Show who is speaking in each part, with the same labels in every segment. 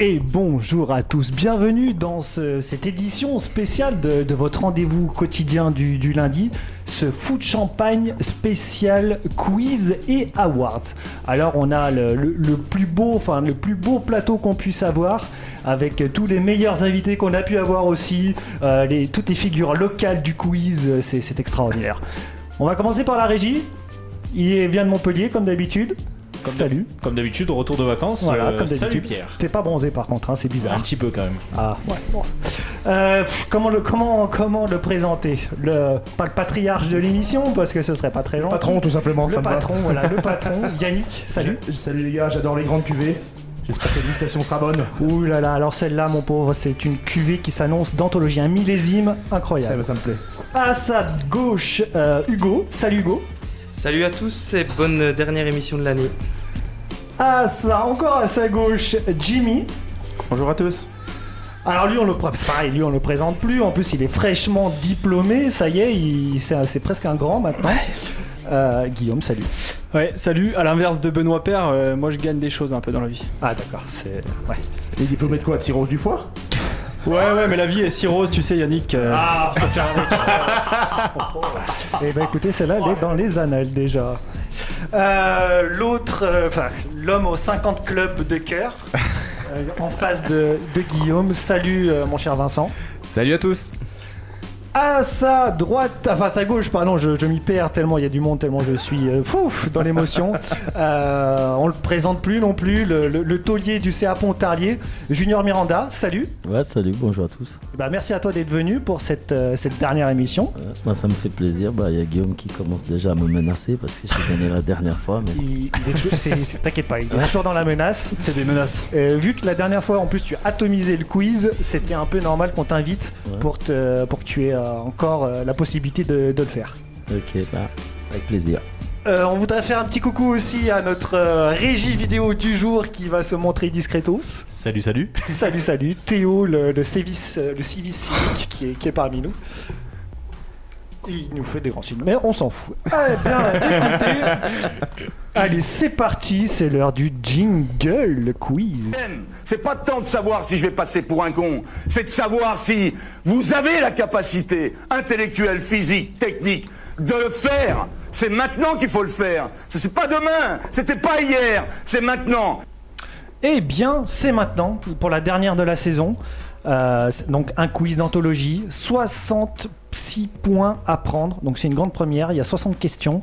Speaker 1: Et bonjour à tous, bienvenue dans ce- cette édition spéciale de, de votre rendez-vous quotidien du, du lundi, ce foot champagne spécial quiz et awards. Alors on a le, le- le plus beau, enfin le plus beau plateau qu'on puisse avoir, avec tous les meilleurs invités qu'on a pu avoir aussi, euh, les- toutes les figures locales du quiz, euh, c'est c'est extraordinaire. On va commencer par la régie. Il vient de Montpellier comme d'habitude.
Speaker 2: Comme
Speaker 1: Salut.
Speaker 2: d'hab- Comme d'habitude, retour de vacances.
Speaker 1: Voilà,
Speaker 2: euh,
Speaker 1: comme
Speaker 2: Salut
Speaker 1: d'habitude.
Speaker 2: Pierre.
Speaker 1: T'es pas bronzé par contre, hein, c'est bizarre.
Speaker 2: Un petit peu quand même.
Speaker 1: Ah, ouais, bon. Euh, pff, comment, le, comment, comment le présenter le, Pas le patriarche de l'émission, parce que ce serait pas très long.
Speaker 3: Patron, tout simplement,
Speaker 1: Le
Speaker 3: ça me va.
Speaker 1: patron, voilà, le patron. Yannick, salut.
Speaker 3: Je- Salut les gars, j'adore les grandes cuvées. J'espère que l'invitation sera bonne.
Speaker 1: Ouh là là, alors celle-là, mon pauvre, c'est une cuvée qui s'annonce d'anthologie, un millésime
Speaker 3: Eh ben,
Speaker 1: incroyable.
Speaker 3: ça me plaît.
Speaker 1: À sa gauche, euh, Hugo. Salut Hugo.
Speaker 4: Salut à tous et bonne dernière émission de l'année.
Speaker 1: À sa, encore à sa gauche, Jimmy.
Speaker 5: Bonjour à tous.
Speaker 1: Alors lui on le pré- c'est pareil, lui on le présente plus. En plus il est fraîchement diplômé, ça y est, il- c'est un- c'est presque un grand maintenant. Euh, Guillaume, salut.
Speaker 6: Ouais, salut. À l'inverse de Benoît Père, euh, moi je gagne des choses un peu dans la vie.
Speaker 1: Ah d'accord, c'est ouais.
Speaker 3: Les diplômés de quoi De cirrhose du foie
Speaker 6: Ouais, ouais, mais la vie est si rose, tu sais, Yannick. euh,
Speaker 1: Eh ben écoutez, celle-là elle est dans les annales déjà. Euh, L'autre, euh, enfin l'homme aux 50 clubs de cœur. euh, en face de, de Guillaume, salut euh, mon cher Vincent.
Speaker 5: Salut à tous.
Speaker 1: À sa droite, enfin à sa gauche, pardon, je, je m'y perds tellement il y a du monde, tellement je suis euh, fouf dans l'émotion. Euh, on le présente plus non plus, le, le- le taulier du CA Pontarlier, Junior Miranda, salut.
Speaker 7: Ouais, salut, bonjour à tous.
Speaker 1: Bah, merci à toi d'être venu pour cette, euh, cette dernière émission.
Speaker 7: Euh, moi, ça me fait plaisir. Bah, il y a Guillaume qui commence déjà à me menacer parce que j'ai gagné la dernière fois. Mais...
Speaker 1: Il, il est toujours- c'est- c'est- T'inquiète pas, il est toujours dans la menace.
Speaker 6: C'est des menaces.
Speaker 1: Euh, vu que la dernière fois en plus tu as atomisé le quiz, c'était un peu normal qu'on t'invite
Speaker 7: Ouais.
Speaker 1: pour, te- pour que tu aies euh, encore euh, la possibilité de- de le faire.
Speaker 7: Ok, bah, avec plaisir.
Speaker 1: Euh, on voudrait faire un petit coucou aussi à notre euh, régie vidéo du jour qui va se montrer discretos.
Speaker 2: Salut, salut.
Speaker 1: salut, salut. Théo, le, le civis, euh, le civis civique qui est, qui est parmi nous. Il nous fait des grands signes, mais on s'en fout. Eh bien, écoutez, allez, c'est parti, c'est l'heure du jingle quiz.
Speaker 8: C'est pas tant de savoir si je vais passer pour un con, c'est de savoir si vous avez la capacité intellectuelle, physique, technique de le faire. C'est maintenant qu'il faut le faire. C'est- C'est pas demain, c'était pas hier, c'est maintenant.
Speaker 1: Eh bien, c'est maintenant, pour la dernière de la saison. Euh, c'est donc un quiz d'anthologie, 66 points à prendre, donc c'est une grande première, il y a 60 questions,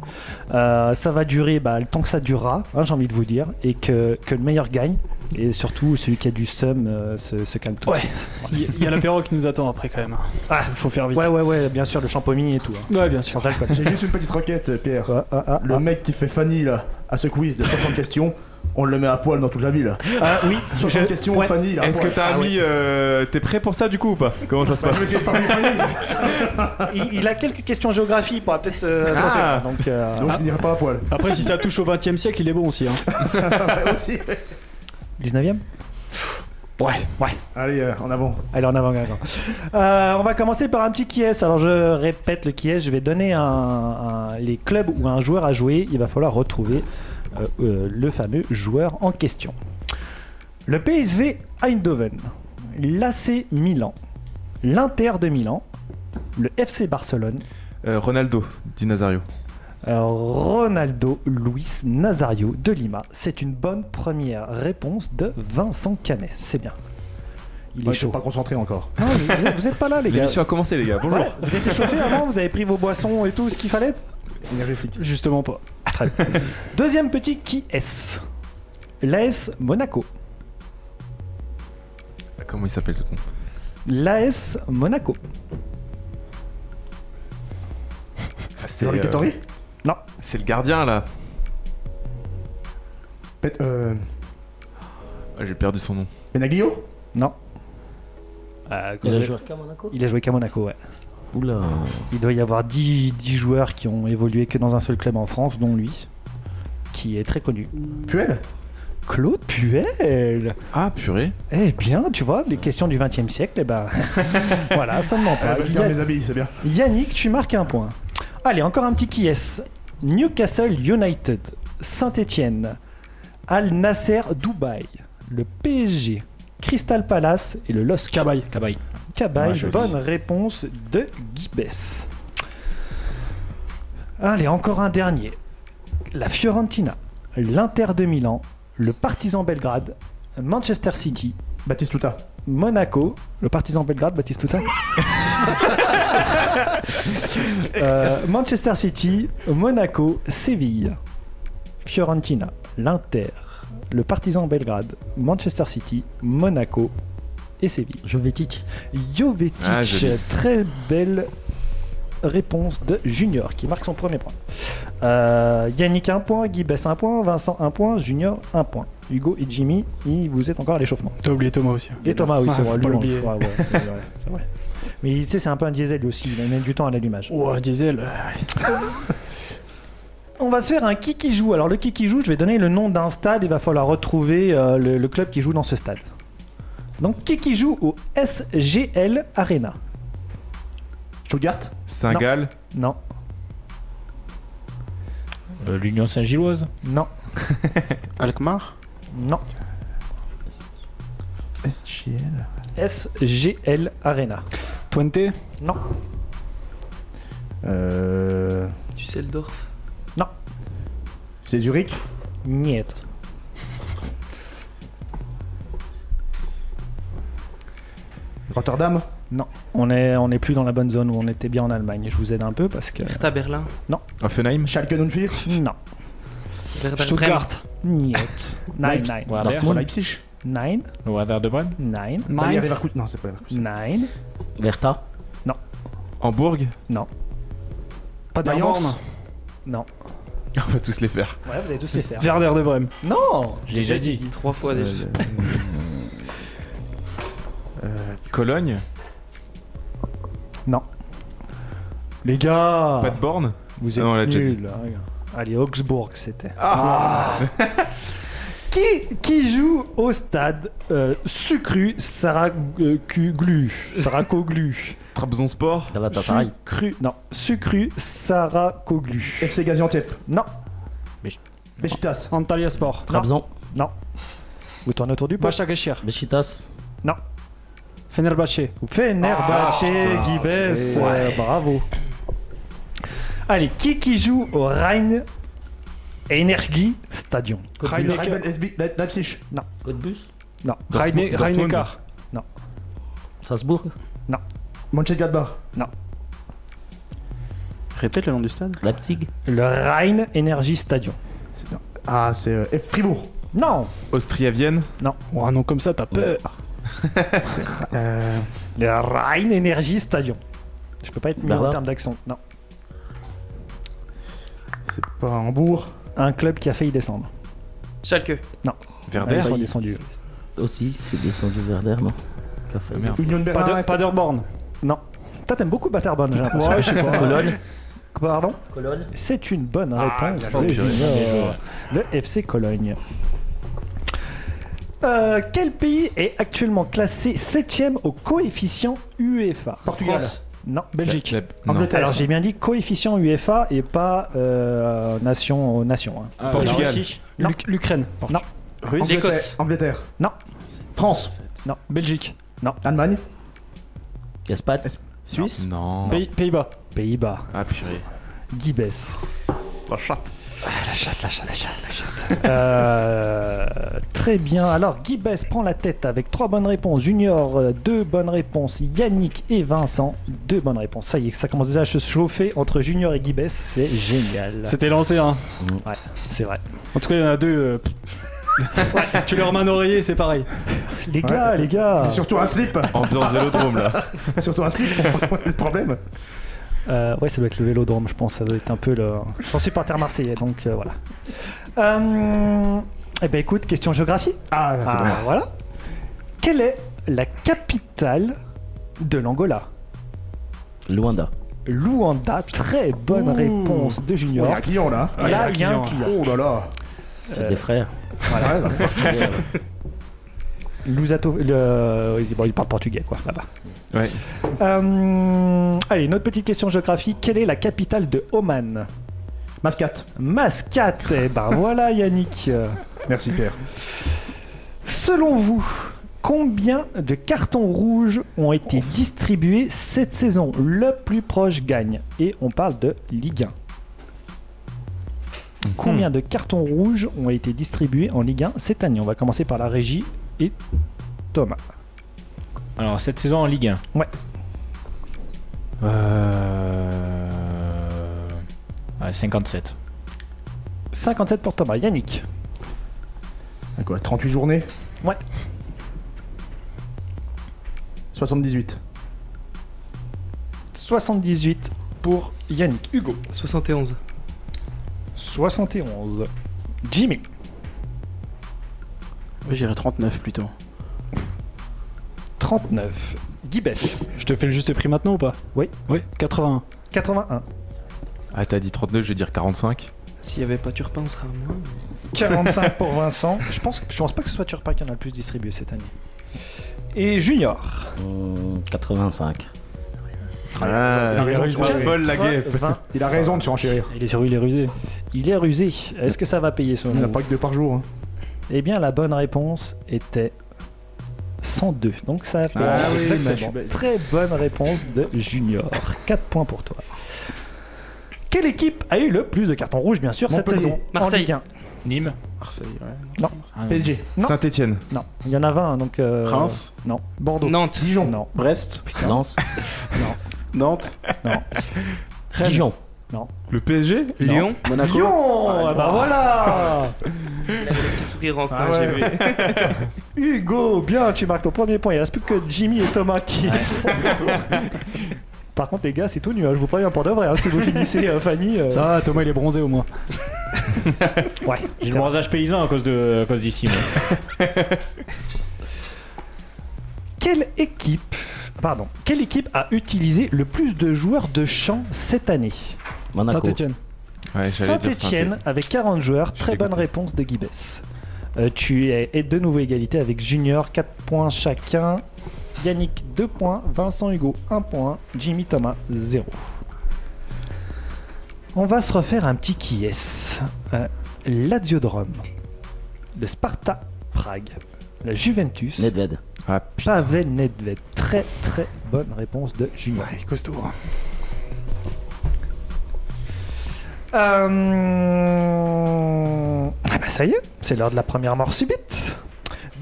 Speaker 1: Euh, ça va durer bah, le temps que ça durera, hein, j'ai envie de vous dire, et que, que le meilleur gagne, et surtout celui qui a du seum euh, se, se calme tout
Speaker 6: Ouais.
Speaker 1: de suite.
Speaker 6: Il y, il y a l'apéro qui nous attend après quand même.
Speaker 1: Ah.
Speaker 6: faut faire vite.
Speaker 1: Ouais, ouais, ouais, bien sûr, le champomis et tout, hein,
Speaker 6: Ouais, bien sûr.
Speaker 1: sans alcool.
Speaker 3: J'ai juste une petite requête, Pierre.
Speaker 1: Ah, ah, ah,
Speaker 3: Le
Speaker 1: ah.
Speaker 3: mec qui fait Fanny là, à ce quiz de 60 questions, on le met à poil dans toute la ville.
Speaker 1: Ah, oui,
Speaker 3: 60
Speaker 1: je-
Speaker 3: questions,
Speaker 1: ouais.
Speaker 3: Fanny là. à
Speaker 5: Est-ce que
Speaker 3: poil. Ah
Speaker 5: t'as mis. euh, T'es prêt pour ça du coup ou pas Comment ça se
Speaker 3: Bah, je vais
Speaker 5: passe
Speaker 3: essayer de parler Fanny.
Speaker 1: il, il a quelques questions géographie, il pourra peut-être... euh,
Speaker 5: Ah.
Speaker 1: donc, euh,
Speaker 3: Donc je n'irai pas à poil.
Speaker 6: Après, si ça touche au 20 e siècle, il est bon aussi. Hein.
Speaker 3: Ouais, aussi.
Speaker 1: 19e
Speaker 6: Ouais.
Speaker 3: Allez, euh, en avant.
Speaker 1: Allez, en avant, Guingamp. Euh, on va commencer par un petit qui est. Alors, je répète le qui est. Je vais donner un, un- les clubs où un joueur a joué. Il va falloir retrouver euh, euh, le fameux joueur en question. Le PSV Eindhoven, l'AC Milan, l'Inter de Milan, le FC Barcelone,
Speaker 5: Euh, Ronaldo, dit Nazario.
Speaker 1: euh, Ronaldo Luis Nazario de Lima. C'est une bonne première réponse de Vincent Canet. C'est bien. Il
Speaker 3: Ouais,
Speaker 1: est
Speaker 3: Bah, je suis
Speaker 1: chaud.
Speaker 3: pas concentré encore.
Speaker 1: Non, vous, vous êtes, vous êtes pas là, les gars.
Speaker 5: L'émission a commencé les gars, bonjour.
Speaker 1: Ouais, vous êtes échauffé avant, vous avez pris vos boissons et tout ce qu'il fallait.
Speaker 3: Énergétique.
Speaker 6: Justement pas.
Speaker 1: Deuxième petit qui est L'AS Monaco.
Speaker 5: Ah, Comment il s'appelle ce con
Speaker 1: L'AS Monaco.
Speaker 5: Ah, C'est
Speaker 3: Jean-Luc
Speaker 5: euh,
Speaker 3: Hattori
Speaker 5: C'est le gardien là.
Speaker 3: Pet- euh,
Speaker 5: Ah, J'ai perdu son nom.
Speaker 3: Benaglio
Speaker 1: Non.
Speaker 7: Il a Ah, joué à Monaco
Speaker 1: Il Euh, a joué qu'à Monaco, ouais.
Speaker 7: Oula.
Speaker 1: Il doit y avoir 10, 10 joueurs qui ont évolué que dans un seul club en France, dont lui, qui est très connu.
Speaker 3: Puel
Speaker 1: Claude Puel
Speaker 5: Ah purée.
Speaker 1: Eh bien, tu vois, les questions du 20 e siècle, eh ben. voilà, ça ne ment
Speaker 3: Ah,
Speaker 1: pas.
Speaker 5: Eh
Speaker 3: bah,
Speaker 5: ben,
Speaker 3: Je
Speaker 1: Il y a-
Speaker 3: garde mes habits, c'est bien.
Speaker 1: Yannick, tu marques un point. Allez, encore un petit qui est. Newcastle United, Saint-Étienne, Al Nasser Dubaï, le PSG, Crystal Palace et le LOSC.
Speaker 6: Cabaye.
Speaker 2: Cabaye.
Speaker 1: Cabaye,
Speaker 5: Ouais, joli.
Speaker 1: bonne réponse de Guy Bess. Allez, encore un dernier. La Fiorentina, l'Inter de Milan, le Partizan Belgrade, Manchester City,
Speaker 3: Baptiste Touta.
Speaker 1: Monaco, le Partizan Belgrade, Baptiste Toutain. Euh, Manchester City, Monaco, Séville, Fiorentina, l'Inter, le Partizan Belgrade, Manchester City, Monaco et Séville.
Speaker 7: Jovetic.
Speaker 1: Jovetic,
Speaker 5: Ah, joli.
Speaker 1: très belle réponse de Junior qui marque son premier point. Euh, Yannick un point, Guy Bess un point, Vincent un point, Junior un point. Hugo et Jimmy, ils- vous êtes encore à l'échauffement.
Speaker 6: T'as oublié Thomas aussi.
Speaker 1: Et Thomas, oui,
Speaker 6: Ah,
Speaker 1: c'est
Speaker 6: faut
Speaker 1: vrai.
Speaker 6: pas
Speaker 1: lui, on-
Speaker 6: l'oublier.
Speaker 1: ouais, ouais, ouais, c'est vrai, c'est vrai. Mais tu sais, c'est un peu un diesel lui aussi, il met du temps à l'allumage.
Speaker 6: Oh, Diesel.
Speaker 1: On va se faire un qui qui joue. Alors, le qui qui joue, je vais donner le nom d'un stade, il va falloir retrouver euh, le, le club qui joue dans ce stade. Donc, qui qui joue au SGL Arena
Speaker 3: Stuttgart
Speaker 5: Saint-Gall.
Speaker 1: Non,
Speaker 2: Euh, L'Union Saint-Gilloise.
Speaker 1: non,
Speaker 9: Alkmaar
Speaker 1: non.
Speaker 3: SGL.
Speaker 1: SGL Arena.
Speaker 6: Twente.
Speaker 1: Non,
Speaker 3: Euh.
Speaker 4: Düsseldorf.
Speaker 3: C'est Zurich
Speaker 1: niet.
Speaker 3: Rotterdam
Speaker 1: On est, on est plus dans la bonne zone où on était bien en Allemagne. Je vous aide un peu parce que.
Speaker 4: Hertha Berlin.
Speaker 5: Offenheim.
Speaker 3: Schalke 04
Speaker 1: Non,
Speaker 4: Werder
Speaker 6: Stuttgart.
Speaker 1: niet. Nein, nein,
Speaker 2: Werder.
Speaker 3: C'est pas Leipzig
Speaker 1: nein,
Speaker 2: Le Werder de Brême.
Speaker 1: nein,
Speaker 3: Bayer
Speaker 6: Mainz.
Speaker 3: Leverkusen. Non, c'est pas Leverkusen.
Speaker 1: nein.
Speaker 7: Verta.
Speaker 5: Hambourg.
Speaker 3: Mayence.
Speaker 6: Paderborn.
Speaker 5: On va tous les faire.
Speaker 1: Ouais, vous allez tous les faire.
Speaker 6: Werder de Brême.
Speaker 1: Non
Speaker 2: Je l'ai déjà dit.
Speaker 4: Trois fois déjà.
Speaker 1: Euh,
Speaker 5: Cologne.
Speaker 1: Les gars
Speaker 5: Pas de borne.
Speaker 1: Vous
Speaker 5: Ah
Speaker 1: êtes
Speaker 5: non, on l'a déjà
Speaker 1: nuls. hein, les gars. Allez, Augsbourg, c'était. Ah. qui, qui joue au stade euh, Sucru Saracuglu Saracoglu
Speaker 5: Trabzonspor.
Speaker 7: Galatasaray.
Speaker 1: Sucru... Non, Sucru Saracoglu.
Speaker 3: FC Gaziantep.
Speaker 1: Non,
Speaker 3: Beşiktaş.
Speaker 6: Antalya Sport.
Speaker 7: Trabzon.
Speaker 1: vous tournez autour du pot.
Speaker 6: Başakşehir.
Speaker 7: Beşiktaş.
Speaker 6: Fenerbahçe.
Speaker 1: Fenerbahçe, Guy Bess, euh, bravo. Allez, qui qui joue au Rhein Energie Stadion
Speaker 6: Rhein-
Speaker 3: Freiburg, SB, Le- Leipzig.
Speaker 7: Cottbus.
Speaker 6: Rhein-
Speaker 5: Dortmund.
Speaker 6: Rhein-Neckar.
Speaker 7: Strasbourg.
Speaker 3: Mönchengladbach.
Speaker 9: Répète le nom du stade.
Speaker 7: Leipzig.
Speaker 1: Le Rhein Energie Stadion.
Speaker 3: C'est- non. Ah, c'est euh, F- Fribourg.
Speaker 1: Non
Speaker 5: Austria-Vienne.
Speaker 6: Oh, un nom comme ça, t'as peur.
Speaker 3: Euh,
Speaker 1: Le Rhein Energy Stadion. Je peux pas être mieux
Speaker 7: Berlin.
Speaker 1: en termes d'accent. Non.
Speaker 3: c'est pas Hambourg.
Speaker 1: Un club qui a failli descendre.
Speaker 4: Schalke.
Speaker 1: Ils
Speaker 5: Verder.
Speaker 1: sont descendus.
Speaker 7: Aussi, c'est descendu Werder, non Qui a fait-
Speaker 5: Ah, merde.
Speaker 3: Union Berlin.
Speaker 6: Pader- Paderborn.
Speaker 1: Toi, t'aimes beaucoup Batterbone, j'ai l'impression.
Speaker 6: Ouais, je sais pas.
Speaker 1: Cologne. Pardon
Speaker 7: Cologne.
Speaker 1: C'est une bonne
Speaker 5: Ah,
Speaker 1: réponse.
Speaker 2: bien
Speaker 1: de
Speaker 2: joué,
Speaker 1: Junior.
Speaker 2: bien joué.
Speaker 1: Le FC Cologne. Euh, quel pays est actuellement classé 7 au coefficient UEFA
Speaker 3: Portugal.
Speaker 1: France. Non.
Speaker 6: Belgique.
Speaker 5: La- non.
Speaker 3: Angleterre.
Speaker 1: Alors j'ai bien dit coefficient UEFA et pas euh, nation, nation. hein.
Speaker 6: Ah,
Speaker 5: Portugal.
Speaker 6: la Russie.
Speaker 1: Non.
Speaker 6: L'Uk- L'Ukraine.
Speaker 1: Non.
Speaker 3: Angleterre.
Speaker 4: L'Écosse.
Speaker 3: Angleterre.
Speaker 1: Non.
Speaker 3: France.
Speaker 6: Belgique.
Speaker 3: Allemagne.
Speaker 7: Espagne.
Speaker 6: Suisse.
Speaker 5: Non.
Speaker 6: Pays- Pays-Bas.
Speaker 1: Pays-Bas.
Speaker 5: Ah purée.
Speaker 1: Guy Bess.
Speaker 5: La chatte.
Speaker 1: Ah, La chatte, la chatte, la chatte, la chatte. Euh, très bien. Alors, Guy Bess prend la tête avec trois bonnes réponses. Junior, euh, deux bonnes réponses. Yannick et Vincent, deux bonnes réponses. Ça y est, ça commence déjà à se chauffer entre Junior et Guy Bess. C'est génial.
Speaker 6: C'était lancé, hein.
Speaker 1: C'est vrai.
Speaker 6: En tout cas, il y en a deux. euh, Ouais, tu leur mets un oreiller, c'est pareil.
Speaker 1: Les gars, les gars.
Speaker 3: Et surtout un slip.
Speaker 5: Ambiance vélodrome là.
Speaker 3: surtout un slip. le problème.
Speaker 1: Euh, ouais, ça doit être le vélodrome, je pense. Ça doit être un peu le. Ils sont supporters marseillais, donc euh, voilà. Euh, eh ben écoute, question géographie.
Speaker 3: Ah, c'est
Speaker 1: Ah,
Speaker 3: bon.
Speaker 1: voilà. Quelle est la capitale de l'Angola
Speaker 7: Luanda.
Speaker 1: Luanda, très bonne
Speaker 3: Ouh.
Speaker 1: réponse de
Speaker 3: Il y
Speaker 1: Junior.
Speaker 3: a un client là.
Speaker 6: Ah, il y a
Speaker 1: Là,
Speaker 6: un
Speaker 1: il y a un
Speaker 6: client.
Speaker 1: client.
Speaker 3: Oh là là.
Speaker 7: C'est des frères.
Speaker 3: Voilà.
Speaker 1: Lusato, le- bon, il parle portugais, quoi, là-bas.
Speaker 5: Ouais.
Speaker 1: Euh, allez, une autre petite question géographique. Quelle est la capitale de Oman
Speaker 3: Mascate.
Speaker 1: Mascate. Eh ben voilà, Yannick. Euh,
Speaker 3: Merci Pierre.
Speaker 1: Selon vous, Combien de cartons rouges ont été distribués cette saison Le plus proche gagne. Et on parle de Ligue 1. Combien de cartons rouges ont été distribués en Ligue 1 cette année On va commencer par la régie et Thomas.
Speaker 2: Alors, cette saison en Ligue 1.
Speaker 1: Ouais.
Speaker 2: Euh... ouais, 57.
Speaker 1: 57 pour Thomas. Yannick.
Speaker 3: À quoi 38 journées
Speaker 1: Ouais.
Speaker 3: 78.
Speaker 1: 78 pour Yannick. Hugo.
Speaker 4: 71.
Speaker 1: 71. Jimmy.
Speaker 9: Oui, J'irais 39 plutôt.
Speaker 1: 39. Guibès.
Speaker 6: Je te fais le juste prix maintenant ou pas
Speaker 1: Oui.
Speaker 6: Oui, 81.
Speaker 1: 81.
Speaker 5: Ah, t'as dit 39, je vais dire 45.
Speaker 4: S'il y avait pas Turpin, on serait à moins.
Speaker 1: 45 pour Vincent. Je pense, je pense pas que ce soit Turpin qui en a le plus distribué cette année. Et Junior.
Speaker 7: Hum, 85.
Speaker 3: il
Speaker 5: Ah,
Speaker 3: a raison de
Speaker 6: raison.
Speaker 3: surenchérir.
Speaker 5: la guêpe.
Speaker 1: 20.
Speaker 3: Il a raison de surenchérir.
Speaker 6: Il est sur il est rusé.
Speaker 1: Il est rusé. Est-ce que ça va payer son
Speaker 3: Il n'a
Speaker 1: move
Speaker 3: pas que deux par jour. hein.
Speaker 1: Eh bien, la bonne réponse était 102. Donc ça a payé.
Speaker 3: Ah oui, bah, je suis
Speaker 1: Exactement.
Speaker 3: bête.
Speaker 1: Très bonne réponse de Junior. 4 points pour toi. Quelle équipe a eu le plus de cartons rouges, bien sûr, cette
Speaker 3: Montpellier.
Speaker 1: saison en
Speaker 4: Marseille.
Speaker 1: Ligue 1
Speaker 2: Nîmes.
Speaker 9: Marseille, ouais.
Speaker 2: Ah, non.
Speaker 3: PSG.
Speaker 1: Non.
Speaker 5: Saint-Etienne.
Speaker 1: Non, il y en a 20, donc... euh,
Speaker 9: Reims,
Speaker 1: Non. Bordeaux.
Speaker 4: Nantes.
Speaker 1: Dijon. Non.
Speaker 9: Brest,
Speaker 7: Lance.
Speaker 9: Nantes,
Speaker 7: Dijon.
Speaker 5: Le PSG
Speaker 1: Non.
Speaker 4: Lyon.
Speaker 9: Monaco.
Speaker 1: Lyon Ah bah voilà
Speaker 4: Il avait le petit sourire en coin,
Speaker 1: Ah ouais.
Speaker 4: j'ai vu.
Speaker 1: Hugo, bien, tu marques ton premier point. Il reste plus que Jimmy et Thomas qui. Par contre, les gars, c'est tout nuage. Je vous préviens pour de vrai. hein. si vous finissez euh, Fanny. euh,
Speaker 6: Ça va, Thomas il est bronzé au moins.
Speaker 1: Ouais.
Speaker 2: J'ai le bronzage paysan à cause de- à cause d'ici. moi.
Speaker 1: Quelle équipe. Pardon. Quelle équipe a utilisé le plus de joueurs de champ cette année
Speaker 7: Monaco.
Speaker 6: Saint-Etienne.
Speaker 5: Ouais, j'allais dire
Speaker 1: Saint-Etienne avec 40 joueurs. Très bonne
Speaker 5: dégoûté.
Speaker 1: réponse de Guibès. Euh, tu es et de nouveau égalité avec Junior, 4 points chacun. Yannick, 2 points. Vincent Hugo, 1 point. Jimmy Thomas, 0. On va se refaire un petit qui est. L'Adio de Rome, le Sparta Prague, la Juventus,
Speaker 7: Nedved.
Speaker 5: Ah, putain.
Speaker 1: Pavel Nedved. Très très bonne réponse de Junior.
Speaker 9: Ouais, costaud. hein.
Speaker 1: Euh, Ah bah ça y est, c'est l'heure de la première mort subite.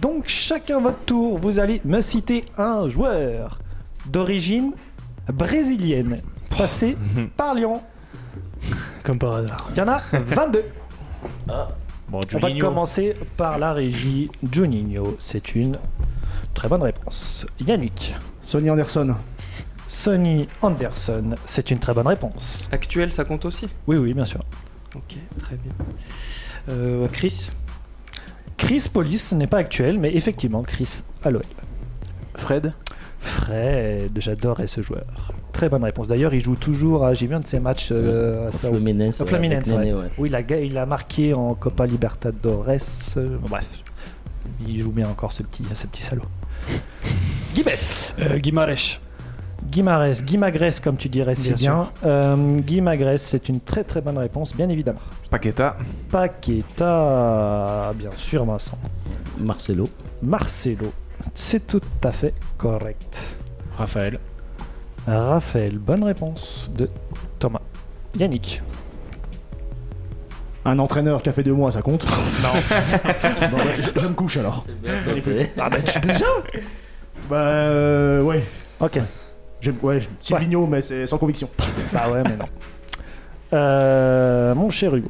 Speaker 1: Donc chacun votre tour, vous allez me citer un joueur d'origine brésilienne passé par Lyon.
Speaker 6: Mhm. Comme par hasard. Ah.
Speaker 1: Il y en a 22.
Speaker 2: Bon,
Speaker 1: On va
Speaker 2: Juninho.
Speaker 1: commencer par la régie Juninho. C'est une très bonne réponse. Yannick.
Speaker 3: Sonny Anderson.
Speaker 1: Sonny Anderson, c'est une très bonne réponse.
Speaker 4: Actuel, ça compte aussi.
Speaker 1: Oui, oui, bien sûr.
Speaker 4: Ok, très bien. Euh, Chris.
Speaker 1: Chris Polis, ce n'est pas actuel, mais effectivement, Chris à l'OL.
Speaker 9: Fred,
Speaker 1: Fred, j'adorais ce joueur. Très bonne réponse. D'ailleurs, il joue toujours. à- J'ai vu un de ses matchs euh, à Sao-
Speaker 7: Fluminense.
Speaker 1: au
Speaker 7: ouais,
Speaker 1: Fluminense,
Speaker 7: avec Néné, ouais.
Speaker 1: où il a, ga- il a marqué en Copa Libertadores. euh, bon, bref, il joue bien encore ce petit, ce petit salaud. Guimès
Speaker 6: Euh, Guimarães.
Speaker 1: Guimarès, Guimagrès comme tu dirais, c'est bien.
Speaker 6: Bien
Speaker 1: Euh, Guimagrès, c'est une très très bonne réponse, bien évidemment.
Speaker 5: Paqueta.
Speaker 1: Paqueta, bien sûr, Vincent.
Speaker 7: Marcelo.
Speaker 1: Marcelo, c'est tout à fait correct.
Speaker 2: Raphaël.
Speaker 1: Raphaël, bonne réponse de Thomas. Yannick.
Speaker 3: Un entraîneur qui a fait deux mois, ça compte Non. Bon, bah, je, je me couche alors.
Speaker 1: Ah bah tu déjà
Speaker 3: Bah euh, ouais.
Speaker 1: Ok.
Speaker 3: Je- ouais, je- Silvino, mais c'est sans conviction.
Speaker 1: Bah ouais mais non. Euh, mon cher Hugo.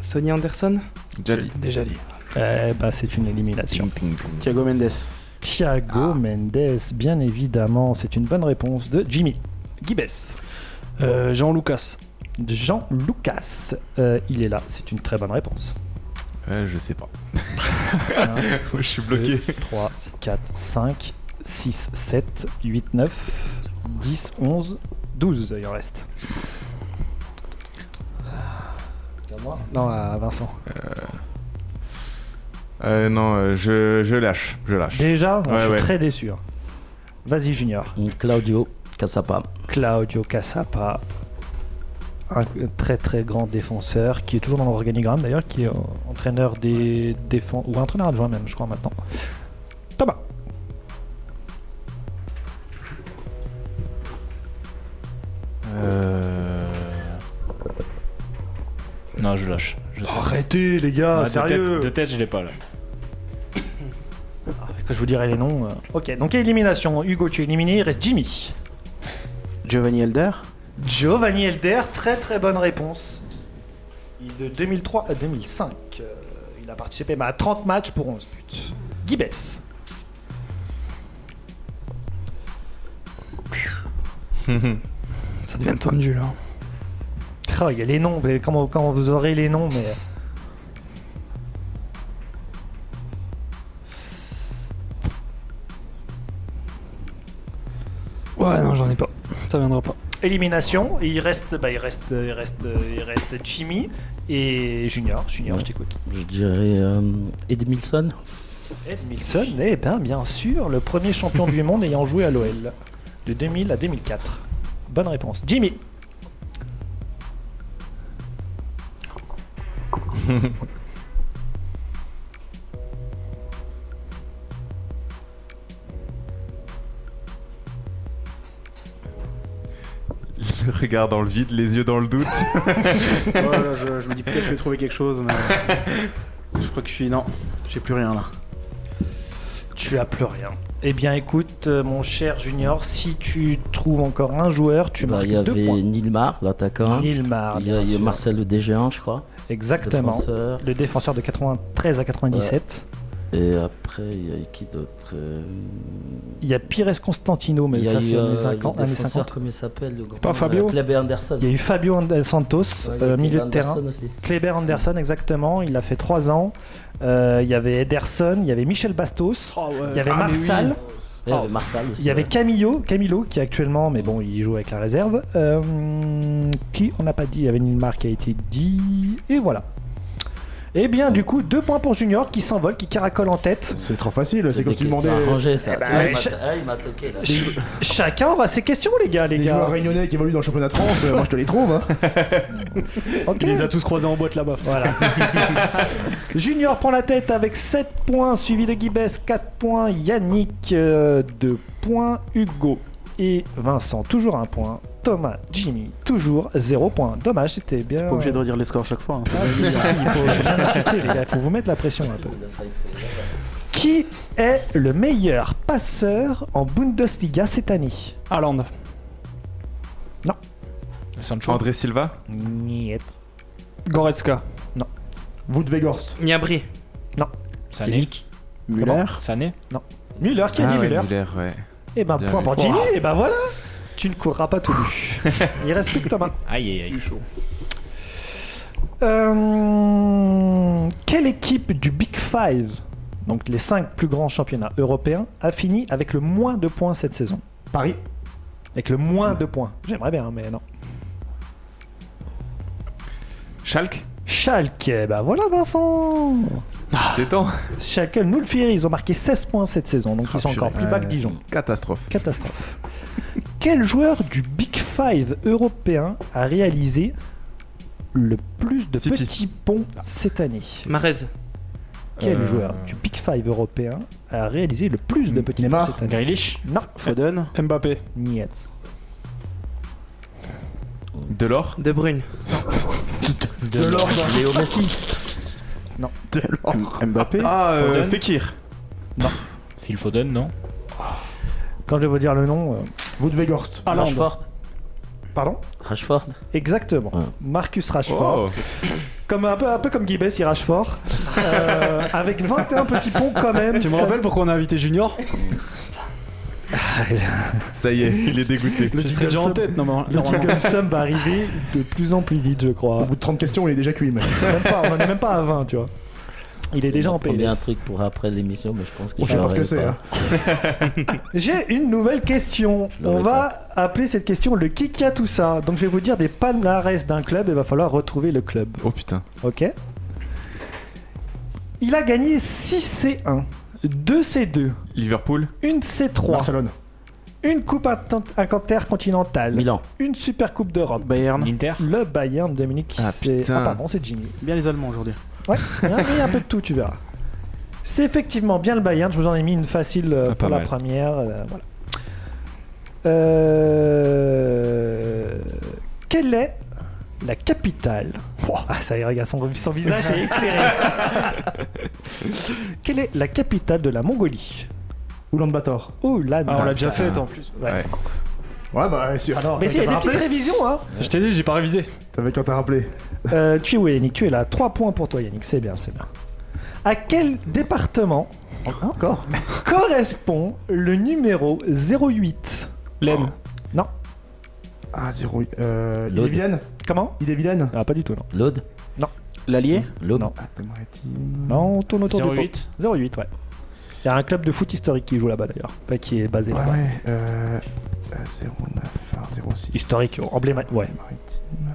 Speaker 4: Sonny Anderson.
Speaker 5: Déjà dit.
Speaker 9: déjà dit.
Speaker 1: Eh bah c'est une élimination. Ah.
Speaker 9: Thiago Mendes,
Speaker 1: Thiago Mendes, bien évidemment, c'est une bonne réponse de Jimmy. Guibès.
Speaker 6: Euh, Jean Lucas.
Speaker 1: Jean Lucas, euh, il est là, c'est une très bonne réponse.
Speaker 5: Ouais, je sais pas. Ah.
Speaker 1: 1,
Speaker 5: Je suis bloqué.
Speaker 1: 3, 4, 5, 6, 7, 8, 9, 10, 11, 12, il en reste. Non, à Vincent.
Speaker 5: Euh, non, euh, je, je lâche. Je lâche.
Speaker 1: Déjà, je
Speaker 5: Ouais,
Speaker 1: suis
Speaker 5: ouais.
Speaker 1: très déçu. hein. Vas-y Junior.
Speaker 7: Claudio Cassapa.
Speaker 1: Claudio Cassapa. un très très grand défenseur qui est toujours dans l'organigramme d'ailleurs, qui est euh, entraîneur des défenses ou entraîneur adjoint même, je crois maintenant. Thomas.
Speaker 2: Euh... Non, je lâche. Je sais.
Speaker 3: Arrêtez, les gars,
Speaker 2: Ah, de
Speaker 3: sérieux
Speaker 2: tête- De tête, je l'ai pas là.
Speaker 1: Ah, Que je vous dirai les noms. euh. Ok, donc élimination. Hugo, tu es éliminé. Il reste Jimmy.
Speaker 9: Giovanni Elder
Speaker 1: Giovanni Elder, très très bonne réponse. Il est de 2003 à 2005. Euh, il a participé bah, à 30 matchs pour 11 buts. Guy Bess.
Speaker 4: Ça devient tendu là.
Speaker 1: Ah, il y a les noms, mais quand, quand vous aurez les noms, mais. euh,
Speaker 4: Ouais, non, j'en ai pas. Ça viendra pas.
Speaker 1: Élimination, et il reste, bah, il reste, il reste, il reste Jimmy et Junior. Junior, je t'écoute.
Speaker 7: Je dirais euh, Edmilson.
Speaker 1: Edmilson, eh ben, bien sûr, le premier champion du monde ayant joué à l'OL de 2000 à 2004. Bonne réponse. Jimmy.
Speaker 5: Le regard dans le vide, les yeux dans le doute.
Speaker 9: Voilà, je, je me dis peut-être que je vais trouver quelque chose, mais. Je crois que je suis. Non, j'ai plus rien là.
Speaker 1: Tu as plus rien. Eh bien, écoute, euh, mon cher Junior, si tu trouves encore un joueur, tu
Speaker 7: Bah,
Speaker 1: marques
Speaker 7: Il y
Speaker 1: deux
Speaker 7: avait
Speaker 1: points.
Speaker 7: Nilmar, l'attaquant. Il
Speaker 1: Nilmar,
Speaker 7: y a,
Speaker 1: bien
Speaker 7: il y a
Speaker 1: sûr.
Speaker 7: Marcel le Dégéant, je crois.
Speaker 1: Exactement.
Speaker 7: défenseur.
Speaker 1: Le défenseur de 93 à 97.
Speaker 7: Et après, il y a qui d'autre Euh,
Speaker 1: Il y a Pires Constantino, mais
Speaker 7: il y a
Speaker 1: ça,
Speaker 7: eu,
Speaker 1: c'est
Speaker 7: euh,
Speaker 1: années
Speaker 7: le
Speaker 1: 50. années
Speaker 7: défenseur,
Speaker 1: 50.
Speaker 7: Comment il s'appelle le grand
Speaker 6: Pas Fabio
Speaker 7: euh, Kleber Anderson.
Speaker 1: Il y a eu Fabio And- Santos,
Speaker 7: Ouais, il y a
Speaker 1: euh,
Speaker 7: Kleber
Speaker 1: milieu de terrain.
Speaker 7: Anderson aussi.
Speaker 1: Kleber Anderson, exactement. Il a fait 3 ans. Euh, il y avait Ederson, il y avait Michel Bastos,
Speaker 6: Ah
Speaker 1: il y avait Marsal,
Speaker 7: Ouais, Il y avait Marsal Eh,
Speaker 1: Oh.
Speaker 7: aussi. hein.
Speaker 1: il y avait
Speaker 7: ouais.
Speaker 1: Camillo, Camillo qui actuellement, mais bon, il joue avec la réserve. Euh, qui on n'a pas dit Il y avait Nilmar qui a été dit. Et voilà. Eh bien, du coup, deux points pour Junior qui s'envole, qui caracole en tête.
Speaker 3: C'est trop facile, c'est
Speaker 7: des
Speaker 3: comme tu
Speaker 7: questions
Speaker 3: demandais. euh,
Speaker 7: à ranger, ça.
Speaker 1: bah,
Speaker 7: Tu vois,
Speaker 1: ouais,
Speaker 7: il m'a-
Speaker 1: cha-
Speaker 7: ah, il m'a toqué là.
Speaker 1: Ch- Chacun aura ses questions, les gars, les
Speaker 3: Les
Speaker 1: gars.
Speaker 3: joueurs réunionnais qui évoluent dans le championnat de France, euh, moi je te les trouve. Hein.
Speaker 1: Ok.
Speaker 6: Il les a tous croisés en boîte là-bas.
Speaker 1: Voilà. Junior prend la tête avec 7 points, suivi de Guibès 4 points, Yannick 2 points, Hugo et Vincent toujours 1 point, Thomas, Jimmy toujours 0 point. Dommage, c'était bien.
Speaker 9: Pas obligé de redire les scores chaque fois. hein.
Speaker 1: Ah, si, si, il faut bien insister, les gars, il faut vous mettre la pression un peu.
Speaker 7: Il a failli trouver là-bas.
Speaker 1: Qui est le meilleur passeur en Bundesliga cette année
Speaker 6: Haaland.
Speaker 2: Sancho.
Speaker 5: André Silva
Speaker 1: Niet.
Speaker 6: Goretzka.
Speaker 3: Vous devez Gorse.
Speaker 4: Niabri.
Speaker 2: Sané.
Speaker 9: Muller
Speaker 2: Sané.
Speaker 1: Müller, qui a dit Müller
Speaker 5: Ah ouais.
Speaker 1: Et ben
Speaker 5: Bien
Speaker 1: point
Speaker 5: vu.
Speaker 1: pour Jimmy, et ben voilà Tu ne courras pas tout nu. Il reste plus que Thomas.
Speaker 2: Aïe, aïe, aïe.
Speaker 1: Euh, quelle équipe du Big Five, donc les cinq plus grands championnats européens, a fini avec le moins de points cette saison
Speaker 3: Paris.
Speaker 1: Avec le moins de points. J'aimerais bien, mais non.
Speaker 5: Schalke
Speaker 1: Schalke, bah voilà Vincent
Speaker 5: Détends.
Speaker 1: Schalke, nous le fier, ils ont marqué 16 points cette saison, donc ils sont
Speaker 3: purée.
Speaker 1: encore plus bas que
Speaker 3: Ouais.
Speaker 1: Dijon.
Speaker 5: Catastrophe.
Speaker 1: Catastrophe. Quel joueur du Big Five européen a réalisé le plus de
Speaker 5: City.
Speaker 1: petits ponts cette année
Speaker 4: Marez.
Speaker 1: Quel
Speaker 2: Euh,
Speaker 1: joueur du Big Five européen a réalisé le plus de petits
Speaker 3: Neymar.
Speaker 1: ponts cette année
Speaker 2: Grealish.
Speaker 1: Non,
Speaker 9: Foden
Speaker 6: Mbappé.
Speaker 1: niet.
Speaker 5: Delors
Speaker 4: De Bruyne.
Speaker 3: De l'or.
Speaker 7: Léo Messi.
Speaker 9: M- Mbappé
Speaker 5: Ah, euh,
Speaker 2: Foden.
Speaker 5: Fekir.
Speaker 2: Phil Foden, non
Speaker 1: Quand je vais vous dire le nom, euh,
Speaker 3: Vous devez Gorst.
Speaker 6: Haaland.
Speaker 7: Rashford.
Speaker 1: pardon
Speaker 7: Rashford.
Speaker 1: Exactement.
Speaker 7: Ouais.
Speaker 1: Marcus Rashford.
Speaker 5: Oh.
Speaker 1: Comme un peu, un peu comme Guy Bess, il rage fort. Euh, avec 21 petits ponts quand même.
Speaker 6: Tu me
Speaker 1: ça-
Speaker 6: rappelles pourquoi on a invité Junior
Speaker 5: Ça y est, il est dégoûté.
Speaker 6: Je serais déjà en tête, non, mais-
Speaker 1: Le
Speaker 6: normalement.
Speaker 1: Juggle Sum va arriver de plus en plus vite, je crois.
Speaker 3: Au bout de 30 questions, il est déjà cuit, mec.
Speaker 1: Même pas, on en est même pas à 20, tu vois. Il est déjà en
Speaker 7: Il un
Speaker 1: PLS.
Speaker 7: truc pour après l'émission, mais je pense que
Speaker 3: Je sais pas
Speaker 7: l'aurai
Speaker 3: ce que c'est.
Speaker 7: pas.
Speaker 3: hein.
Speaker 1: J'ai une nouvelle question.
Speaker 7: Je l'aurais
Speaker 1: On va appeler cette question le Kiki à tout ça. Donc je vais vous dire des palmarès d'un club et va falloir retrouver le club.
Speaker 5: Oh putain.
Speaker 1: Ok Il a gagné 6 C1, 2 C2,
Speaker 5: Liverpool
Speaker 1: 1 C3,
Speaker 3: Barcelone.
Speaker 1: Une coupe inten- intercontinentale.
Speaker 7: Milan.
Speaker 1: Une super coupe d'Europe.
Speaker 9: Bayern.
Speaker 2: L'Inter
Speaker 1: Le Bayern, Dominique.
Speaker 5: Ah,
Speaker 1: c'est-
Speaker 5: putain.
Speaker 1: Ah, pardon, c'est Jimmy.
Speaker 9: Bien les Allemands aujourd'hui.
Speaker 1: Ouais, il y a- il y a un peu de tout, tu verras. C'est effectivement bien le Bayern. Je vous en ai mis une facile euh,
Speaker 5: Ah,
Speaker 1: pour
Speaker 5: pas
Speaker 1: la
Speaker 5: mal.
Speaker 1: première. euh, voilà. Euh, Quelle est la capitale Ouah, Ah, ça y est, regarde, son, son visage est éclairé. Quelle est la capitale de la Mongolie
Speaker 3: Oulan-Bator.
Speaker 1: Oh là
Speaker 6: Ah, on l'a
Speaker 1: là.
Speaker 6: déjà fait en plus.
Speaker 3: Ouais, bah, si, alors.
Speaker 1: Mais
Speaker 3: t'avais
Speaker 1: c'est
Speaker 3: qu'à
Speaker 1: des
Speaker 3: te
Speaker 1: petites
Speaker 3: rappeler.
Speaker 1: révisions, hein
Speaker 6: Je t'ai dit, j'ai pas révisé.
Speaker 3: T'avais quand t'as rappelé.
Speaker 1: Euh, tu es où Yannick Tu es là. 3 points pour toi Yannick, c'est bien, c'est bien. À quel département
Speaker 3: Encore
Speaker 1: correspond le numéro 08
Speaker 6: L'aime.
Speaker 3: Oh. Ah, 0. Euh, il est
Speaker 7: L'Aude.
Speaker 3: vilaine
Speaker 1: Comment
Speaker 3: Il est vilaine
Speaker 1: Ah pas du tout non.
Speaker 7: L'Aude
Speaker 9: L'Allier
Speaker 7: L'Aube
Speaker 1: Non. Non, on tourne autour du pot.
Speaker 2: 08
Speaker 1: 08 ouais. Il y a un club de foot historique qui joue là-bas d'ailleurs, Enfin, qui est basé
Speaker 3: Ouais,
Speaker 1: là-bas.
Speaker 3: ouais. Euh, euh, 09, enfin, 06.
Speaker 1: Historique, emblématique. Ouais,
Speaker 3: Maritime.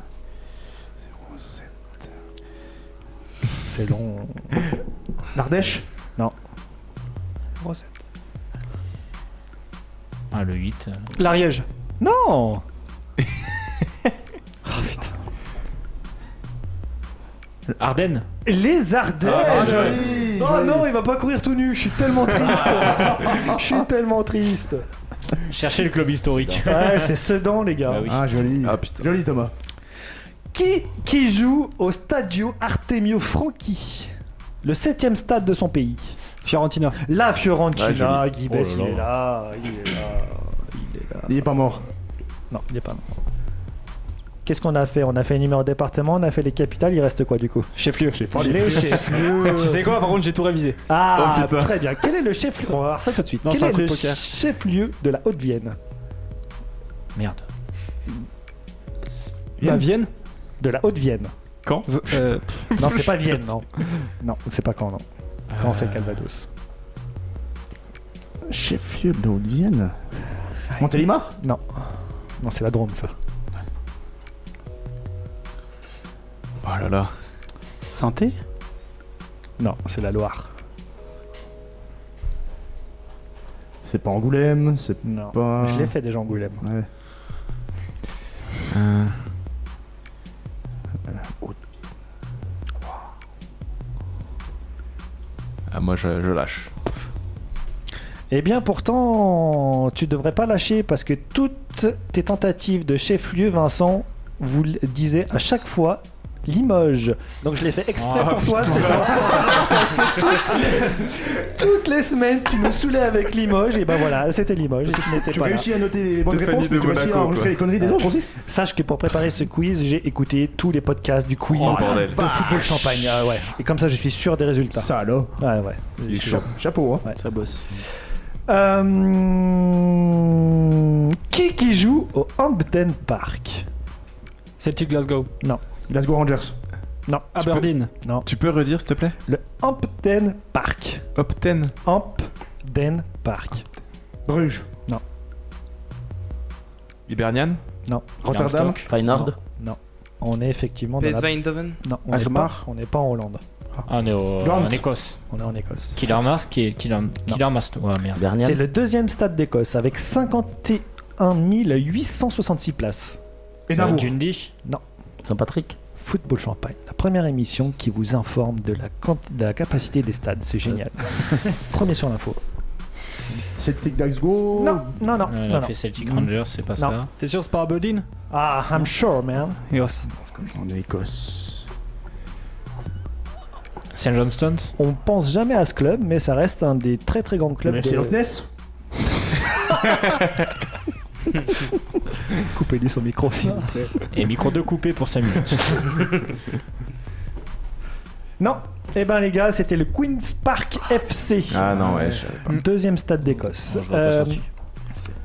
Speaker 3: 07.
Speaker 1: c'est long.
Speaker 3: L'Ardèche
Speaker 4: Rosette.
Speaker 2: Ah, le 8.
Speaker 6: L'Ariège.
Speaker 1: Non
Speaker 2: Ardennes
Speaker 1: Les Ardennes
Speaker 2: Ah,
Speaker 3: joli
Speaker 1: Oh non, il va pas courir tout nu, je suis tellement triste. Je suis tellement triste.
Speaker 2: Cherchez le club historique.
Speaker 1: Ouais, c'est Sedan les gars.
Speaker 2: Bah oui.
Speaker 3: Ah, joli.
Speaker 5: Ah putain.
Speaker 3: Joli, Thomas.
Speaker 1: Qui, qui joue au Stadio Artemio Franchi Le septième stade de son pays.
Speaker 6: Fiorentina.
Speaker 1: La
Speaker 5: Ouais,
Speaker 1: Fiorentina,
Speaker 5: joli.
Speaker 1: Guy
Speaker 5: Oh là
Speaker 1: Bess,
Speaker 5: là.
Speaker 1: il est là, il est là, il est là.
Speaker 5: Ah.
Speaker 3: Il est pas mort.
Speaker 1: Non, il est pas mort. Qu'est-ce qu'on a fait On a fait les numéros de département, on a fait les capitales, il reste quoi du coup
Speaker 6: Chef-lieu.
Speaker 1: Les chefs.
Speaker 6: Tu sais quoi, par contre, j'ai tout révisé.
Speaker 1: Ah,
Speaker 5: Oh, putain.
Speaker 1: très bien. Quel est le chef-lieu On va voir ça tout de suite.
Speaker 6: Non,
Speaker 1: Quel
Speaker 6: c'est un
Speaker 1: est,
Speaker 6: coup de
Speaker 1: le
Speaker 6: poker.
Speaker 1: chef-lieu de la Haute-Vienne
Speaker 2: Merde.
Speaker 6: À Vienne
Speaker 1: De la Haute-Vienne.
Speaker 6: V- euh,
Speaker 1: Non, c'est pas Vienne, non. Non, c'est pas quand, non. Quand c'est le Calvados.
Speaker 3: Chef-lieu de Haute-Vienne
Speaker 6: Ah,
Speaker 3: Montélimar
Speaker 1: Non. Non, c'est la Drôme, ça.
Speaker 5: Oh là là.
Speaker 9: Santé
Speaker 1: Non, c'est la Loire.
Speaker 3: C'est pas Angoulême, c'est
Speaker 1: Non.
Speaker 3: pas.
Speaker 6: Bah.
Speaker 1: Je l'ai fait déjà Angoulême.
Speaker 3: Ouais.
Speaker 5: Euh, Ah, moi je, je lâche.
Speaker 1: Eh bien, pourtant, tu devrais pas lâcher parce que toutes tes tentatives de chef-lieu, Vincent, vous le disait à chaque fois Limoges. Donc je l'ai fait exprès
Speaker 2: Ah,
Speaker 1: pour toi, c'est pas- parce que toutes les, toutes les semaines, tu me saoulais avec Limoges. Et ben voilà, c'était Limoges. Tu n'étais
Speaker 3: Tu
Speaker 1: pas là.
Speaker 3: réussis à noter les bonnes
Speaker 5: Stéphanie
Speaker 3: réponses,
Speaker 5: de
Speaker 3: mais tu réussis à
Speaker 5: Monaco,
Speaker 3: enregistrer
Speaker 5: quoi.
Speaker 3: les conneries des autres aussi
Speaker 1: Sache que pour préparer ce quiz, j'ai écouté tous les podcasts du quiz
Speaker 5: Oh, bordel.
Speaker 1: de football champagne. Ah ouais. Et comme ça, je suis sûr des résultats.
Speaker 3: Ça alors
Speaker 1: Ouais, ouais.
Speaker 5: Il est chaud.
Speaker 3: Chapeau, hein
Speaker 9: Ça bosse.
Speaker 1: Euh, Qui qui joue au Hampden Park
Speaker 6: Celtic Glasgow.
Speaker 3: Glasgow Rangers.
Speaker 6: Aberdeen.
Speaker 5: Tu peux redire s'il te plaît
Speaker 1: Le Hampden Park.
Speaker 5: Opten.
Speaker 1: Hampden Park.
Speaker 3: Bruges.
Speaker 5: Hibernian
Speaker 3: Rotterdam.
Speaker 7: Feyenoord
Speaker 1: On est effectivement dans
Speaker 4: PSV
Speaker 1: la...
Speaker 4: Eindhoven
Speaker 1: Non, on n'est pas,
Speaker 3: Alkmaar.
Speaker 1: on n'est pas en Hollande.
Speaker 2: Ah, on est au-
Speaker 3: Gand.
Speaker 2: en Écosse.
Speaker 1: On est en Écosse.
Speaker 2: Killer Mark qui Killer, Killer Mast- Ouais, merde.
Speaker 1: C'est
Speaker 7: Bernier
Speaker 1: le deuxième stade d'Écosse avec 51 866 places.
Speaker 3: Edinburgh.
Speaker 2: Euh, Dundee
Speaker 7: Saint-Patrick
Speaker 1: Football Champagne, la première émission qui vous informe de la, quant- de la capacité des stades. C'est génial. Premier sur l'info.
Speaker 3: Celtic Glasgow.
Speaker 1: Non, non, non.
Speaker 2: Ouais,
Speaker 1: non,
Speaker 2: On Euh, a
Speaker 1: non.
Speaker 2: fait Celtic Rangers, c'est pas
Speaker 1: Non.
Speaker 2: ça.
Speaker 6: T'es sûr, c'est pas Aberdeen
Speaker 1: Ah, I'm sure, man.
Speaker 6: Yes.
Speaker 3: En Écosse.
Speaker 2: St. Johnstone's
Speaker 1: On pense jamais à ce club, mais ça reste un des très très grands clubs.
Speaker 3: Le FC
Speaker 1: de-
Speaker 3: Loch Ness.
Speaker 1: Coupez-lui son micro, s'il vous plaît.
Speaker 2: et micro 2 coupé pour 5 minutes.
Speaker 1: Non, eh ben les gars, c'était le Queen's Park FC.
Speaker 5: Ah non, ouais, je savais pas.
Speaker 1: Deuxième stade d'Écosse. Euh,
Speaker 2: Non, je l'aurais pas sorti.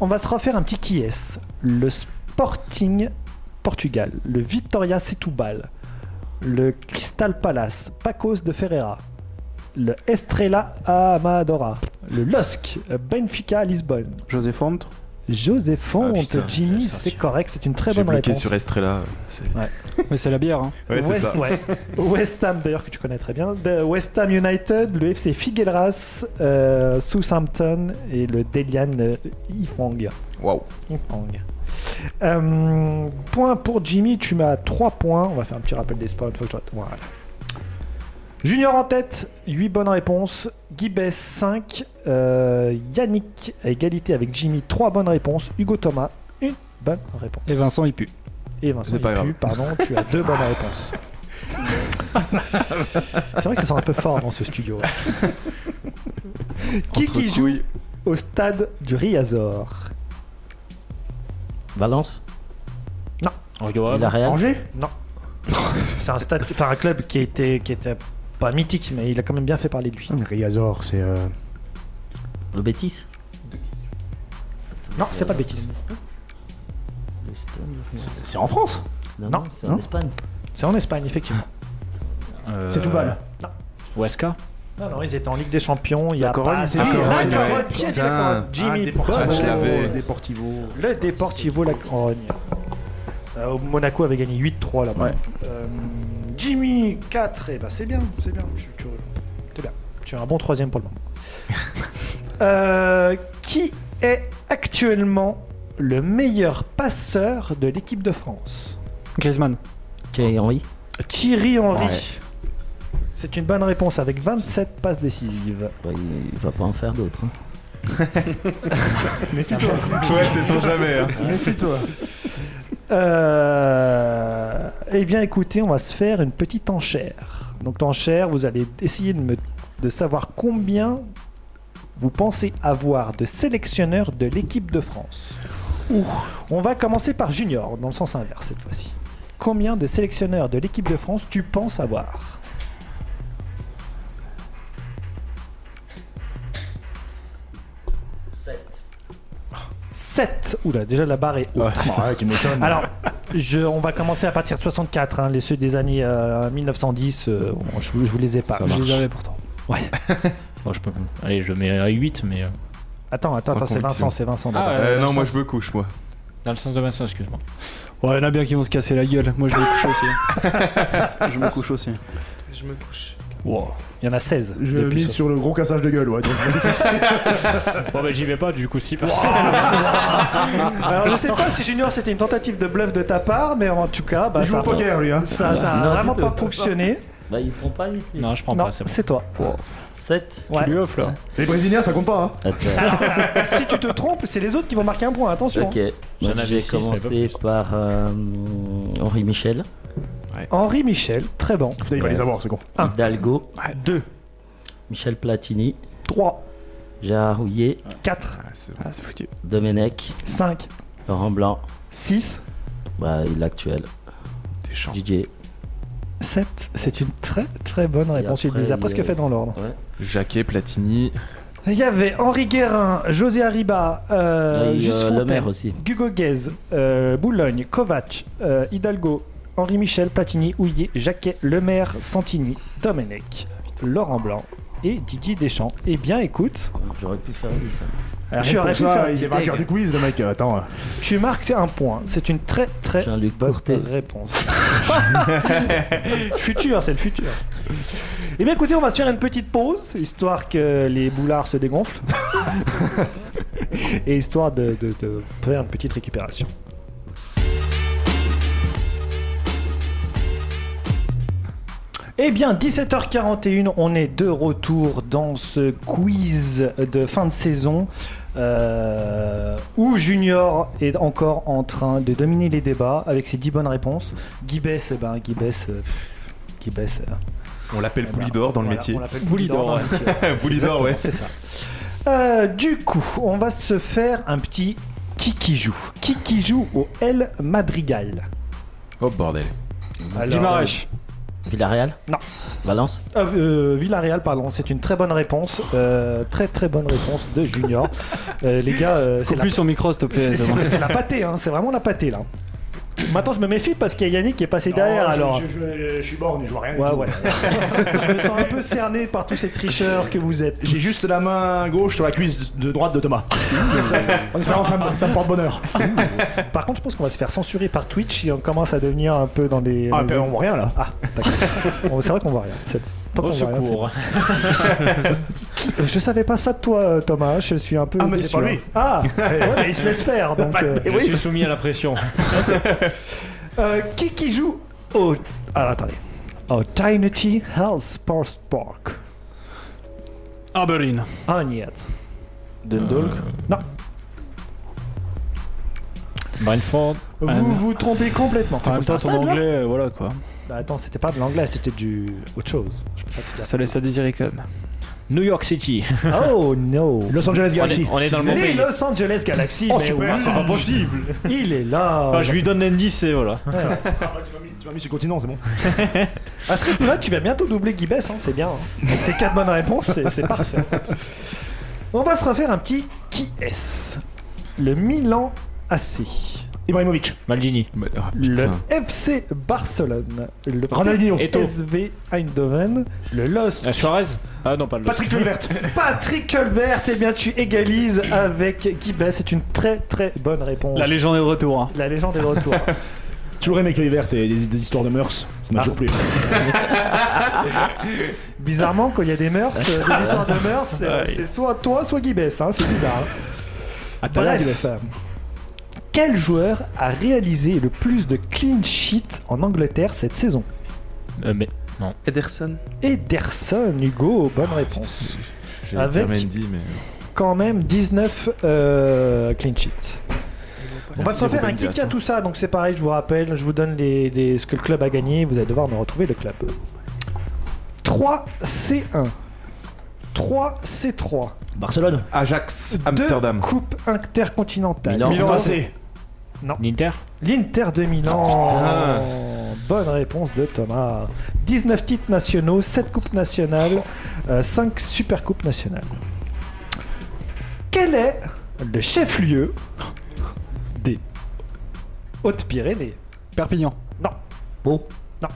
Speaker 1: on va se refaire un petit qui est le Sporting Portugal, le Vitória Setúbal, le Crystal Palace, Pacos de Ferreira, le Estrela Amadora, le LOSC, Benfica Lisbonne,
Speaker 9: José Font.
Speaker 1: Joseph Fonte,
Speaker 5: Ah, putain,
Speaker 1: Jimmy,
Speaker 5: j'ai sorti.
Speaker 1: c'est correct, c'est une très
Speaker 5: J'ai
Speaker 1: bonne
Speaker 5: bloqué
Speaker 1: réponse.
Speaker 5: sur Estrella. c'est-
Speaker 6: Mais c'est la bière. Hein.
Speaker 5: Ouais, c'est
Speaker 1: West,
Speaker 5: ça.
Speaker 1: ouais. West Ham, d'ailleurs, que tu connais très bien. De- West Ham United, le FC Figueiras, euh, Southampton et le Delian euh, Ifang.
Speaker 5: Waouh.
Speaker 1: Ifang. Euh, point pour Jimmy, tu m'as 3 points. On va faire un petit rappel des scores une fois que je- voilà. Junior en tête, 8 bonnes réponses. Guy Bess, 5. Euh, Yannick à égalité avec Jimmy, 3 bonnes réponses. Hugo Thomas, une bonne réponse.
Speaker 6: Et Vincent, il pue.
Speaker 1: Et Vincent,
Speaker 5: C'est pas
Speaker 1: il
Speaker 5: grave.
Speaker 1: pue, pardon, tu as deux bonnes réponses. C'est vrai que ça sent un peu fort dans ce studio. qui qui joue au stade du Riazor
Speaker 7: Valence
Speaker 2: Regarde.
Speaker 7: Villarreal
Speaker 3: Angers
Speaker 1: C'est un stade, enfin un club qui était, qui était pas mythique, mais il a quand même bien fait parler de lui.
Speaker 3: Non, Ah, mais Riazor, c'est. euh,
Speaker 7: Le Bétis
Speaker 1: Non, c'est pas bêtise.
Speaker 7: Le Stade-
Speaker 3: c'est- C'est en France
Speaker 7: Non,
Speaker 1: Non.
Speaker 7: non, c'est
Speaker 3: Non.
Speaker 7: en Espagne.
Speaker 1: C'est en Espagne, effectivement.
Speaker 2: Euh,
Speaker 3: C'est tout bal.
Speaker 2: Huesca
Speaker 1: Non, non, ils étaient en Ligue des Champions. Il y a
Speaker 9: La Corogne,
Speaker 1: pas...
Speaker 9: c'est
Speaker 1: Oui,
Speaker 9: la
Speaker 1: la
Speaker 5: Corogne,
Speaker 1: Corogne,
Speaker 5: ouais.
Speaker 1: qui a dit
Speaker 5: Putain.
Speaker 1: la Corogne. Jimmy
Speaker 5: Ah,
Speaker 1: Butler.
Speaker 5: je l'avais.
Speaker 3: Deportivo.
Speaker 1: Le Deportivo La Corogne. Euh, Monaco avait gagné 8-3 là-bas.
Speaker 9: Ouais.
Speaker 1: Euh, Jimmy 4, et bah c'est bien, c'est bien. Tu, tu- t'es bien. Tu as un bon troisième pour le moment. Euh, qui est actuellement le meilleur passeur de l'équipe de France
Speaker 6: Griezmann.
Speaker 7: Thierry Henry
Speaker 1: Thierry Henry.
Speaker 5: Ouais.
Speaker 1: C'est une bonne réponse avec 27 passes décisives.
Speaker 7: Bah, il, il va pas en faire d'autres. hein.
Speaker 5: Ouais, c'est ton jamais. hein.
Speaker 1: Euh, Eh bien, écoutez, on va se faire une petite enchère. Donc, l'enchère, vous allez essayer de, me, de savoir combien vous pensez avoir de sélectionneurs de l'équipe de France. On va commencer par Junior, dans le sens inverse cette fois-ci. Combien de sélectionneurs de l'équipe de France tu penses avoir Sept. Oula, déjà la barre est haute.
Speaker 3: Ah, ouais, tu m'étonnes.
Speaker 1: Alors, je, on va commencer à partir de 64, hein, les ceux des années euh, 1910, euh, bon, je, vous- je vous les ai pas.
Speaker 6: Je les avais pourtant.
Speaker 2: Bon, je peux. Allez, je mets à 8, mais. euh,
Speaker 1: Attends, attends,
Speaker 5: Sans
Speaker 1: attends, c'est
Speaker 5: conviction.
Speaker 1: Vincent, c'est Vincent.
Speaker 6: Ah,
Speaker 1: d'abord.
Speaker 5: Euh,
Speaker 6: dans
Speaker 5: non,
Speaker 6: le
Speaker 5: moi
Speaker 6: sens-
Speaker 5: je me couche, moi.
Speaker 2: Dans le sens de Vincent, excuse-moi.
Speaker 6: Ouais, il y en a bien qui vont se casser la gueule. Moi, je vais coucher aussi. hein.
Speaker 9: Je me couche aussi.
Speaker 4: Je me couche.
Speaker 7: Ah
Speaker 1: Wow. Il y en a 16.
Speaker 3: Je
Speaker 1: depuis
Speaker 3: mise
Speaker 1: ce-
Speaker 3: sur le gros cassage de gueule, ouais. donc je me dis-
Speaker 2: Bon, bah, j'y vais pas, du coup, si.
Speaker 1: Alors, je sais pas si Junior c'était une tentative de bluff de ta part, mais en tout cas, bah,
Speaker 3: Il joue
Speaker 1: ça,
Speaker 3: au poker, lui, hein.
Speaker 1: ça, ça a
Speaker 7: Non,
Speaker 1: vraiment
Speaker 7: dites-le.
Speaker 1: pas fonctionné.
Speaker 7: Bah, il prend pas 8.
Speaker 2: Non, je prends
Speaker 1: Non,
Speaker 2: pas, c'est bon.
Speaker 1: c'est toi.
Speaker 7: 7
Speaker 1: Ouais. Ah,
Speaker 6: Tu lui offres là.
Speaker 3: Les Brésiliens, ça compte pas, hein.
Speaker 1: si tu te trompes, c'est les autres qui vont marquer un point, attention.
Speaker 7: Ok.
Speaker 2: J'en
Speaker 7: Moi, je
Speaker 2: avais
Speaker 7: vais
Speaker 2: six, mais pas
Speaker 7: commencer
Speaker 2: plus.
Speaker 7: par euh, Henri Michel,
Speaker 1: Henri Michel, très bon.
Speaker 3: Putain, il va
Speaker 7: Ouais.
Speaker 3: les avoir, c'est con.
Speaker 1: Ah.
Speaker 7: Hidalgo,
Speaker 1: 2,
Speaker 7: Michel Platini,
Speaker 1: 3,
Speaker 7: Gérard Rouillet,
Speaker 1: 4,
Speaker 5: Ah, c'est-
Speaker 6: Ah, c'est foutu.
Speaker 7: Domenech,
Speaker 1: 5,
Speaker 7: Laurent Blanc,
Speaker 1: 6,
Speaker 7: bah, il est actuel,
Speaker 5: T'es chiant.
Speaker 7: DJ,
Speaker 1: 7. C'est une très très bonne réponse. Il
Speaker 7: après,
Speaker 1: les a
Speaker 7: il y
Speaker 1: presque
Speaker 7: a-
Speaker 1: fait dans l'ordre.
Speaker 5: Jacquet, Platini.
Speaker 1: Il y avait Henri Guérin, José Arriba, euh,
Speaker 7: Et,
Speaker 1: Juste
Speaker 7: euh,
Speaker 1: Fontaine,
Speaker 7: Le Maire aussi.
Speaker 1: Hugo Guez, euh, Boulogne, Kovac, euh, Hidalgo, Henri Michel, Platini, Houillet, Jacquet, Lemaire, Santini, Domenech, Laurent Blanc et Didier Deschamps. Eh bien, écoute,
Speaker 7: J'aurais pu faire hein. 10.
Speaker 3: Rien
Speaker 1: suis
Speaker 3: que pour
Speaker 1: arrêté de
Speaker 3: ça,
Speaker 1: faire
Speaker 3: il est
Speaker 1: des
Speaker 3: vainqueur
Speaker 1: tags.
Speaker 3: du quiz, le mec. Attends.
Speaker 1: tu marques un point. C'est une très très
Speaker 7: Jean-Luc
Speaker 1: bonne
Speaker 7: Courtet.
Speaker 1: réponse. futur, c'est le futur. Eh bien, écoutez, on va se faire une petite pause, histoire que les boulards se dégonflent. Et histoire de- de- de faire une petite récupération. Eh bien, 17h41, on est de retour dans ce quiz de fin de saison euh, où Junior est encore en train de dominer les débats avec ses 10 bonnes réponses. Guy Bess, eh ben, Guy Bess, euh, Guy Bess, euh,
Speaker 5: On l'appelle
Speaker 1: eh ben,
Speaker 5: Poulidor dans le
Speaker 1: voilà,
Speaker 5: métier.
Speaker 1: On l'appelle Poulidor dans le métier.
Speaker 5: Poulidor, ouais.
Speaker 1: C'est ça. Euh, du coup, on va se faire un petit qui qui joue. Qui qui joue au El Madrigal
Speaker 5: Oh bordel.
Speaker 1: Alors, euh,
Speaker 6: Guimarães.
Speaker 7: Villarreal
Speaker 1: Non.
Speaker 7: Valence
Speaker 1: Euh, euh, Villarreal, pardon, c'est une très bonne réponse. Euh, très très bonne réponse de Junior. Euh, les gars, euh, c'est
Speaker 6: Coupe
Speaker 1: la,
Speaker 6: lui son micro, s'il te plaît.
Speaker 1: c'est- c'est-
Speaker 6: Thomas.
Speaker 1: c'est la pâtée, hein, c'est vraiment la pâtée là. Maintenant, je me méfie parce qu'il y a Yannick qui est passé derrière
Speaker 3: Non, je-
Speaker 1: alors.
Speaker 3: Je, je- je suis borné, je vois rien. du
Speaker 1: Ouais,
Speaker 3: tout.
Speaker 1: ouais. je me sens un peu cerné par tous ces tricheurs que vous êtes.
Speaker 3: J'ai juste la main gauche sur la cuisse de droite de Thomas. Ça, ça- en espérant, ça me, ça me porte bonheur.
Speaker 1: Par contre, je pense qu'on va se faire censurer par Twitch si on commence à devenir un peu dans des.
Speaker 3: Ah, ben, on voit rien là.
Speaker 1: Ah, d'accord. On- c'est vrai qu'on voit rien. C'est- Tant qu'on
Speaker 2: Au
Speaker 1: voit rien,
Speaker 2: secours.
Speaker 1: c'est- Je savais pas ça de toi, euh, Thomas. Je suis un peu.
Speaker 3: Ah, mais c'est
Speaker 1: déçu,
Speaker 3: pas
Speaker 1: hein.
Speaker 3: lui.
Speaker 1: Ah, ouais, mais il se laisse faire. Donc, euh,
Speaker 2: Je suis soumis à la pression.
Speaker 1: euh, qui qui joue au. Alors attendez. Au Tiny Health Sports Park.
Speaker 9: Arberine.
Speaker 1: Ah, niet.
Speaker 7: Dundalk
Speaker 1: Non.
Speaker 2: Brentford.
Speaker 1: Vous
Speaker 6: Ah, non.
Speaker 1: vous trompez complètement.
Speaker 6: En même temps, ton anglais, euh, voilà quoi.
Speaker 1: Bah, attends, c'était pas de l'anglais, c'était du. autre chose. Je peux pas te dire.
Speaker 6: Ça laisse à désirer quand même.
Speaker 2: New York City.
Speaker 1: Oh no.
Speaker 3: Los Angeles
Speaker 2: On est,
Speaker 3: Galaxy.
Speaker 2: on est dans le bon
Speaker 1: Les Oh, Ah,
Speaker 2: pays.
Speaker 1: Los Angeles Galaxy, mais
Speaker 3: super.
Speaker 1: ouais,
Speaker 2: C'est pas possible.
Speaker 1: il est là.
Speaker 2: Enfin, je lui donne l'indice et voilà.
Speaker 3: Ah, bah, tu m'as mis- tu m'as mis sur le continent, c'est bon.
Speaker 1: À ce rythme-là, tu vas bientôt doubler Guy Bess, hein, c'est bien. hein. Avec tes 4 bonnes réponses, c'est- c'est parfait. On va se refaire un petit qui est-ce Le Milan AC,
Speaker 3: Ibrahimovic.
Speaker 2: Maldini.
Speaker 5: Bah, ah,
Speaker 1: le
Speaker 5: putain.
Speaker 1: FC Barcelone, le
Speaker 3: Ronaldinho.
Speaker 2: Eto.
Speaker 1: PSV Eindhoven, le Los
Speaker 2: Ah, Suarez Ah non, pas le.
Speaker 3: Patrick Kluivert.
Speaker 1: Patrick Colbert. Eh bien, tu égalises avec Guy Bess, c'est une très très bonne réponse.
Speaker 6: La légende est de retour. hein.
Speaker 1: La légende est de retour.
Speaker 3: Toujours aimé Kluivert et des, des histoires de mœurs. Ça m'a
Speaker 1: Ah.
Speaker 3: toujours plu.
Speaker 1: Bizarrement, quand il y a des mœurs, euh, des histoires de mœurs, c'est- c'est soit toi, soit Guy Bess, hein, c'est bizarre. hein.
Speaker 3: Atalaya,
Speaker 1: Bref.
Speaker 3: il va faire.
Speaker 1: Quel joueur a réalisé le plus de clean sheet en Angleterre cette saison
Speaker 2: Euh, mais-
Speaker 4: Ederson.
Speaker 1: Ederson Hugo, bonne réponse.
Speaker 5: J'allais dire
Speaker 1: Avec-
Speaker 5: Mendy, mais. euh.
Speaker 1: Quand même 19 euh, clean sheet. On va
Speaker 5: Merci,
Speaker 1: se refaire
Speaker 5: Ruben
Speaker 1: un kick
Speaker 5: Diaz.
Speaker 1: à tout ça, donc c'est pareil, je vous rappelle, je vous donne les, les- ce que le club a gagné, vous allez devoir me retrouver le club. 3C1, 3C3,
Speaker 3: Barcelone.
Speaker 5: Ajax, Amsterdam.
Speaker 1: Coupe intercontinentale.
Speaker 7: Milan.
Speaker 1: Milan AC.
Speaker 3: AC.
Speaker 2: L'Inter
Speaker 1: L'Inter de Milan.
Speaker 5: Putain.
Speaker 1: Bonne réponse de Thomas. 19 titres nationaux, 7 coupes nationales, euh, 5 supercoupes nationales. Quel est le chef-lieu des Hautes-Pyrénées
Speaker 6: Perpignan.
Speaker 1: Non.
Speaker 7: Pau.
Speaker 1: Non.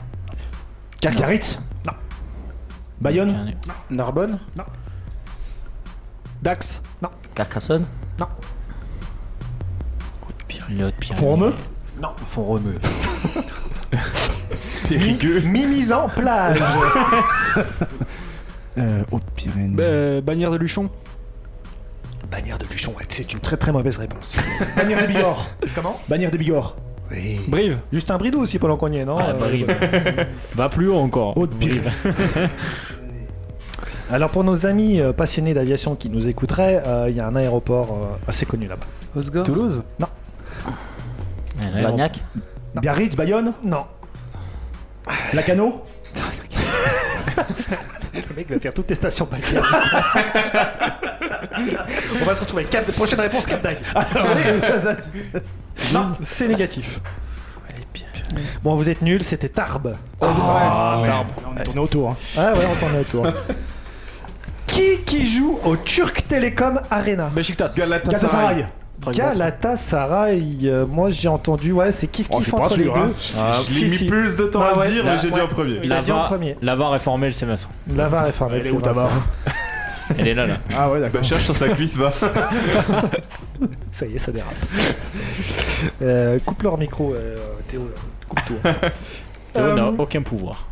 Speaker 3: Carcaritz.
Speaker 1: Non.
Speaker 3: Bayonne.
Speaker 9: Narbonne.
Speaker 6: Dax.
Speaker 7: Carcassonne
Speaker 2: Pilote,
Speaker 1: E
Speaker 2: pilote.
Speaker 3: Fourmeux.
Speaker 5: Font remue.
Speaker 1: Mimise en plage.
Speaker 3: Euh,
Speaker 1: oh,
Speaker 3: Haute-Pyrénées.
Speaker 6: Euh, bannière de Luchon.
Speaker 1: Bannière de Luchon, ouais, c'est une très très mauvaise réponse.
Speaker 3: Bannière de Bigorre.
Speaker 1: Comment
Speaker 3: Bannière de Bigorre.
Speaker 6: Brive.
Speaker 1: Justin Brideau aussi pendant qu'on y est, non
Speaker 2: Ah,
Speaker 1: Euh,
Speaker 2: Brive. Va plus haut encore.
Speaker 1: Haute-Pyrénées. Alors pour nos amis euh, passionnés d'aviation qui nous écouteraient, euh, il y a un aéroport euh, assez connu là-bas.
Speaker 4: Osgore.
Speaker 9: Toulouse.
Speaker 2: Ouais,
Speaker 7: Blagnac
Speaker 3: Biarritz, Bayonne.
Speaker 1: Non,
Speaker 3: Lacano.
Speaker 1: le mec va faire toutes les stations balnéaires. On va se retrouver. Cap, prochaine réponse, Cap d'Agde.
Speaker 3: Ah
Speaker 1: Non, c'est négatif. Bon, vous êtes nuls, c'était Tarbes.
Speaker 3: Ah, On est tourné autour. hein.
Speaker 1: Ah ouais, on tournait autour. qui qui joue au Turk Telecom Arena
Speaker 6: Beşiktaş.
Speaker 3: Galatasaray.
Speaker 1: Galatasaray, euh, moi j'ai entendu, ouais, c'est kiff kiff
Speaker 3: Oh, je suis pas
Speaker 1: entre les
Speaker 3: sûr, hein.
Speaker 1: deux.
Speaker 2: Ah,
Speaker 1: Si, si.
Speaker 5: plus de temps
Speaker 1: Bah ouais,
Speaker 2: là, ouais.
Speaker 5: premier.
Speaker 1: Il a
Speaker 2: La
Speaker 1: dit en
Speaker 2: VAR,
Speaker 1: premier.
Speaker 2: la VAR est formée, elle, c'est Vincent.
Speaker 1: La VAR est fermée,
Speaker 3: Elle est
Speaker 1: c'est
Speaker 3: où ta
Speaker 1: Vincent.
Speaker 3: barre
Speaker 2: Elle est là, là.
Speaker 3: Ah ouais, d'accord.
Speaker 5: cherche sur sa cuisse, va.
Speaker 1: Ça y est, ça dérape. Euh, coupe leur micro, euh, Théo. là. Coupe tout. hein.
Speaker 2: Théo
Speaker 1: Euh,
Speaker 2: n'a aucun pouvoir.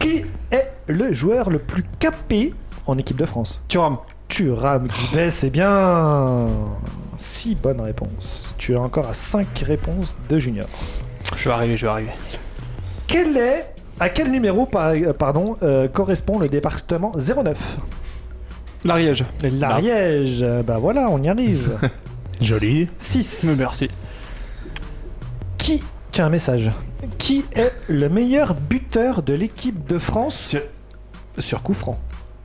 Speaker 1: qui est le joueur le plus capé en équipe de France
Speaker 6: Thuram.
Speaker 1: Thuram Guibet, c'est bien. Si bonne réponse. Tu es encore à 5 réponses de Junior.
Speaker 6: Je vais arriver, je vais arriver.
Speaker 1: Quel est. À quel numéro par- euh, pardon, euh, correspond le département 09
Speaker 6: L'Ariège.
Speaker 1: L'Ariège. Euh, Bah voilà, on y arrive.
Speaker 3: Joli.
Speaker 1: 6.
Speaker 6: Me merci.
Speaker 1: Qui Tiens, un message. Qui est le meilleur buteur de l'équipe de France
Speaker 5: Tiens.
Speaker 1: sur coup franc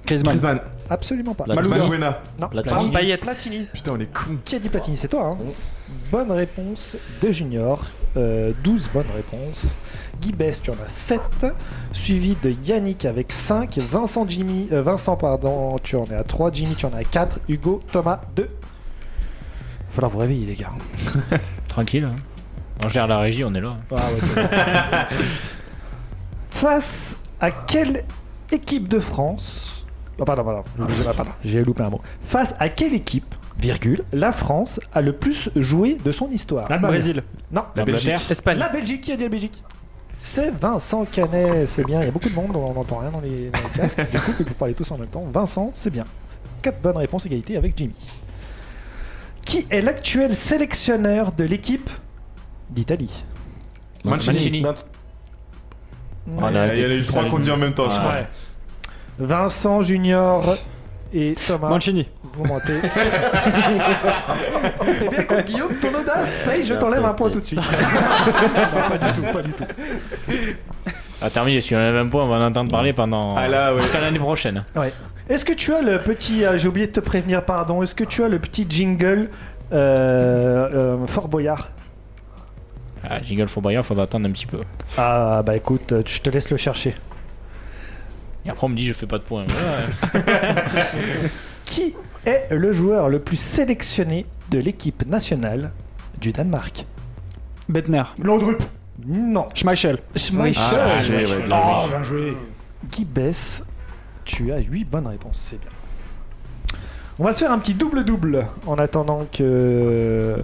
Speaker 6: Griezmann.
Speaker 1: Absolument pas.
Speaker 7: La-
Speaker 1: Mal-
Speaker 7: Malouda.
Speaker 5: Malouda.
Speaker 1: Non.
Speaker 7: Platini.
Speaker 1: Pardon,
Speaker 4: Payet.
Speaker 1: Platini.
Speaker 5: Putain, on est con.
Speaker 1: Qui a dit Platini C'est toi, hein Bonne réponse de Junior. Euh, 12 bonnes réponses. Guy Bess, tu en as 7. Suivi de Yannick avec 5. Vincent, Jimmy, euh, Vincent pardon, tu en es à 3. Jimmy, tu en as à 4. Hugo, Thomas, 2. Falloir vous réveiller, les gars.
Speaker 2: Tranquille. hein. On gère la régie, on est là.
Speaker 1: Face à quelle équipe de France Oh, pardon, pardon, pardon, pardon, j'ai loupé un mot. Face à quelle équipe, virgule, la France a le plus joué de son histoire
Speaker 4: Brésil.
Speaker 1: Non,
Speaker 5: La Belgique.
Speaker 2: L'Angleterre.
Speaker 4: Espagne.
Speaker 1: la Belgique, qui a dit la Belgique C'est Vincent Canet, c'est bien, il y a beaucoup de monde, on n'entend rien dans les, dans les casques, du coup, vu que vous parlez tous en même temps, Vincent, c'est bien. Quatre bonnes réponses égalité avec Jimmy. Qui est l'actuel sélectionneur de l'équipe d'Italie
Speaker 2: Mancini.
Speaker 5: Il y en a- il y en a eu trois qu'on dit en même temps, je
Speaker 2: Ouais.
Speaker 5: crois.
Speaker 1: Vincent Junior et Thomas,
Speaker 6: Mancini.
Speaker 1: vous mentez. Eh bien, quand Guillaume, ton audace, ça y est, je t'enlève un point tout de suite. Non, pas du tout, pas du tout.
Speaker 2: Ah, terminé, si on a même point, on va en entendre parler pendant.
Speaker 5: Ah là, ouais.
Speaker 2: Jusqu'à l'année prochaine.
Speaker 1: Ouais. Est-ce que tu as le petit. euh, J'ai oublié de te prévenir, pardon. Est-ce que tu as le petit jingle euh, euh, Fort Boyard
Speaker 2: Ah, Jingle for Bayard, faudra attendre un petit peu.
Speaker 1: Ah, bah écoute, euh, je te laisse le chercher.
Speaker 2: Et après, on me dit, je fais pas de points. Voilà.
Speaker 1: Qui est le joueur le plus sélectionné de l'équipe nationale du Danemark
Speaker 6: Bettner.
Speaker 3: Landrup.
Speaker 1: Non.
Speaker 6: Schmeichel.
Speaker 1: Schmeichel.
Speaker 5: Ah, je vais, ouais, bien joué.
Speaker 3: Oh, bien joué.
Speaker 1: Guy Bess, tu as 8 bonnes réponses, c'est bien. On va se faire un petit double-double en attendant que.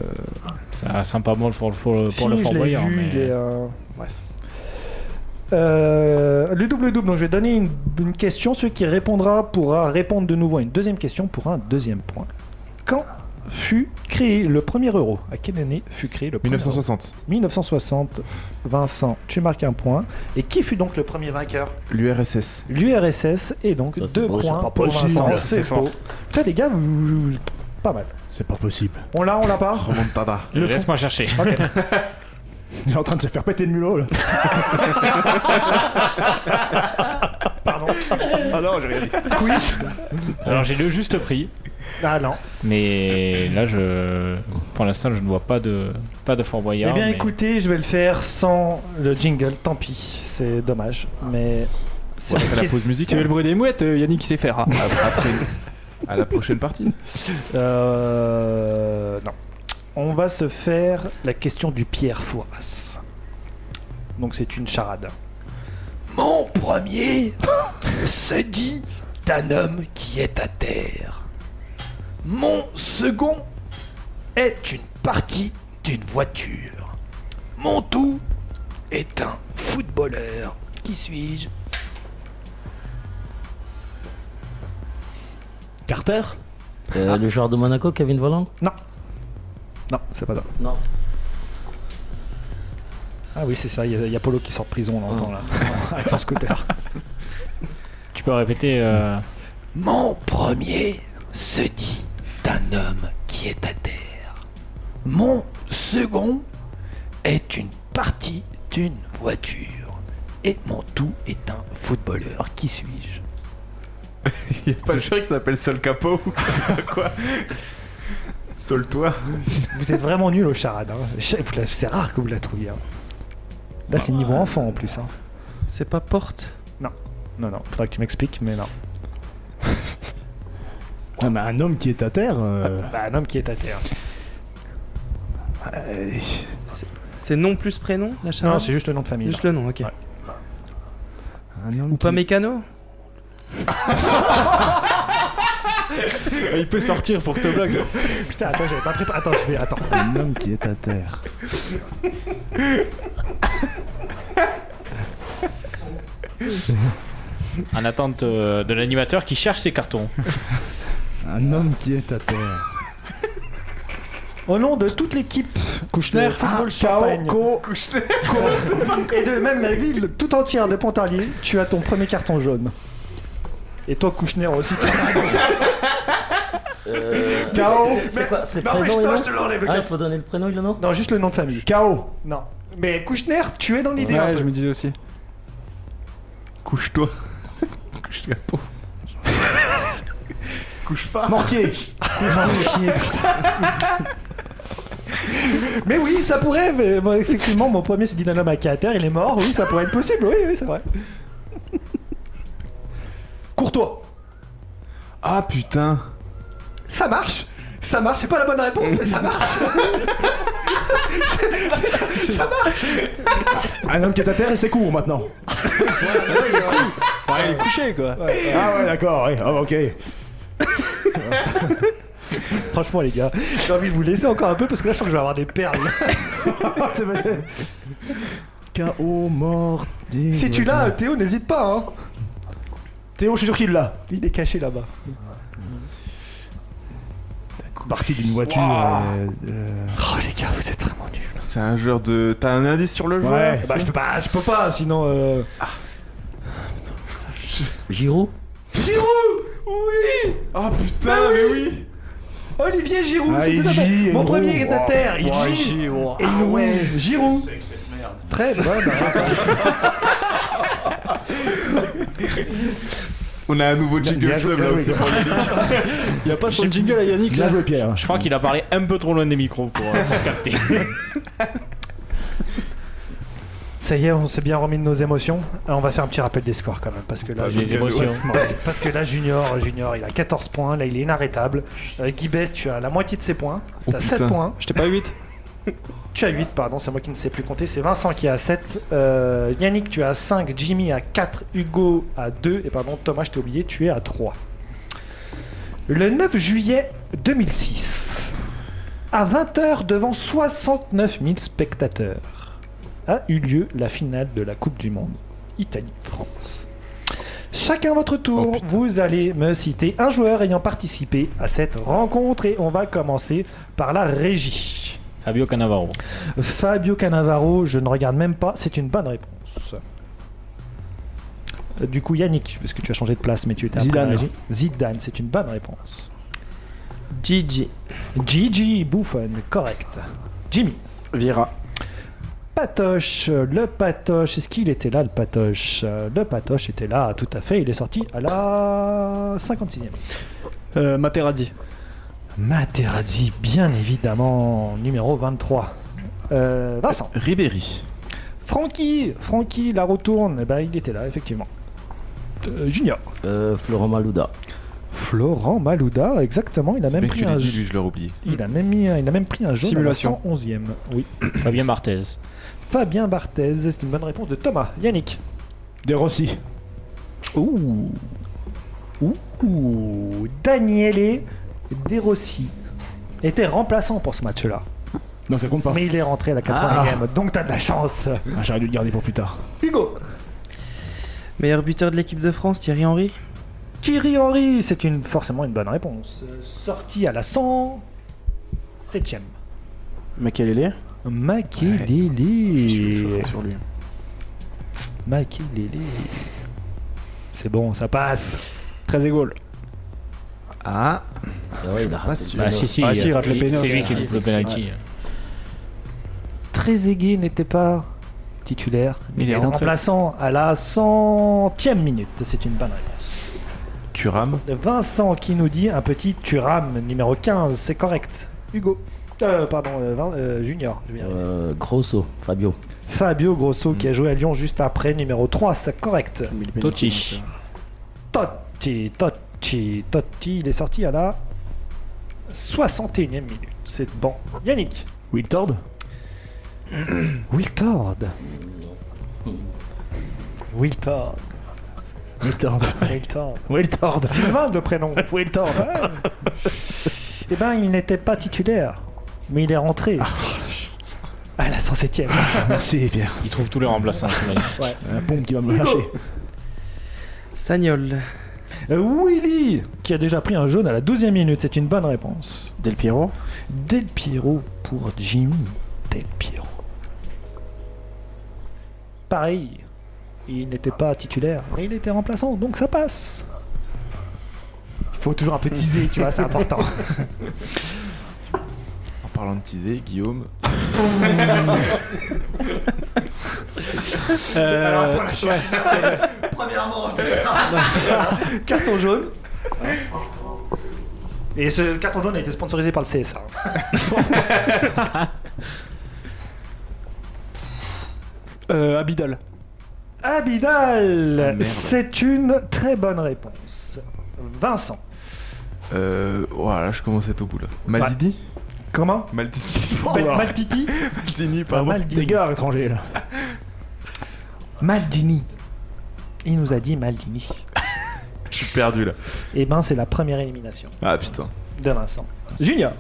Speaker 2: Ça sent pas bon pour, pour, pour
Speaker 1: Si,
Speaker 2: le Fort
Speaker 1: je l'ai
Speaker 2: Boyard.
Speaker 1: vu,
Speaker 2: mais...
Speaker 1: il est, euh, Bref. Euh, le double-double, donc je vais donner une, une question. Celui qui répondra pourra répondre de nouveau à une deuxième question pour un deuxième point. Quand fut créé le premier euro À quelle année fut créé le premier euro
Speaker 5: 1960.
Speaker 1: 1960. Vincent, tu marques un point. Et qui fut donc le premier vainqueur
Speaker 5: L'URSS.
Speaker 1: L'URSS est donc
Speaker 7: Ça, c'est
Speaker 1: 2
Speaker 7: beau, c'est
Speaker 1: points
Speaker 7: pas
Speaker 1: pour
Speaker 3: possible.
Speaker 1: Vincent.
Speaker 3: Ouais,
Speaker 1: C'est faux. Putain, les gars, vous- vous- pas mal.
Speaker 3: C'est pas possible.
Speaker 1: On l'a, on l'a pas
Speaker 5: Remontada.
Speaker 1: Le fond.
Speaker 2: Laisse-moi chercher.
Speaker 1: Ok.
Speaker 3: Il est en train de se faire péter le mulot là.
Speaker 1: Pardon.
Speaker 5: Ah non, j'ai rien dit.
Speaker 2: Alors, j'ai le juste prix.
Speaker 1: Ah non.
Speaker 2: Mais là, je. Pour l'instant, je ne vois pas de, pas de Fort Boyard.
Speaker 1: eh bien,
Speaker 2: mais-
Speaker 1: écoutez, je vais le faire sans le jingle. Tant pis, c'est dommage. Mais c'est la
Speaker 5: la
Speaker 1: question-
Speaker 5: pause musique
Speaker 6: Tu veux le bruit des mouettes, euh, Yannick, il sait faire. hein.
Speaker 5: Après, à la prochaine partie.
Speaker 1: Euh, non. On va se faire la question du Pierre Fouras. Donc c'est une charade. Mon premier se dit d'un homme qui est à terre. Mon second est une partie d'une voiture. Mon tout est un footballeur. Qui suis-je Carter
Speaker 7: Euh,
Speaker 1: Ah.
Speaker 7: Le joueur de Monaco, Kevin Voland
Speaker 1: Non, c'est pas ça.
Speaker 7: Non.
Speaker 1: Ah oui, c'est ça, il y a- il y, a Polo qui sort de prison, on l'entend là, avec son scooter.
Speaker 2: Tu peux répéter. euh,
Speaker 1: Mon premier se dit d'un homme qui est à terre. Mon second est une partie d'une voiture. Et mon tout est un footballeur. Qui suis-je
Speaker 5: Il n'y a pas le chien qui s'appelle Sol Capo ou quoi Sol-toi.
Speaker 1: Vous êtes vraiment nul au charade. C'est rare que vous la trouviez. hein. Là, c'est niveau enfant en plus. hein.
Speaker 4: C'est pas porte.
Speaker 1: Non, non, faudra que tu m'expliques, mais non.
Speaker 3: Ouais, mais un homme qui est à terre. euh,
Speaker 1: Bah, un homme qui est à terre.
Speaker 3: euh,
Speaker 4: C'est nom plus prénom, la charade
Speaker 1: Non, c'est juste le nom de famille.
Speaker 4: Juste le nom, ok.
Speaker 1: Ouais.
Speaker 3: un homme
Speaker 4: Ou pas
Speaker 3: qui-
Speaker 4: mécano
Speaker 6: il peut sortir pour ce blog.
Speaker 1: Putain, attends, j'avais pas préparé. Attends, je vais. Attends.
Speaker 3: Un homme qui est à terre.
Speaker 2: en attente euh, de l'animateur qui cherche ses cartons.
Speaker 3: Un homme qui est à terre.
Speaker 1: Au nom de toute l'équipe
Speaker 6: Kouchner. Ah,
Speaker 1: de football Champagne et de même la ville tout entière de Pontarlier, tu as ton premier carton jaune. Et toi, Kouchner aussi.
Speaker 7: Euh,
Speaker 1: K.O.
Speaker 7: c'est- C'est quoi Bah, C'est le prénom, Ilan Ah, il faut donner le prénom, Ilan non
Speaker 1: Hein Non, juste le nom de famille.
Speaker 3: KO.
Speaker 1: Non. Mais Kouchner, tu es dans l'idée. un
Speaker 6: Ouais,
Speaker 1: peu.
Speaker 6: je me disais aussi.
Speaker 5: Couche-toi. Couche Capo. Couche pas.
Speaker 3: Mortier.
Speaker 1: Mais oui, ça pourrait. mais, bon, effectivement, mon premier se dit d'un homme à qui est à terre, il est mort. Oui, ça pourrait être possible. Oui, oui, c'est vrai. Courtois.
Speaker 5: Ah putain.
Speaker 1: Ça marche Ça marche, c'est pas la bonne réponse, mais ça marche
Speaker 3: Un homme qui est à terre et c'est court maintenant.
Speaker 6: Bah, il est couché quoi.
Speaker 3: Ah ouais, d'accord, ouais. Ah, ok.
Speaker 1: Franchement, les gars, j'ai envie de vous laisser encore un peu parce que là, je crois que je vais avoir des perles.
Speaker 3: K.O. mort.
Speaker 1: si tu l'as, Théo, n'hésite pas. Hein.
Speaker 3: Théo, je suis sûr qu'il l'a.
Speaker 1: Il est caché là-bas.
Speaker 3: Parti d'une voiture. euh, euh,
Speaker 1: Oh, les gars, vous êtes vraiment nuls.
Speaker 5: C'est un joueur de. T'as un indice sur le joueur
Speaker 3: Ouais.
Speaker 1: Bah, je peux pas, je peux pas, sinon. euh,
Speaker 7: Giroud
Speaker 5: Ah putain, mais oui
Speaker 1: Olivier Giroud,
Speaker 3: Ah,
Speaker 1: c'est
Speaker 3: il
Speaker 1: tout à fait-
Speaker 3: gît,
Speaker 1: Mon
Speaker 3: gros.
Speaker 1: premier est à terre, il
Speaker 6: Ouais,
Speaker 1: gît.
Speaker 6: j'ai- ouah.
Speaker 1: Et nous, Giroud. Ah Très bonne. hein.
Speaker 5: On a un nouveau jingle
Speaker 3: bien
Speaker 5: sub
Speaker 3: joué,
Speaker 5: là
Speaker 3: bien
Speaker 5: aussi.
Speaker 3: joué.
Speaker 6: Il y a pas son jingle à Yannick
Speaker 3: Bien
Speaker 6: là.
Speaker 3: joué, Pierre.
Speaker 2: Je crois qu'il a parlé un peu trop loin des micros pour, euh, pour capter.
Speaker 1: Ça y est, on s'est bien remis de nos émotions. Alors, on va faire un petit rappel des scores quand même, parce que là,
Speaker 5: Ah,
Speaker 2: Les émotions.
Speaker 1: parce que, parce que là Junior, Junior, il a 14 points, là, il est inarrêtable. Euh, Guy Best, tu as la moitié de ses points,
Speaker 5: Oh,
Speaker 1: tu as 7
Speaker 5: putain.
Speaker 1: points.
Speaker 6: J'étais pas 8.
Speaker 1: Tu as 8, pardon, c'est moi qui ne sais plus compter. C'est Vincent qui a 7. euh, Yannick, tu as 5. Jimmy à 4. Hugo à 2. Et pardon, Thomas, je t'ai oublié, tu es à 3. Le 9 juillet 2006, à 20h devant 69 000 spectateurs, a eu lieu la finale de la Coupe du Monde Italie-France. Chacun votre tour, vous allez me citer un joueur ayant participé à cette rencontre et on va commencer par la régie.
Speaker 2: Fabio Cannavaro.
Speaker 1: Fabio Cannavaro, je ne regarde même pas, c'est une bonne réponse. Euh, Du coup, Yannick, parce que tu as changé de place, mais tu étais après la
Speaker 3: Zidane.
Speaker 1: régie. Zidane, c'est une bonne réponse.
Speaker 4: Gigi.
Speaker 1: Gigi Buffon, correct. Jimmy.
Speaker 9: Vira.
Speaker 1: Patoche, euh, le Patoche, est-ce qu'il était là le Patoche Euh, Le Patoche était là, tout à fait, il est sorti à la 56e.
Speaker 6: Euh, Materazzi.
Speaker 1: Materazzi, bien évidemment, numéro 23. Euh, Vincent.
Speaker 5: Ribéry.
Speaker 1: Francky, Francky, la retourne, bah, il était là, effectivement. Euh, junior.
Speaker 7: Euh, Florent Malouda.
Speaker 1: Florent Malouda, exactement, il a
Speaker 5: C'est
Speaker 1: même
Speaker 5: bien que
Speaker 1: pris
Speaker 5: tu
Speaker 1: un
Speaker 5: l'as dit,
Speaker 1: jeu.
Speaker 5: lui, je l'ai oublié.
Speaker 1: Il a même, mis, un- il a même pris un jaune
Speaker 6: Simulation.
Speaker 1: à la 111e. Oui.
Speaker 2: Fabien Barthez.
Speaker 1: Fabien Barthez, c'est une bonne réponse de Thomas. Yannick.
Speaker 3: De Rossi.
Speaker 1: Ouh. Ouh. Daniele De Rossi était remplaçant pour ce match-là.
Speaker 3: Donc ça compte pas.
Speaker 1: Mais il est rentré à
Speaker 9: Ah.
Speaker 1: la 80e, donc t'as de la chance.
Speaker 3: Ah, J'aurais dû le garder pour plus tard.
Speaker 1: Hugo.
Speaker 4: Meilleur buteur de l'équipe de France, Thierry Henry.
Speaker 1: Thierry Henry, c'est une, forcément une bonne réponse. Euh, Sorti à la 107e.
Speaker 9: Makelele.
Speaker 1: Makelele.
Speaker 9: Sur lui.
Speaker 1: Makelele. C'est bon, ça passe.
Speaker 6: Très égal.
Speaker 5: Ah
Speaker 7: Ah ouais, il a raté.
Speaker 2: Bah, si, si.
Speaker 6: Ah, si, il rate le
Speaker 2: il-
Speaker 6: pénalty.
Speaker 2: C'est lui qui loupe le penalty.
Speaker 1: Trezeguet n'était pas titulaire. mais
Speaker 6: Il est rentré.
Speaker 1: remplaçant à la 100e minute. C'est une bonne réponse.
Speaker 5: Tu rames
Speaker 1: Vincent qui nous dit un petit Turam numéro 15. C'est correct. Hugo. Euh, pardon, euh, Vin- euh, Junior. je vais y arriver.
Speaker 7: Euh, Grosso, Fabio.
Speaker 1: Fabio Grosso qui a joué à Lyon juste après, numéro 3. C'est correct.
Speaker 2: Totti.
Speaker 1: Totti, Totti, Totti, il est sorti à la 61e minute. C'est bon. Yannick.
Speaker 3: Wiltord
Speaker 1: Wiltord. Wiltord.
Speaker 3: Wiltord.
Speaker 1: Wiltord.
Speaker 3: Wiltord.
Speaker 1: Sylvain de prénom. Wiltord. Eh ben, il n'était pas titulaire, mais il est rentré.
Speaker 3: Ah, oh,
Speaker 1: à la 107e.
Speaker 3: Merci, Pierre.
Speaker 2: Il trouve tous les remplaçants. c'est magnifique.
Speaker 3: Ah, La pompe qui va me lâcher.
Speaker 4: Sagnol.
Speaker 1: Euh, Willy, qui a déjà pris un jaune à la 12e minute. C'est une bonne réponse.
Speaker 9: Del Piero.
Speaker 1: Del Piero pour Jimmy. Del Piero. Pareil, il n'était pas titulaire, mais il était remplaçant, donc ça passe. Il faut toujours un peu teaser, tu vois, c'est important.
Speaker 5: En parlant de teaser, Guillaume.
Speaker 1: carton jaune. Et ce carton jaune a été sponsorisé par le CSA.
Speaker 6: Euh, Abidal.
Speaker 1: Abidal
Speaker 5: merde.
Speaker 1: C'est une très bonne réponse. Vincent.
Speaker 5: oh Euh. Voilà, je commence à être au bout là. Maldini
Speaker 1: Comment
Speaker 5: Maldini.
Speaker 1: Mal- Maltiti
Speaker 5: Maldini,
Speaker 1: Pas
Speaker 5: pardon.
Speaker 1: Maldini.
Speaker 3: Des gars étrangers là.
Speaker 1: Maldini. Il nous a dit Maldini.
Speaker 5: Je suis perdu là.
Speaker 1: Et ben, c'est la première élimination
Speaker 5: Ah putain.
Speaker 1: de Vincent. Junior.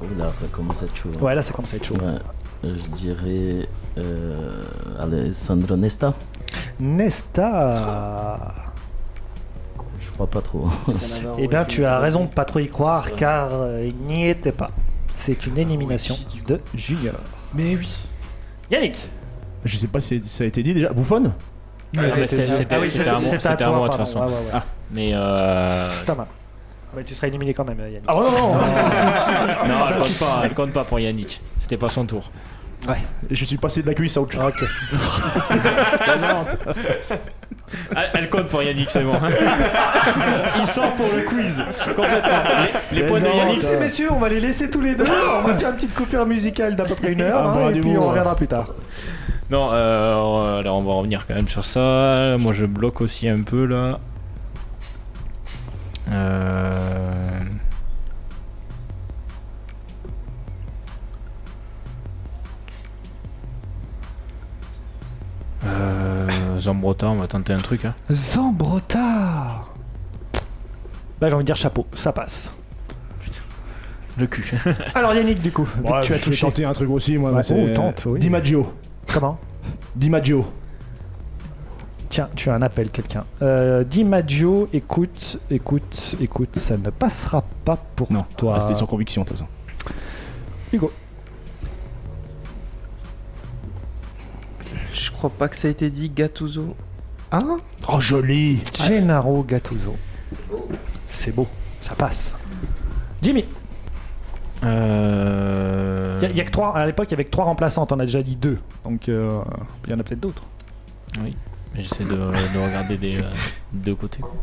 Speaker 7: Oh là, ça commence à être chaud. hein.
Speaker 1: Ouais, là, ça commence à être chaud.
Speaker 7: Ouais. Euh, Je dirais. Euh, Alessandro Nesta
Speaker 1: Nesta.
Speaker 7: Je crois pas trop. hein.
Speaker 1: Eh bien, tu as raison de pas trop y croire, car euh, il n'y était pas. C'est une élimination de Junior.
Speaker 9: Mais oui.
Speaker 1: Yannick
Speaker 3: Je sais pas si ça a été dit déjà. Bouffonne
Speaker 2: Ouais, c'était- c'était-
Speaker 1: Ah oui,
Speaker 2: C'était à moi-
Speaker 1: c'était à
Speaker 2: c'était à
Speaker 1: toi,
Speaker 2: moi de toute
Speaker 1: pardon.
Speaker 2: façon.
Speaker 1: Ouais, ouais, ouais.
Speaker 2: Mais euh,
Speaker 1: Ta main. Ouais, Ah bah, tu seras éliminé quand même, euh, Yannick.
Speaker 3: Ah non, non, non
Speaker 2: non, elle compte pas, elle compte pas pour Yannick. C'était pas son tour.
Speaker 3: Je suis passé de la cuisse à autre chose.
Speaker 1: Ok.
Speaker 2: Elle, elle compte pour Yannick, c'est bon. Il sort pour le quiz. Complètement. Les, les points de Yannick,
Speaker 1: Mesdames et messieurs, on va les laisser tous les deux. On va faire une petite coupure musicale d'à peu près une heure,
Speaker 3: Ah,
Speaker 1: hein,
Speaker 3: bah,
Speaker 1: et
Speaker 3: du
Speaker 1: puis
Speaker 3: bon,
Speaker 1: on
Speaker 3: ouais.
Speaker 1: reviendra plus tard.
Speaker 2: Non, euh, alors on va revenir quand même sur ça. Moi je bloque aussi un peu là. Euh... Euh, Zambrota, on va tenter un truc. Hein.
Speaker 1: Zambrota Bah j'ai envie de dire chapeau, ça passe.
Speaker 2: Le cul.
Speaker 1: Alors Yannick du coup, vu que
Speaker 3: Ouais,
Speaker 1: tu as
Speaker 3: je vais
Speaker 1: touché.
Speaker 3: tenter un truc aussi, moi.
Speaker 1: Ouais,
Speaker 3: mais c'est- euh,
Speaker 1: oh, tente, oui.
Speaker 3: DiMaggio.
Speaker 1: Comment
Speaker 3: DiMaggio.
Speaker 1: Tiens, tu as un appel quelqu'un. Euh, DiMaggio, écoute, écoute, écoute, ça ne passera pas pour
Speaker 3: Non,
Speaker 1: toi.
Speaker 3: Ah, C'était sans conviction, de toute façon.
Speaker 1: Hugo.
Speaker 4: Je crois pas que ça a été dit, Gattuso.
Speaker 3: Oh, joli
Speaker 2: Ah.
Speaker 1: Gennaro Gattuso. C'est beau, ça passe. Jimmy,
Speaker 2: Euh...
Speaker 1: il y, a que trois. À l'époque, il y avait que trois remplaçants. T'en as déjà dit deux, donc euh, il y en a peut-être d'autres.
Speaker 2: J'essaie de, de regarder des euh, deux côtés. quoi.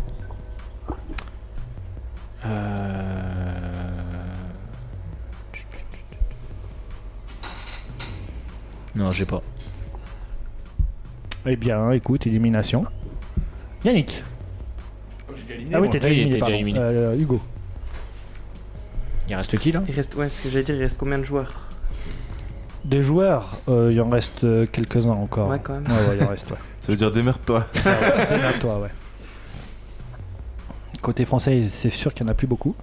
Speaker 2: Euh... Non, j'ai pas.
Speaker 1: Eh bien, écoute, élimination. Yannick. Ah oui, t'es déjà
Speaker 2: Oui,
Speaker 1: éliminé.
Speaker 2: t'es déjà
Speaker 1: pardon.
Speaker 2: éliminé.
Speaker 1: Euh, Hugo.
Speaker 2: Il reste qui là
Speaker 4: Il reste, ouais, ce que j'allais dire, il reste combien de joueurs
Speaker 1: Des joueurs, euh, il en reste euh, quelques-uns encore.
Speaker 4: Ouais, quand même.
Speaker 1: Ouais, ouais, il en reste, ouais.
Speaker 5: Ça veut dire démerde-toi.
Speaker 1: Derrière toi, ouais. Côté français, c'est sûr qu'il n'y en a plus beaucoup.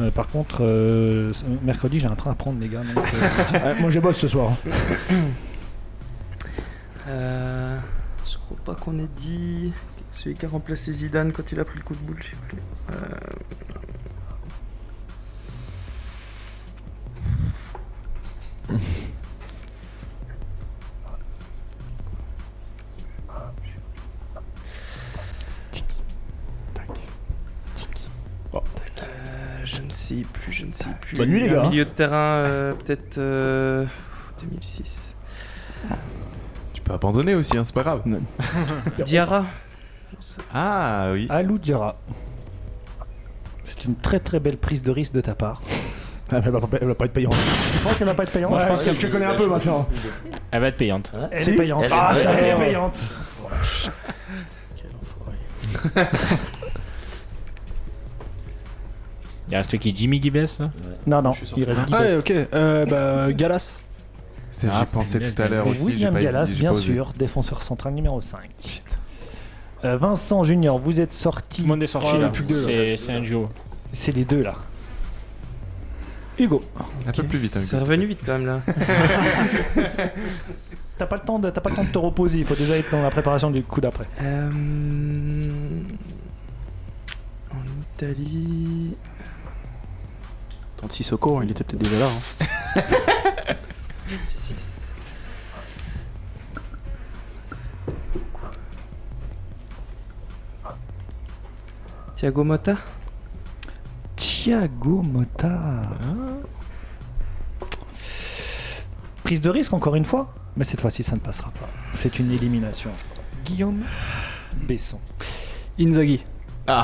Speaker 1: Euh, par contre, euh, ce- mercredi, j'ai un train à prendre, les gars. donc, euh,
Speaker 3: Ouais, Moi, je bosse ce soir.
Speaker 4: Euh, je crois pas qu'on ait dit celui qui a remplacé Zidane quand il a pris le coup de boule, je sais plus. Euh, euh, je ne sais plus, je ne sais plus.
Speaker 3: Oh, Bonne nuit, les gars,
Speaker 4: Un
Speaker 3: hein.
Speaker 4: milieu de terrain, euh, peut-être euh, 2006.
Speaker 5: Tu peux abandonner aussi, hein, c'est pas grave.
Speaker 4: Diarra
Speaker 5: Ah oui.
Speaker 1: Alou Diarra. C'est une très très belle prise de risque de ta part.
Speaker 3: Ah, mais elle, va pas, elle va pas être payante.
Speaker 1: Je pense qu'elle va pas être payante.
Speaker 3: Ouais,
Speaker 1: je pense
Speaker 3: je te connais un peu maintenant.
Speaker 2: Elle va être payante.
Speaker 1: qu'elle
Speaker 3: Si.
Speaker 1: est payante.
Speaker 7: Elle est
Speaker 1: ah,
Speaker 7: vraie,
Speaker 1: ça, elle est
Speaker 7: ouais.
Speaker 1: payante.
Speaker 2: Il reste qui Jimmy Gibbs là
Speaker 1: Non, non,
Speaker 3: suis
Speaker 1: il reste
Speaker 6: Ah,
Speaker 1: Guibès.
Speaker 6: ouais, ok. Euh, bah, Galas.
Speaker 5: C'est-
Speaker 2: Ah,
Speaker 5: J'y pensais
Speaker 2: punaise,
Speaker 5: tout à l'heure
Speaker 2: mais
Speaker 5: aussi. j'ai
Speaker 1: William
Speaker 5: pas hésité,
Speaker 1: Gallas,
Speaker 5: j'ai
Speaker 1: bien
Speaker 5: pas osé.
Speaker 1: sûr, défenseur central numéro 5. Euh, Vincent Junior, vous êtes
Speaker 2: Tout
Speaker 1: sorti.
Speaker 2: le monde est sorti
Speaker 1: Ouais,
Speaker 2: là.
Speaker 1: plus que deux, là.
Speaker 2: C'est- C'est un duo.
Speaker 1: C'est les deux là. Hugo,
Speaker 5: Un peu plus vite. hein,
Speaker 4: C'est
Speaker 5: Hugo.
Speaker 4: revenu vite quand même là.
Speaker 1: t'as pas le temps de, t'as pas le temps de te reposer. Il faut déjà être dans la préparation du coup d'après.
Speaker 4: Euh, En Italie.
Speaker 9: Tant de Sissoko, hein, il était peut-être déjà là. hein.
Speaker 4: 6. Thiago Motta
Speaker 1: Thiago Motta. Prise de risque encore une fois, mais cette fois-ci ça ne passera pas. C'est une élimination. Guillaume Besson.
Speaker 6: Inzaghi.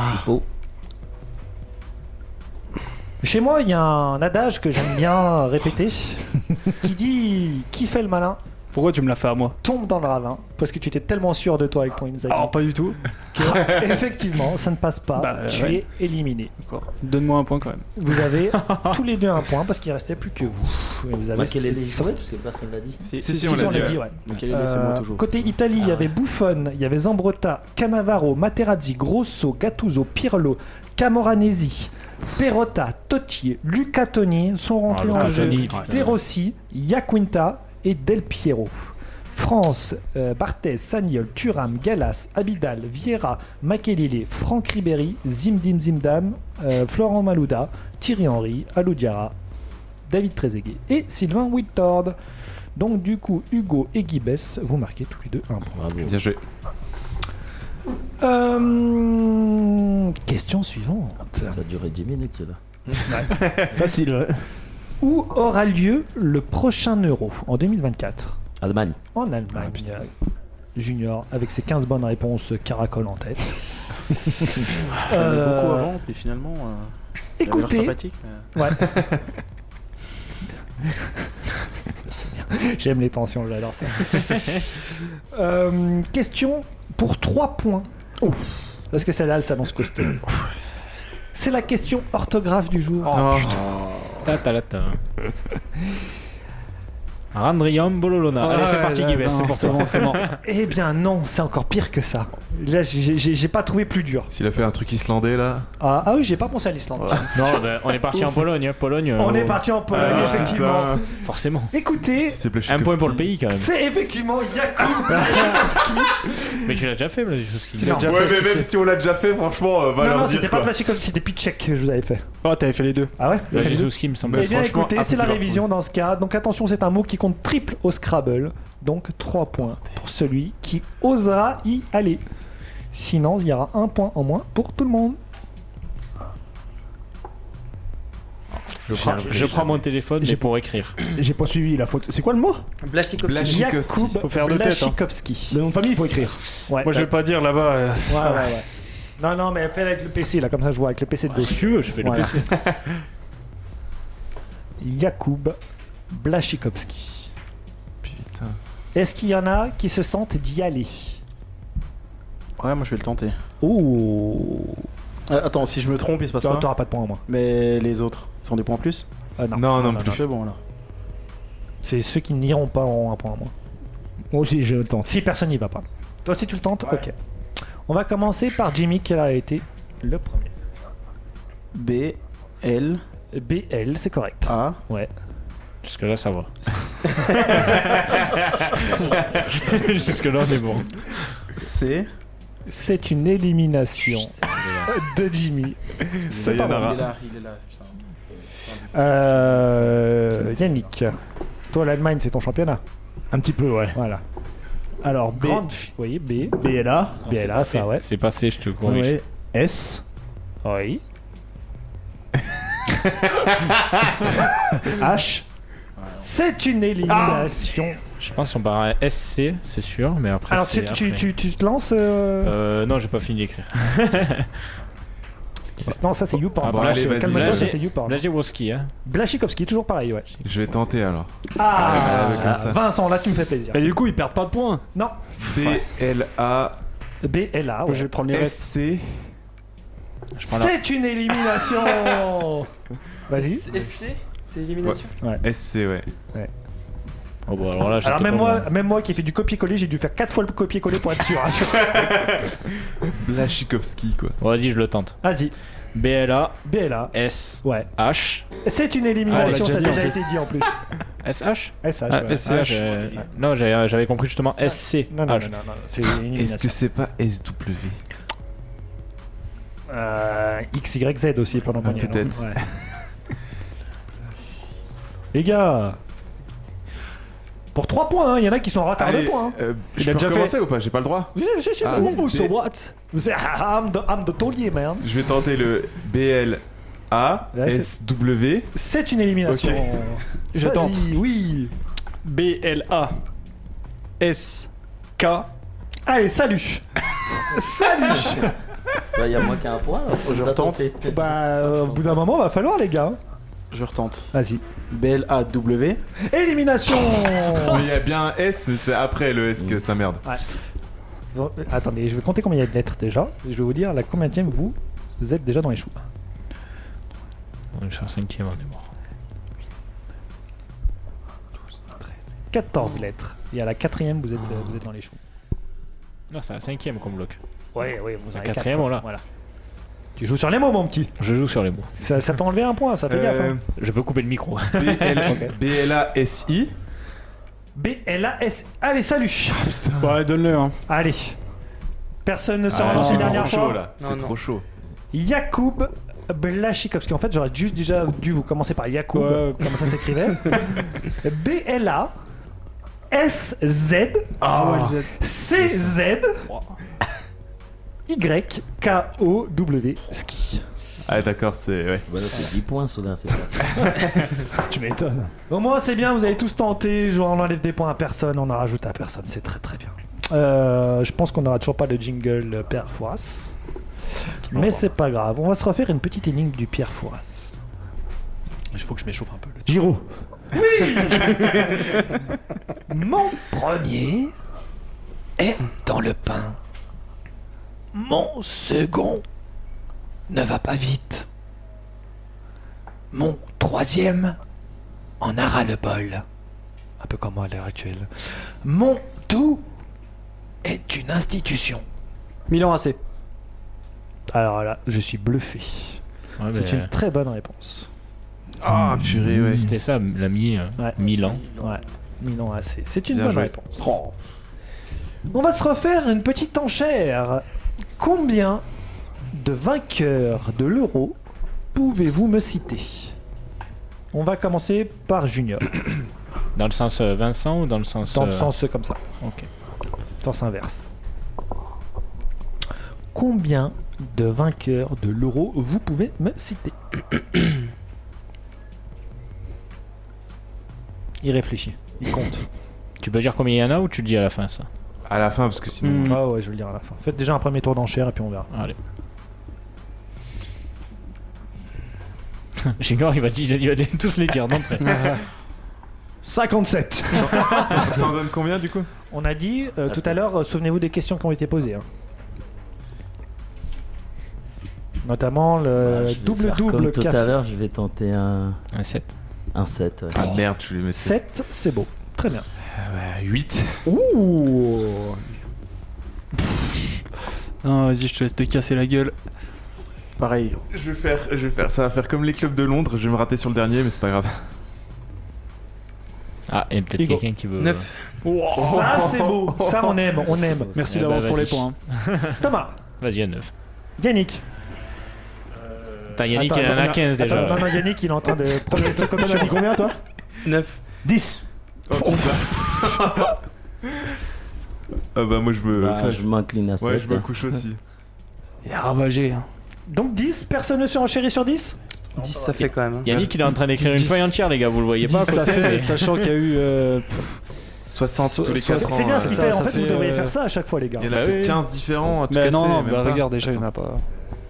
Speaker 1: Chez moi, il y a un adage que j'aime bien répéter qui dit qui, qui fait le malin,
Speaker 6: Pourquoi tu me l'as fait à moi
Speaker 1: tombe dans le ravin, parce que tu étais tellement sûr de toi avec ton Inzaghi.
Speaker 6: Alors, pas du tout.
Speaker 1: que, effectivement, ça ne passe pas,
Speaker 6: Oh. Bah,
Speaker 1: tu
Speaker 6: ouais.
Speaker 1: es éliminé.
Speaker 6: Donne-moi un point quand même.
Speaker 1: Vous avez tous les deux un point, parce qu'il restait plus que vous. Et Vous avez
Speaker 7: Bah, quelle est
Speaker 1: six-
Speaker 7: l'histoire Parce que personne l'a dit.
Speaker 1: six-
Speaker 5: si,
Speaker 1: six-
Speaker 5: on l'a
Speaker 1: on l'a
Speaker 5: dit,
Speaker 1: dit, ouais.
Speaker 9: Donc elle est là, c'est
Speaker 1: Euh,
Speaker 9: moi toujours.
Speaker 1: Côté Italie, il y
Speaker 7: Ah
Speaker 1: avait Buffon, il y avait Zambrotta, Cannavaro, Materazzi, Grosso, Gattuso, Pirlo, Camoranesi, Perotta, Totti, Luca Toni sont rentrés
Speaker 2: Ah,
Speaker 1: en
Speaker 2: Luca
Speaker 1: jeu.
Speaker 2: Toni,
Speaker 1: De Rossi, Iaquinta et Del Piero. France, euh, Barthez, Sagnol, Turam, Gallas, Abidal, Vieira, Makelele, Franck Ribéry, Zimdim Zimdam, euh, Florent Malouda, Thierry Henry, Alou Diarra, David Trezeguet et Sylvain Whittord. Donc du coup, Hugo et Guy Bess, vous marquez tous les deux un point.
Speaker 7: Bravo.
Speaker 5: Bien joué.
Speaker 1: Euh, question suivante.
Speaker 7: Ça a duré 10 minutes, là.
Speaker 3: Facile, ouais.
Speaker 1: Où aura lieu le prochain Euro en 2024
Speaker 7: Allemagne.
Speaker 1: En Allemagne. euh, Junior, avec ses 15 bonnes réponses, euh, caracole en tête.
Speaker 9: J'en ai
Speaker 1: Euh,
Speaker 9: beaucoup avant, puis finalement, euh, il avait l'air
Speaker 1: Écoutez,
Speaker 9: sympathique. mais-
Speaker 1: J'aime les tensions, j'adore ça. Euh, question pour 3 points. Ouf. Parce que celle-là, elle s'annonce costaud. C'est la question orthographe du jour. Ah.
Speaker 2: Ta ta la ta. Randriam Bololona. Allez, c'est parti, Guibes, c'est pour
Speaker 6: C'est
Speaker 2: toi.
Speaker 6: bon, c'est bon.
Speaker 1: Eh bien non, c'est encore pire que ça. Là, j'ai- j'ai j'ai pas trouvé plus dur.
Speaker 5: S'il a fait un truc islandais là.
Speaker 1: Ah, ah oui, j'ai pas pensé à l'Islande. tiens.
Speaker 2: Non, bah, on est parti en Pologne. hein, Pologne euh,
Speaker 1: On est
Speaker 2: oh,
Speaker 1: parti en Pologne,
Speaker 2: Ah,
Speaker 1: effectivement.
Speaker 5: putain.
Speaker 2: Forcément.
Speaker 1: Écoutez,
Speaker 5: Si c'est
Speaker 2: Un
Speaker 5: Blachowski.
Speaker 2: point pour le pays quand même.
Speaker 1: c'est effectivement Jakub Blachowski.
Speaker 2: Mais tu l'as déjà fait, Blachowski.
Speaker 1: Non.
Speaker 5: Ouais, mais même si on l'a déjà fait, franchement, euh, va
Speaker 1: Non,
Speaker 5: leur
Speaker 1: non,
Speaker 5: dire
Speaker 1: c'était pas
Speaker 5: quoi.
Speaker 1: Blachowski, comme si c'était Pitchek que je vous avais fait.
Speaker 6: Oh, t'avais fait les deux.
Speaker 1: Ah ouais
Speaker 2: Blachowski, il me semble.
Speaker 1: Eh bien
Speaker 5: franchement,
Speaker 1: écoutez, c'est la
Speaker 5: impossible à
Speaker 1: révision dans ce cas. Donc attention, c'est un mot qui compte triple au Scrabble. Donc 3 points pour celui qui osera y aller. Sinon, il y aura un point en moins pour tout le monde.
Speaker 2: Je prends, je prends mon téléphone mais pour écrire.
Speaker 3: J'ai pas suivi la faute. C'est quoi le mot
Speaker 4: Blasikowski.
Speaker 5: Blachikowski.
Speaker 1: Jakub
Speaker 6: Faut faire deux têtes, hein.
Speaker 1: Blachikowski.
Speaker 3: Le nom de famille, il faut écrire.
Speaker 1: Ouais,
Speaker 6: Moi, je vais pas dire là-bas. euh,
Speaker 1: ouais, ouais, ouais. Non, non, mais fais avec le PC, là, comme ça je vois, avec le PC de gauche.
Speaker 2: Si tu veux, je fais le
Speaker 1: Voilà. Jakub Blachikowski.
Speaker 5: Putain.
Speaker 1: Est-ce qu'il y en a qui se sentent d'y aller
Speaker 9: Ouais, moi je vais le tenter.
Speaker 1: Oh
Speaker 9: Ah, attends, si je me trompe, il se passe
Speaker 1: Non,
Speaker 9: pas.
Speaker 1: t'auras pas de points en moins.
Speaker 9: Mais les autres, ils ont des points en plus
Speaker 1: Ah, non.
Speaker 5: Non, non,
Speaker 9: Je
Speaker 5: plus.
Speaker 9: fais bon alors.
Speaker 1: C'est ceux qui n'iront pas auront un point en moins.
Speaker 3: Moi aussi, je le tente.
Speaker 1: Si personne n'y va pas. Toi aussi tu le tentes Ok. On va commencer par Jimmy qui a été le premier.
Speaker 9: B, L,
Speaker 1: BL, c'est correct.
Speaker 9: A,
Speaker 1: Ouais.
Speaker 2: Jusque là, ça va. Jusque là, on est bon.
Speaker 9: C.
Speaker 1: C'est une élimination de Jimmy.
Speaker 5: C'est
Speaker 9: il est là, il est là. putain.
Speaker 1: Euh, Yannick, toi l'Allemagne c'est ton championnat.
Speaker 3: Un petit peu, ouais.
Speaker 1: Voilà.
Speaker 3: Alors, B,
Speaker 1: Grande fi- Oui, B.
Speaker 3: B et A.
Speaker 1: BLA, ça ouais.
Speaker 2: Ah, C'est passé, je te corrige.
Speaker 3: Ouais. S.
Speaker 1: Oui.
Speaker 3: H.
Speaker 1: C'est une élimination.
Speaker 2: Je pense qu'on part à SC, c'est sûr, mais après.
Speaker 1: Alors
Speaker 2: Ah, c'est
Speaker 1: tu, tu,
Speaker 2: après.
Speaker 1: tu, tu te lances euh,
Speaker 2: Euh, non, j'ai pas fini d'écrire.
Speaker 1: Non, ça c'est YouPorn.
Speaker 2: Ah bon,
Speaker 1: Blash-
Speaker 5: allez, vas-y.
Speaker 1: Calme-toi, ça
Speaker 2: Blash-
Speaker 1: c'est YouPorn.
Speaker 2: Blajewski, hein.
Speaker 1: Blachikowski, toujours pareil, ouais.
Speaker 5: Je vais tenter alors.
Speaker 1: Ah,
Speaker 5: Ouais, ouais, comme ça.
Speaker 1: Vincent, là tu me fais plaisir.
Speaker 6: Bah, du coup, ils perdent pas de points.
Speaker 1: Non,
Speaker 5: B-L-A-S-C.
Speaker 1: BLA,
Speaker 6: Je vais prendre les restes.
Speaker 2: Je prends la-
Speaker 1: C'est une élimination Vas-y.
Speaker 4: SC C'est élimination
Speaker 5: SC, ouais.
Speaker 2: Oh, bah, alors là, j'étais
Speaker 1: Alors même
Speaker 2: pas
Speaker 1: moi,
Speaker 2: loin.
Speaker 1: même moi qui ai fait du copier-coller, j'ai dû faire 4 fois le copier-coller pour être sûr. hein.
Speaker 5: Blachikowski, quoi.
Speaker 2: Bon, Vas-y, je le tente.
Speaker 1: Vas-y,
Speaker 2: BLA,
Speaker 1: BLA.
Speaker 2: S,
Speaker 1: Ouais.
Speaker 2: H.
Speaker 1: C'est une élimination,
Speaker 2: Ah, on
Speaker 1: ça
Speaker 2: l'a
Speaker 1: a
Speaker 2: déjà
Speaker 1: déjà
Speaker 2: dit,
Speaker 1: été dit en plus.
Speaker 2: SH
Speaker 1: SH.
Speaker 2: Ah,
Speaker 1: ouais. Ah,
Speaker 2: SCH. euh, Non, j'avais j'avais compris justement SC.
Speaker 1: Non, non, non, non, non, c'est une
Speaker 5: Est-ce
Speaker 1: élimination.
Speaker 5: que c'est pas SW
Speaker 1: Euh, XYZ aussi pendant mon
Speaker 5: Ah, peut-être.
Speaker 1: Ouais. Les gars Pour 3 points, hein, il y en a qui sont en retard de
Speaker 5: Allez,
Speaker 1: points. hein.
Speaker 5: euh,
Speaker 6: Il
Speaker 5: je
Speaker 6: a
Speaker 5: peux
Speaker 6: déjà fait.
Speaker 5: recommencer ou pas J'ai pas le droit.
Speaker 1: Oui, si, si,
Speaker 5: Ah,
Speaker 1: oui.
Speaker 5: oui.
Speaker 1: so what Vous êtes- I'm the, I'm the taulier, man.
Speaker 5: Je vais tenter le
Speaker 1: Ouais, c'est-
Speaker 5: B-L-A-S-W.
Speaker 1: C'est une élimination.
Speaker 5: Ok.
Speaker 6: Je
Speaker 1: Vas-y,
Speaker 6: tente.
Speaker 1: oui.
Speaker 6: BLA S K
Speaker 1: Allez, salut. salut.
Speaker 7: Bah, il y a moins qu'un point. là.
Speaker 9: Je
Speaker 7: T'as
Speaker 9: retente.
Speaker 7: tenté.
Speaker 1: euh, bah, euh, au bout d'un moment, va falloir, les gars.
Speaker 9: Je retente.
Speaker 1: Vas-y.
Speaker 9: B-L-A-W.
Speaker 1: Élimination
Speaker 5: Mais il y a bien un S, mais c'est après le
Speaker 9: Mm.
Speaker 5: S que ça merde.
Speaker 1: Bon, euh, Attendez, je vais compter combien il y a de lettres déjà. Et je vais vous dire la combien vous êtes déjà dans les choux.
Speaker 2: On est sur un cinquième, on est mort.
Speaker 1: 14 lettres. Et à la quatrième, vous êtes, euh, vous êtes dans les choux.
Speaker 2: Non, c'est un cinquième qu'on bloque.
Speaker 1: Ouais, ouais, vous
Speaker 2: La
Speaker 1: avez
Speaker 2: quatrième,
Speaker 1: quatre, hein.
Speaker 2: on l'a.
Speaker 1: Voilà. Tu joues sur les mots, mon petit.
Speaker 2: Je joue sur les mots.
Speaker 1: Ça, ça peut enlever un point, ça fait gaffe.
Speaker 5: Euh,
Speaker 1: hein.
Speaker 2: Je peux couper le micro.
Speaker 1: Ok.
Speaker 5: B-L-A-S-I.
Speaker 1: B-L-A-S. Allez, salut
Speaker 6: Ouais, donne-le. Hein.
Speaker 1: Allez. Personne ne se
Speaker 5: Ah,
Speaker 1: rend
Speaker 5: c'est
Speaker 1: une
Speaker 5: trop
Speaker 1: dernière
Speaker 5: chaud
Speaker 1: fois.
Speaker 5: là,
Speaker 4: Non,
Speaker 5: c'est
Speaker 4: non.
Speaker 5: trop chaud.
Speaker 1: Yacoub Blachikovski. En fait, j'aurais juste déjà dû vous commencer par Yacoub,
Speaker 6: Ouais.
Speaker 1: comment ça s'écrivait. B-L-A. S-Z. C-Z. Y-K-O-W. Ski.
Speaker 5: Ah d'accord, c'est... Ouais.
Speaker 7: Voilà, Bah, c'est 10 points, celui-là. c'est pas-
Speaker 1: Tu m'étonnes. Au moins, c'est bien, vous avez tous tenté. Je- On enlève des points à personne, on en rajoute à personne. C'est très très bien. Euh, je pense qu'on n'aura toujours pas le jingle euh, Pierre Fouras. Mais c'est pas grave. On va se refaire une petite énigme du Pierre Fouras. Il faut que je m'échauffe un peu. Giro. Oui Mon premier est dans le pain. Mon second ne va pas vite. Mon troisième en a ras le bol. Un peu comme moi à l'heure actuelle. Mon tout est une institution.
Speaker 6: Milan AC.
Speaker 1: Alors là, je suis bluffé. C'est une très bonne réponse.
Speaker 5: Ah purée, ouais.
Speaker 2: Euh, C'était ça, l'ami
Speaker 1: Ouais.
Speaker 2: Milan.
Speaker 1: Ouais. Milan AC. C'est une
Speaker 5: Bien
Speaker 1: bonne
Speaker 5: joué.
Speaker 1: réponse. Oh. On va se refaire une petite enchère. Combien de vainqueurs de l'euro pouvez-vous me citer On va commencer par Junior,
Speaker 2: Dans le sens euh, Vincent ou dans le sens.
Speaker 1: dans le
Speaker 2: euh,
Speaker 1: sens comme ça.
Speaker 2: Ok.
Speaker 1: Sens inverse. Combien de vainqueurs de l'euro vous pouvez me citer Il réfléchit, il compte.
Speaker 2: Tu peux dire combien il y en a ou tu le dis à la fin ça
Speaker 5: À la fin, parce que sinon...
Speaker 1: Ah ouais, je vais le dire à la fin. Faites déjà un premier tour d'enchère et puis on verra.
Speaker 2: Allez. Junior, il va, dire- il va tous les dire d'entrée.
Speaker 1: 57
Speaker 5: T'en donnes combien du coup
Speaker 1: On a dit euh, tout à l'heure, euh, souvenez-vous des questions qui ont été posées. hein. Notamment
Speaker 7: Bah,
Speaker 1: le
Speaker 7: je vais faire
Speaker 1: double-double
Speaker 7: Comme tout à
Speaker 1: café.
Speaker 7: l'heure, je vais tenter un,
Speaker 2: Un 7.
Speaker 7: un 7.
Speaker 5: Ah merde, je lui mets 7.
Speaker 1: 7, c'est beau. Très bien.
Speaker 5: 8.
Speaker 1: Ouh
Speaker 6: Non, vas-y, je te laisse te casser la gueule.
Speaker 9: Pareil.
Speaker 5: Je vais faire, je vais faire, ça va faire comme les clubs de Londres, je vais me rater sur le dernier, mais c'est pas grave.
Speaker 2: Ah, et peut-être
Speaker 1: Hugo.
Speaker 2: quelqu'un qui veut.
Speaker 4: 9.
Speaker 1: Ça, c'est beau Ça, on aime, on aime.
Speaker 6: Merci
Speaker 2: Eh bah,
Speaker 6: d'avance pour les
Speaker 2: vas-y.
Speaker 6: points. hein.
Speaker 1: Thomas,
Speaker 2: euh, Vas-y, à 9.
Speaker 1: Yannick.
Speaker 2: T'as Yannick,
Speaker 1: Attends,
Speaker 2: il en a
Speaker 1: attends,
Speaker 2: 15
Speaker 1: Attends,
Speaker 2: déjà.
Speaker 1: non, non, Yannick, il est en train de prendre les trucs comme ça.
Speaker 9: Combien toi
Speaker 4: 9.
Speaker 3: 10.
Speaker 5: Ah bah moi je me...
Speaker 7: Bah,
Speaker 5: enfin,
Speaker 7: je hein. m'incline à 7.
Speaker 5: Ouais, je me couche aussi.
Speaker 6: Il est ravagé. hein.
Speaker 1: Donc 10, personne ne se renchérit sur 10
Speaker 4: 10, ça fait quand même. hein.
Speaker 2: Yannick, il est en train d'écrire une
Speaker 6: Dix.
Speaker 2: feuille entière, les gars, vous le voyez pas. à
Speaker 6: Dix, ça
Speaker 2: côté,
Speaker 6: fait,
Speaker 2: mais-
Speaker 6: sachant qu'il y a eu. euh,
Speaker 5: 60
Speaker 6: So-
Speaker 5: tous les
Speaker 6: so-
Speaker 5: cas.
Speaker 1: C'est c'est bien ce
Speaker 6: c'est
Speaker 1: qu'il
Speaker 6: ça,
Speaker 1: fait. En
Speaker 6: ça
Speaker 1: fait, vous
Speaker 6: fait,
Speaker 1: devriez
Speaker 6: euh,
Speaker 1: faire ça à chaque fois, les gars.
Speaker 5: Il y en
Speaker 2: Bah
Speaker 5: a
Speaker 2: oui.
Speaker 5: 15 différents, en tout
Speaker 6: Mais
Speaker 5: cas.
Speaker 6: non, non,
Speaker 5: même
Speaker 6: bah
Speaker 5: pas.
Speaker 6: regarde, déjà, il n'y en a pas.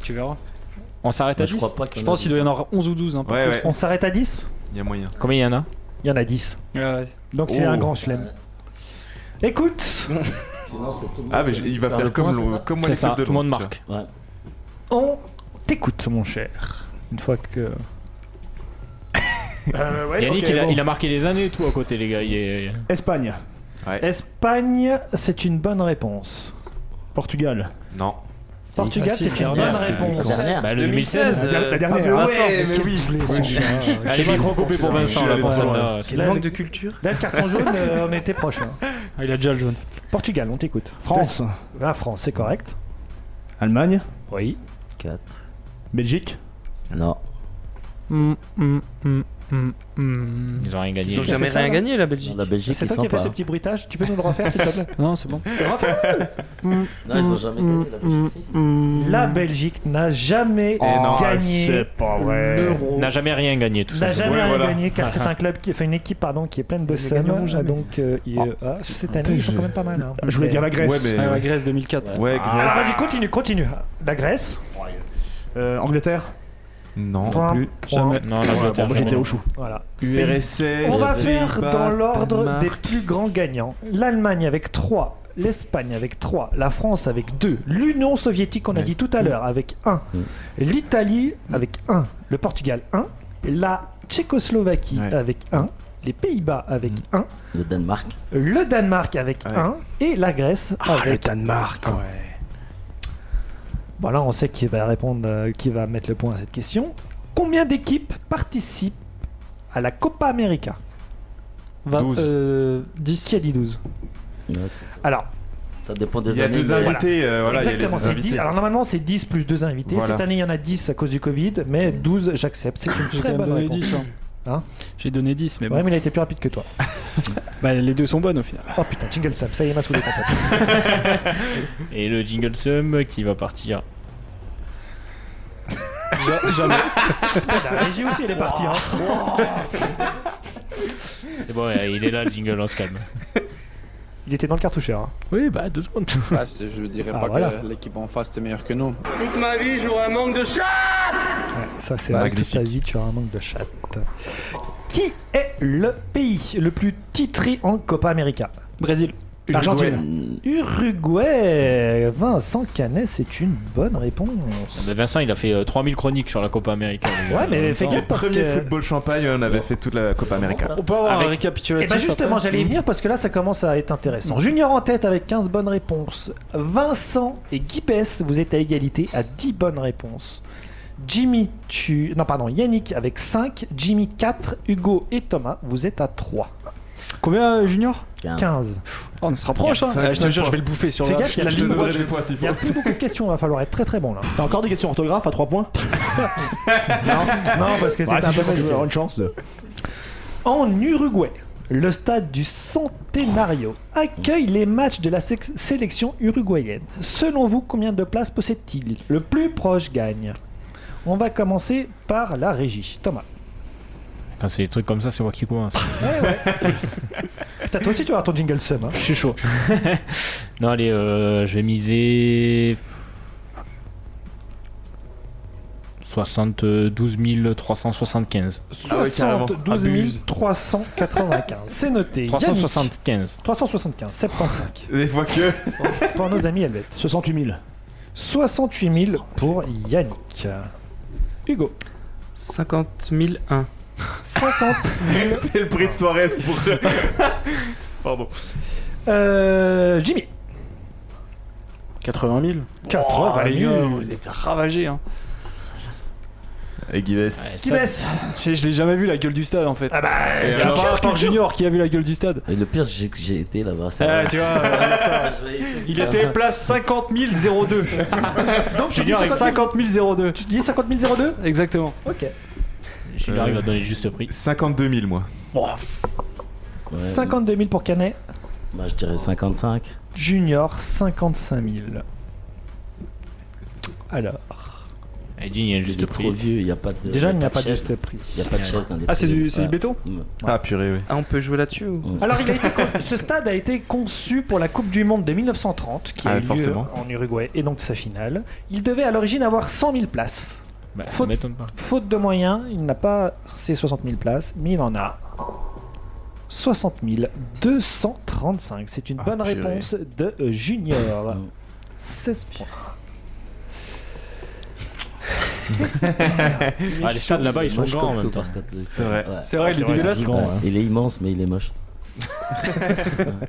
Speaker 6: Tu verras.
Speaker 2: On s'arrête à
Speaker 7: Moi, je
Speaker 2: 10
Speaker 7: crois pas qu'il
Speaker 6: Je
Speaker 7: en
Speaker 6: pense
Speaker 7: a
Speaker 6: qu'il doit y en avoir 11 ou 12. Hein, pas
Speaker 5: Ouais,
Speaker 6: plus.
Speaker 5: ouais,
Speaker 1: On s'arrête à 10
Speaker 5: il y a moyen.
Speaker 2: Combien il y en a
Speaker 1: Il y en a 10.
Speaker 6: Ouais, ouais.
Speaker 1: Donc c'est
Speaker 5: Oh.
Speaker 1: un grand chelem. Écoute,
Speaker 7: Sinon, c'est tout le
Speaker 5: Ah,
Speaker 7: monde
Speaker 5: mais
Speaker 7: qui
Speaker 5: je- il va
Speaker 7: perd
Speaker 5: faire
Speaker 7: le point,
Speaker 5: comme,
Speaker 7: c'est
Speaker 5: le-
Speaker 7: ça
Speaker 5: comme moi
Speaker 2: C'est
Speaker 5: les
Speaker 2: ça,
Speaker 5: clubs de
Speaker 2: tout le monde
Speaker 5: Londres.
Speaker 2: marque.
Speaker 7: Ouais.
Speaker 1: on t'écoute, mon cher. Une fois que.
Speaker 3: Euh, ouais,
Speaker 2: Yannick,
Speaker 3: ok,
Speaker 2: il, a,
Speaker 3: bon.
Speaker 2: il a marqué les années et tout à côté, les gars. Il est...
Speaker 3: Espagne,
Speaker 1: Espagne, c'est une bonne réponse.
Speaker 3: Portugal.
Speaker 5: tu vois. Non.
Speaker 1: Portugal, c'est une bonne
Speaker 2: dernière.
Speaker 1: réponse.
Speaker 7: La dernière.
Speaker 2: Bah, le 2016.
Speaker 3: La, der- la
Speaker 5: Ah, mais
Speaker 3: dernière.
Speaker 5: ouais, mais
Speaker 1: Quel
Speaker 5: oui.
Speaker 1: boulet, son chien.
Speaker 2: Allez, micro coupé pour Vincent, là, pour
Speaker 1: Ouais,
Speaker 2: celle-là.
Speaker 1: Quel
Speaker 4: Manque
Speaker 1: manque
Speaker 4: de
Speaker 1: de-
Speaker 4: culture.
Speaker 1: Là, le carton jaune, euh, on était proche. hein.
Speaker 6: Ah, il a déjà le jaune.
Speaker 1: Portugal, on t'écoute.
Speaker 3: France,
Speaker 1: La Ah, France, c'est correct.
Speaker 3: Allemagne,
Speaker 1: Oui.
Speaker 7: 4.
Speaker 3: Belgique.
Speaker 7: Non.
Speaker 2: Ils ont rien gagné.
Speaker 4: Ils ont
Speaker 2: les
Speaker 4: jamais
Speaker 1: fait ça,
Speaker 4: rien
Speaker 1: là
Speaker 4: gagné, la
Speaker 7: Non,
Speaker 4: Belgique.
Speaker 7: la Belgique,
Speaker 1: C'est
Speaker 7: ils
Speaker 1: toi qui
Speaker 7: sont
Speaker 1: as fait
Speaker 7: pas.
Speaker 1: ce petit bruitage. Tu peux nous le refaire, s'il te plaît
Speaker 6: Non, c'est bon.
Speaker 7: Non,
Speaker 1: Mm,
Speaker 7: ils ont jamais gagné la Belgique. si.
Speaker 1: La Belgique n'a jamais
Speaker 5: Eh non,
Speaker 1: gagné
Speaker 3: pas
Speaker 2: gars.
Speaker 3: Euh,
Speaker 1: l'euro.
Speaker 2: N'a jamais rien gagné, tout ça.
Speaker 1: N'a
Speaker 2: c'est
Speaker 1: jamais
Speaker 5: Ouais,
Speaker 1: rien
Speaker 5: voilà.
Speaker 1: gagné car c'est un club qui fait une équipe pardon qui est pleine de
Speaker 4: Ils ne
Speaker 1: seum.
Speaker 4: gagneront jamais.
Speaker 1: Donc euh, il- ah, cette année ils sont quand même pas mal. hein.
Speaker 3: Je voulais dire la
Speaker 5: Ouais,
Speaker 3: Grèce.
Speaker 6: Ah,
Speaker 5: mais.
Speaker 6: ouais, Grèce 2004.
Speaker 5: Ouais,
Speaker 1: Ah,
Speaker 5: Grèce.
Speaker 1: vas-y continue continue. La Grèce,
Speaker 3: Euh, Angleterre.
Speaker 5: Non.
Speaker 1: Toi,
Speaker 6: Plus,
Speaker 1: Romain.
Speaker 6: jamais.
Speaker 2: Non, l'Angleterre.
Speaker 3: moi j'étais
Speaker 2: jamais.
Speaker 3: au chou.
Speaker 1: Voilà.
Speaker 5: URSS.
Speaker 1: On va faire
Speaker 5: Pays-Bas,
Speaker 1: dans l'ordre
Speaker 5: Danemark.
Speaker 1: des plus grands gagnants. L'Allemagne avec 3, l'Espagne avec 3, la France avec 2, l'Union soviétique, on a
Speaker 5: Ouais.
Speaker 1: dit tout à l'heure, avec 1, l'Italie avec 1, le Portugal 1, la Tchécoslovaquie
Speaker 5: Ouais.
Speaker 1: avec 1, les Pays-Bas avec 1,
Speaker 7: Le Danemark.
Speaker 1: le Danemark avec 1 et la Grèce avec
Speaker 3: Danemark, ouais.
Speaker 1: Bon, là, on sait qui va répondre, euh, qui va mettre le point à cette question. Combien d'équipes participent à la Copa América
Speaker 6: 20,
Speaker 5: 12.
Speaker 6: euh, 10.
Speaker 1: Qui a dit 12
Speaker 7: Ouais, ça, ça-
Speaker 1: Alors,
Speaker 7: ça dépend des
Speaker 5: Il y a
Speaker 7: années,
Speaker 5: deux
Speaker 7: mais-
Speaker 5: invités. euh, Voilà, il y a les
Speaker 1: exactement,
Speaker 5: deux
Speaker 1: c'est 10.
Speaker 5: invités.
Speaker 1: Alors, normalement, c'est 10 plus 2 invités.
Speaker 5: Voilà.
Speaker 1: Cette année, il y en a 10 à cause du Covid, mais 12, j'accepte. C'est une très
Speaker 6: J'ai quand même
Speaker 1: bonne
Speaker 6: donné
Speaker 1: réponse.
Speaker 6: 10. hein.
Speaker 1: Hein
Speaker 6: J'ai donné 10, mais bon.
Speaker 1: Ouais, mais il a été plus rapide que toi.
Speaker 6: Bah, les deux sont bonnes au final.
Speaker 1: Oh putain, Jingle Sub, ça y est, m'a saoulé complètement.
Speaker 2: Et le jingle sum qui va partir.
Speaker 1: Putain, la régie aussi, elle est partie. hein.
Speaker 2: C'est bon, euh, il est là le jingle, on se calme.
Speaker 1: Il était dans le cartoucheur. hein.
Speaker 2: Oui, bah deux secondes.
Speaker 10: Ah, c'est- je dirais
Speaker 1: Ah,
Speaker 10: pas
Speaker 1: voilà.
Speaker 10: que l'équipe en face était meilleure que nous.
Speaker 4: Toute ma vie, j'aurai un manque de chat
Speaker 1: Ouais, ça c'est
Speaker 5: Bah,
Speaker 1: vrai, toute
Speaker 5: magnifique.
Speaker 1: ta vie, tu as un manque de chatte. Qui est le pays le plus titré en Copa América
Speaker 6: Brésil.
Speaker 1: Argentine.
Speaker 7: Mm,
Speaker 1: Uruguay. Vincent Canet, c'est une bonne réponse.
Speaker 2: Mais Vincent, il a fait euh, 3000 chroniques sur la Copa Américaine.
Speaker 1: Ouais, mais
Speaker 2: En
Speaker 1: fais
Speaker 2: même
Speaker 1: gaffe.
Speaker 2: temps,
Speaker 1: parce
Speaker 5: Premier
Speaker 1: que-
Speaker 5: football champagne, on avait fait toute la Copa América.
Speaker 6: On peut avoir
Speaker 2: Avec-
Speaker 6: un
Speaker 1: Et
Speaker 6: récapitulatif.
Speaker 1: bah
Speaker 3: hein.
Speaker 1: justement,
Speaker 6: après Hmm.
Speaker 1: j'allais
Speaker 3: Mm.
Speaker 1: y venir parce que là ça commence à être intéressant. Junior en tête avec 15 bonnes réponses. Vincent et Guy Bess, vous êtes à égalité à 10 bonnes réponses. Jimmy, tu. Non, pardon, Yannick avec 5, Jimmy 4, Hugo et Thomas, vous êtes à 3.
Speaker 6: Combien, euh, Junior
Speaker 7: 15.
Speaker 1: 15.
Speaker 6: Oh, On se rapproche, hein.
Speaker 5: Ça va être
Speaker 6: Eh, Je te jure,
Speaker 5: sympa.
Speaker 6: je vais le bouffer sur
Speaker 1: Fais
Speaker 6: la-
Speaker 1: gaffe, il y a la
Speaker 5: Je te
Speaker 1: ligne
Speaker 5: donnerai
Speaker 1: droite.
Speaker 5: les points s'il
Speaker 1: Il y a
Speaker 5: faut.
Speaker 1: plus beaucoup de questions, il va falloir être très très bon là.
Speaker 3: T'as encore des questions orthographe à 3 points
Speaker 1: Non, parce que c'est
Speaker 3: Bah,
Speaker 1: un
Speaker 3: si
Speaker 1: peu
Speaker 3: jamais je vais
Speaker 1: compliqué.
Speaker 3: avoir une chance.
Speaker 1: En Uruguay, le stade du Centenario accueille les matchs de la sé- sélection uruguayenne. Selon vous, combien de places possède-t-il Le plus proche gagne. On va commencer par la régie. Thomas.
Speaker 2: Quand c'est des trucs comme ça, c'est moi qui hein. commence.
Speaker 1: Putain, toi aussi tu vas avoir ton jingle sum. hein.
Speaker 2: Je suis chaud.
Speaker 6: Oh,
Speaker 2: non, allez, euh, je vais miser. 72 375.
Speaker 5: Ah ouais, carrément.
Speaker 1: 72 395. C'est noté. Yannick.
Speaker 2: 375.
Speaker 1: 375, 75.
Speaker 5: Des fois que.
Speaker 1: Pour nos amis helvètes.
Speaker 3: 68 000.
Speaker 1: 68 000 pour Yannick. Hugo,
Speaker 4: 50 001.
Speaker 1: 50 000.
Speaker 5: C'était le prix de Suarez pour. Pardon.
Speaker 1: Euh, Jimmy,
Speaker 9: 80 000
Speaker 1: 80
Speaker 6: les
Speaker 1: 000.
Speaker 6: gars, Oh, euh, vous êtes ravagés. Hein.
Speaker 5: Et Guives.
Speaker 1: Qui baisse
Speaker 6: Je, je l'ai jamais vu la gueule du stade en fait. Ah bah,
Speaker 5: Et
Speaker 6: à
Speaker 5: alors,
Speaker 6: part, à part Junior qui a vu la gueule du stade.
Speaker 7: Et le pire, j'ai que j'ai été là-bas. ça
Speaker 6: Ah,
Speaker 7: va.
Speaker 6: tu vois, euh, ça. il était place 50 002.
Speaker 1: Donc tu dis,
Speaker 6: Junior est
Speaker 1: 50
Speaker 6: 50 002.
Speaker 1: 000 tu dis 50 002
Speaker 6: Exactement.
Speaker 1: Ok.
Speaker 2: Je lui arrive à donner le juste prix.
Speaker 5: 52 000 moi.
Speaker 7: Ouais,
Speaker 1: 52 000 pour Canet.
Speaker 7: Bah, je dirais 55.
Speaker 1: Junior, 55 000. Alors,
Speaker 2: Elle dit, Eh, il y a un
Speaker 7: Il
Speaker 2: juste
Speaker 7: est trop
Speaker 2: prix.
Speaker 7: vieux, il n'y a pas de.
Speaker 1: déjà, il n'y a pas de
Speaker 7: chaise.
Speaker 1: juste prix.
Speaker 7: Il n'y a pas de chaise dans les
Speaker 6: Ah, c'est
Speaker 7: prix.
Speaker 6: du, c'est du
Speaker 7: Ouais.
Speaker 6: béton
Speaker 7: Mm.
Speaker 5: Ah purée, oui.
Speaker 4: Ah, on peut jouer là-dessus ou...
Speaker 1: Alors, il a été con- ce stade a été conçu pour la Coupe du Monde de 1930, qui
Speaker 5: Ah,
Speaker 1: a eu lieu
Speaker 5: forcément.
Speaker 1: en Uruguay, et donc sa finale. Il devait à l'origine avoir 100 000 places.
Speaker 2: Bah, ça
Speaker 1: Faute-
Speaker 2: m'étonne pas.
Speaker 1: Faute de moyens, il n'a pas ses 60 000 places, mais il en a 60 235. C'est une
Speaker 5: Ah,
Speaker 1: bonne
Speaker 5: purée.
Speaker 1: réponse de euh, Junior. 16 points.
Speaker 2: Ah, les stades là-bas, ils sont
Speaker 7: Moche
Speaker 2: grands en
Speaker 7: comme
Speaker 2: même
Speaker 7: tout,
Speaker 2: temps.
Speaker 7: par contre, le-
Speaker 5: C'est vrai.
Speaker 7: Ouais.
Speaker 6: C'est vrai, il est dégueulasse.
Speaker 7: Ouais, Il est immense, mais il est moche.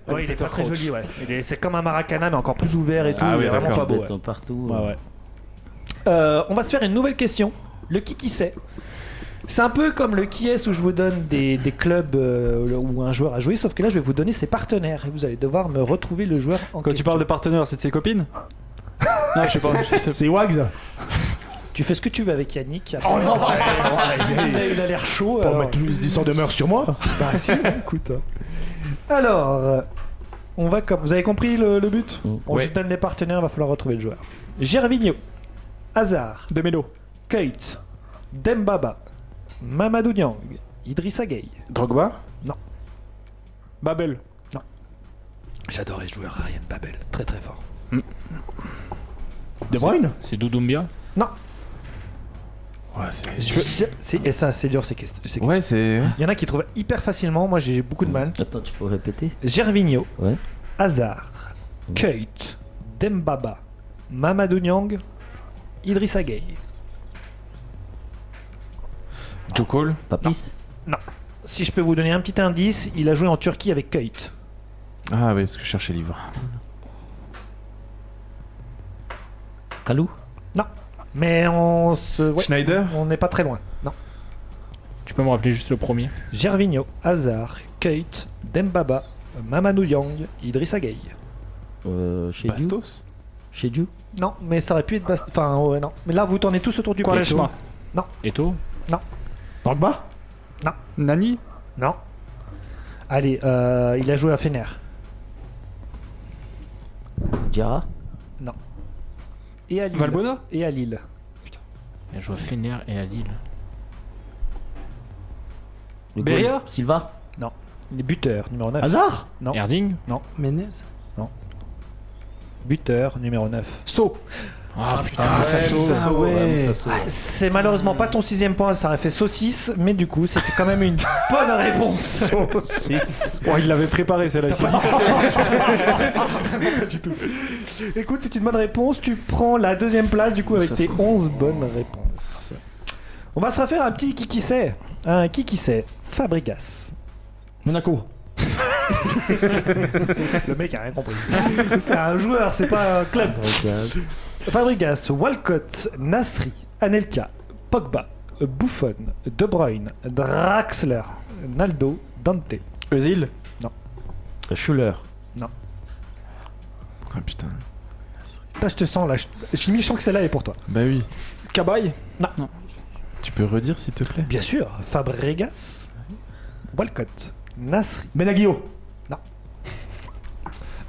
Speaker 1: Ouais, il est pas très joli, ouais. Il est- C'est comme un maracana, mais encore plus ouvert et tout.
Speaker 5: Ah
Speaker 1: il
Speaker 5: oui,
Speaker 1: est vraiment pas
Speaker 5: d'accord.
Speaker 1: beau. ouais.
Speaker 7: Béton partout.
Speaker 1: Ouais, ouais. Euh, on va se faire une nouvelle question. Le qui qui sait C'est un peu comme le qui est où je vous donne des, des clubs euh, où un joueur a joué, sauf que là je vais vous donner ses partenaires et vous allez devoir me retrouver le joueur en
Speaker 6: Quand tu
Speaker 1: question.
Speaker 6: parles de partenaire, c'est de ses copines Non, je sais pas. je sais pas.
Speaker 3: C'est Wags
Speaker 1: Tu fais ce que tu veux avec Yannick. après. il a l'air chaud.
Speaker 3: Pour
Speaker 1: alors.
Speaker 3: mettre plus d'histoire de mœurs sur moi
Speaker 1: Bah si, écoute. Alors, euh, on va comme. Vous avez compris le, le but
Speaker 7: Mm.
Speaker 1: On
Speaker 5: Ouais.
Speaker 1: se donne les partenaires, va falloir retrouver le joueur. Gervinho, Hazard,
Speaker 6: De Mélo.
Speaker 1: Keut, Dembaba, Mamadou Niang, Idrissa Gueye.
Speaker 9: Drogba
Speaker 6: Babel.
Speaker 1: J'adorais ce joueur, Ryan Babel, très très fort.
Speaker 3: De Bruyne
Speaker 2: C'est Doudoumbia
Speaker 1: Non,
Speaker 5: Ouais, c'est.
Speaker 1: Je- c'est- Et ça, c'est dur ces questions. ces
Speaker 5: Ouais, c'est.
Speaker 1: questions. Il y en a qui trouvent hyper facilement. Moi, j'ai beaucoup de mal.
Speaker 7: Attends, tu peux répéter
Speaker 1: Gervinho,
Speaker 7: Ouais.
Speaker 1: Hazard, Keut, Dembaba, Mamadou Niang, Idriss Gueye.
Speaker 5: Joe Cole
Speaker 7: Papis
Speaker 1: Si je peux vous donner un petit indice, il a joué en Turquie avec Keut.
Speaker 5: Ah, oui, parce que je cherchais livre.
Speaker 7: Kalou
Speaker 1: Mais on se. ouais,
Speaker 5: Schneider
Speaker 1: on n'est pas très loin. Non.
Speaker 2: Tu peux me rappeler juste le premier
Speaker 1: Gervinho, Hazard, Keut, Dembaba, Mamadou Niang, Idriss Gueye.
Speaker 7: euh, Chez Diou
Speaker 5: Bastos
Speaker 7: Chez Diou
Speaker 1: Non, mais ça aurait pu être. Bast... Enfin, ouais, non. Mais là, vous tournez tous autour du pot.
Speaker 2: Quaresma
Speaker 1: Non.
Speaker 2: Eto
Speaker 3: Drogba
Speaker 6: Nani
Speaker 1: Non. Allez, euh, il a joué à Fener.
Speaker 7: Diarra
Speaker 1: Et à Lille.
Speaker 6: Valbona
Speaker 1: Et à Lille.
Speaker 2: Il joue à Fener et à Lille.
Speaker 7: Le
Speaker 6: Beria
Speaker 7: goal Silva
Speaker 1: Il est buteur, numéro
Speaker 6: Ah,
Speaker 1: 9.
Speaker 3: Hazard
Speaker 1: Non.
Speaker 2: Herding
Speaker 4: Menez
Speaker 1: Buteur, numéro 9.
Speaker 6: Sceaux
Speaker 2: Ah putain,
Speaker 5: Sasso, ouais. Sasso.
Speaker 1: C'est malheureusement pas ton sixième point, ça aurait fait saucisse, mais du coup, c'était quand même une bonne réponse.
Speaker 6: Oh, il l'avait préparé celle-là. il s'est dit,
Speaker 1: Écoute, c'est une bonne réponse. Tu prends la deuxième place du coup avec
Speaker 9: Ça
Speaker 1: tes
Speaker 9: sent-
Speaker 1: 11 bonnes réponses. On va se refaire un petit qui qui sait. Un qui qui sait. Fabregas.
Speaker 3: Monaco.
Speaker 1: Le mec a rien compris. c'est un joueur, c'est pas un club. Fabregas, Walcott, Nasri, Anelka, Pogba, Buffon, De Bruyne, Draxler, Naldo, Dante.
Speaker 9: Eusil
Speaker 7: Schuller
Speaker 5: Ah putain.
Speaker 1: Putain, je te sens là. Je, je sens que celle-là est pour toi.
Speaker 5: Bah oui.
Speaker 6: Cabaye
Speaker 5: Tu peux redire s'il te plaît
Speaker 1: Bien sûr, Fabregas, Walcott, Nasri,
Speaker 3: Benaglio.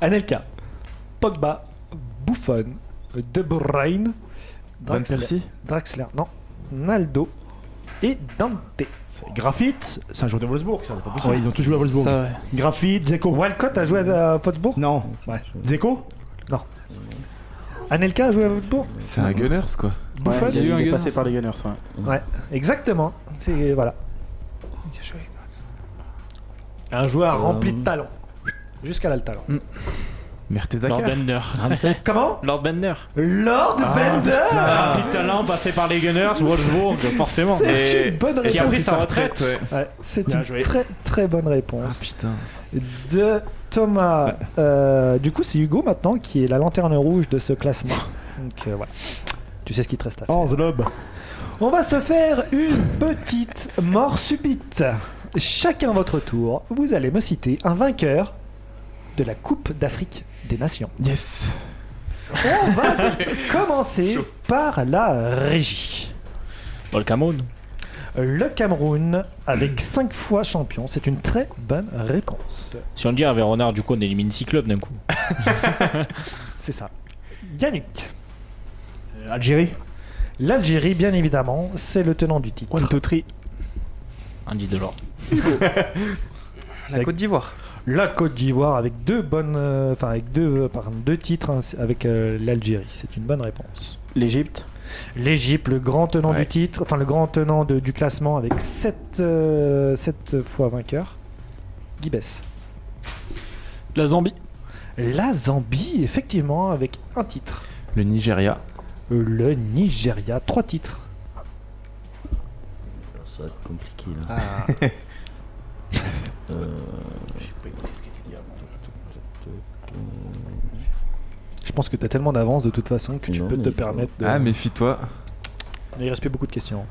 Speaker 1: Anelka, Pogba, Buffon, De Bruyne,
Speaker 5: Van
Speaker 1: Draxler,
Speaker 5: Persie
Speaker 1: Draxler, non, Naldo et Dante.
Speaker 3: Graphite, c'est un joueur de Wolfsburg, ça, c'est pas possible. ils ont tous joué à Wolfsburg.
Speaker 6: Ça, ouais.
Speaker 3: Graphite, Zeko.
Speaker 1: Walcott a joué à Wolfsburg
Speaker 3: Non. Zeko
Speaker 1: Anelka a joué à Wolfsburg
Speaker 5: C'est un Gunners quoi.
Speaker 1: Buffon
Speaker 6: il y a eu un
Speaker 9: est
Speaker 6: Gunners.
Speaker 9: passé par les Gunners, ouais.
Speaker 1: Ouais, exactement. C'est voilà. Un joueur rempli de talent. Jusqu'à là le talent.
Speaker 2: Lord
Speaker 5: Mertesacker
Speaker 2: Bender.
Speaker 7: Ramsey
Speaker 1: Comment
Speaker 2: Lord Bender. Ah,
Speaker 1: Lord Bender
Speaker 2: Rempli de talent, passé par les Gunners, Wolfsburg, forcément.
Speaker 1: C'est
Speaker 5: Et-
Speaker 1: une bonne
Speaker 2: Qui a
Speaker 1: réponse.
Speaker 2: pris sa retraite.
Speaker 1: Ouais, c'est
Speaker 2: Bien
Speaker 1: une
Speaker 2: joué.
Speaker 1: très très bonne
Speaker 5: Ah
Speaker 1: réponse
Speaker 5: putain.
Speaker 1: de Thomas. Euh, du coup, c'est Hugo maintenant qui est la lanterne rouge de ce classement. Donc euh, voilà. Tu sais ce qu'il te reste à faire.
Speaker 3: Lob.
Speaker 1: On va se faire une petite mort subite. Chacun votre tour, vous allez me citer un vainqueur de la Coupe d'Afrique des Nations.
Speaker 5: Yes.
Speaker 1: On va commencer par la régie.
Speaker 2: Dans le Cameroun.
Speaker 1: Le Cameroun, avec 5 fois champion, c'est une très bonne réponse.
Speaker 2: Si on dit avec Renard, du coup, on élimine 6 clubs d'un coup.
Speaker 1: C'est ça. Yannick.
Speaker 6: Euh,
Speaker 3: Algérie.
Speaker 1: L'Algérie, bien évidemment, c'est le tenant du titre.
Speaker 2: Andy Delors.
Speaker 4: La Côte d'Ivoire.
Speaker 1: La Côte d'Ivoire avec deux bonnes, euh, enfin avec deux, euh, pardon, deux titres hein, c'est- avec euh, l'Algérie, c'est une bonne réponse.
Speaker 9: L'Égypte.
Speaker 1: L'Égypte, le grand tenant
Speaker 5: Ouais.
Speaker 1: du titre, enfin le grand tenant de- du classement avec 7, fois vainqueur. Guibès.
Speaker 6: La Zambie.
Speaker 1: La Zambie, effectivement, avec un titre.
Speaker 5: Le Nigeria.
Speaker 1: Euh, Le Nigeria, trois titres.
Speaker 7: Ça va être compliqué là.
Speaker 5: Ah. Euh,
Speaker 1: Je pense que tu as tellement d'avance de toute façon que tu
Speaker 7: Non,
Speaker 1: peux
Speaker 7: mais
Speaker 1: te
Speaker 7: il faut-
Speaker 1: permettre de...
Speaker 5: Ah méfie-toi.
Speaker 1: Il reste plus beaucoup de questions.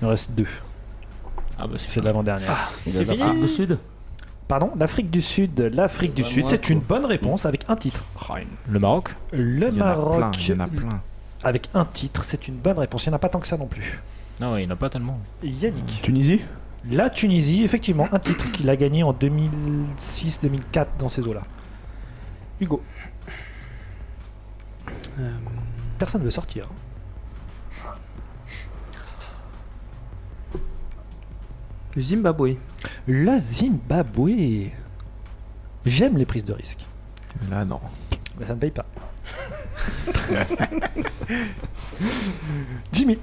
Speaker 1: Il en reste deux.
Speaker 2: Ah bah
Speaker 1: C'est l'avant-dernière.
Speaker 7: Il a l'Afrique du Sud
Speaker 1: Pardon, l'Afrique du Sud. L'Afrique
Speaker 5: Eh
Speaker 1: du
Speaker 5: ben,
Speaker 7: Bah,
Speaker 1: Sud,
Speaker 7: moi,
Speaker 1: c'est
Speaker 7: quoi.
Speaker 1: une bonne réponse avec un titre.
Speaker 2: Le Maroc.
Speaker 1: Le
Speaker 5: Il y en a plein,
Speaker 1: Maroc
Speaker 5: il y en a plein.
Speaker 1: avec un titre, c'est une bonne réponse. Il n'y en a pas tant que ça non plus.
Speaker 2: Non, il n'y en a pas tellement.
Speaker 1: Yannick.
Speaker 3: Tunisie.
Speaker 1: La Tunisie, effectivement, un titre qu'il a gagné en 2006-2004 dans ces eaux-là. Hugo.
Speaker 4: Euh,
Speaker 1: Personne ne veut sortir.
Speaker 4: Le Zimbabwe.
Speaker 1: Le Zimbabwe. J'aime les prises de risque.
Speaker 5: Mais Là non.
Speaker 1: Mais ça ne paye pas. Jimmy.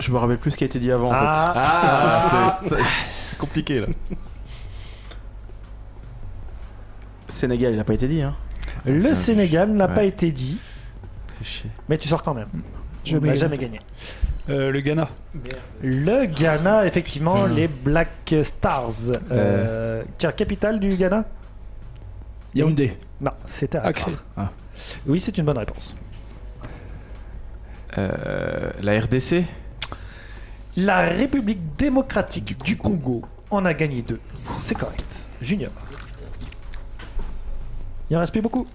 Speaker 9: Je me rappelle plus ce qui a été dit avant en
Speaker 1: Ah.
Speaker 9: fait.
Speaker 5: Ah, c'est- c'est- c'est compliqué là.
Speaker 9: Sénégal, il a pas été dit hein.
Speaker 1: Le Sénégal n'a
Speaker 5: Ouais.
Speaker 1: pas été dit,
Speaker 5: Fais chier.
Speaker 1: mais tu sors quand même. Je
Speaker 6: Jamais
Speaker 1: n'ai jamais gagné.
Speaker 6: Euh, le Ghana.
Speaker 1: Le Ghana, effectivement, les Black Stars. Euh, Tiens, capitale du Ghana
Speaker 3: Yaoundé.
Speaker 1: Non, c'était à
Speaker 6: Accra.
Speaker 1: Oui, c'est une bonne réponse.
Speaker 5: Euh, la RDC
Speaker 1: La République démocratique du Congo en a gagné deux. C'est correct. Junior. Il en reste plus beaucoup.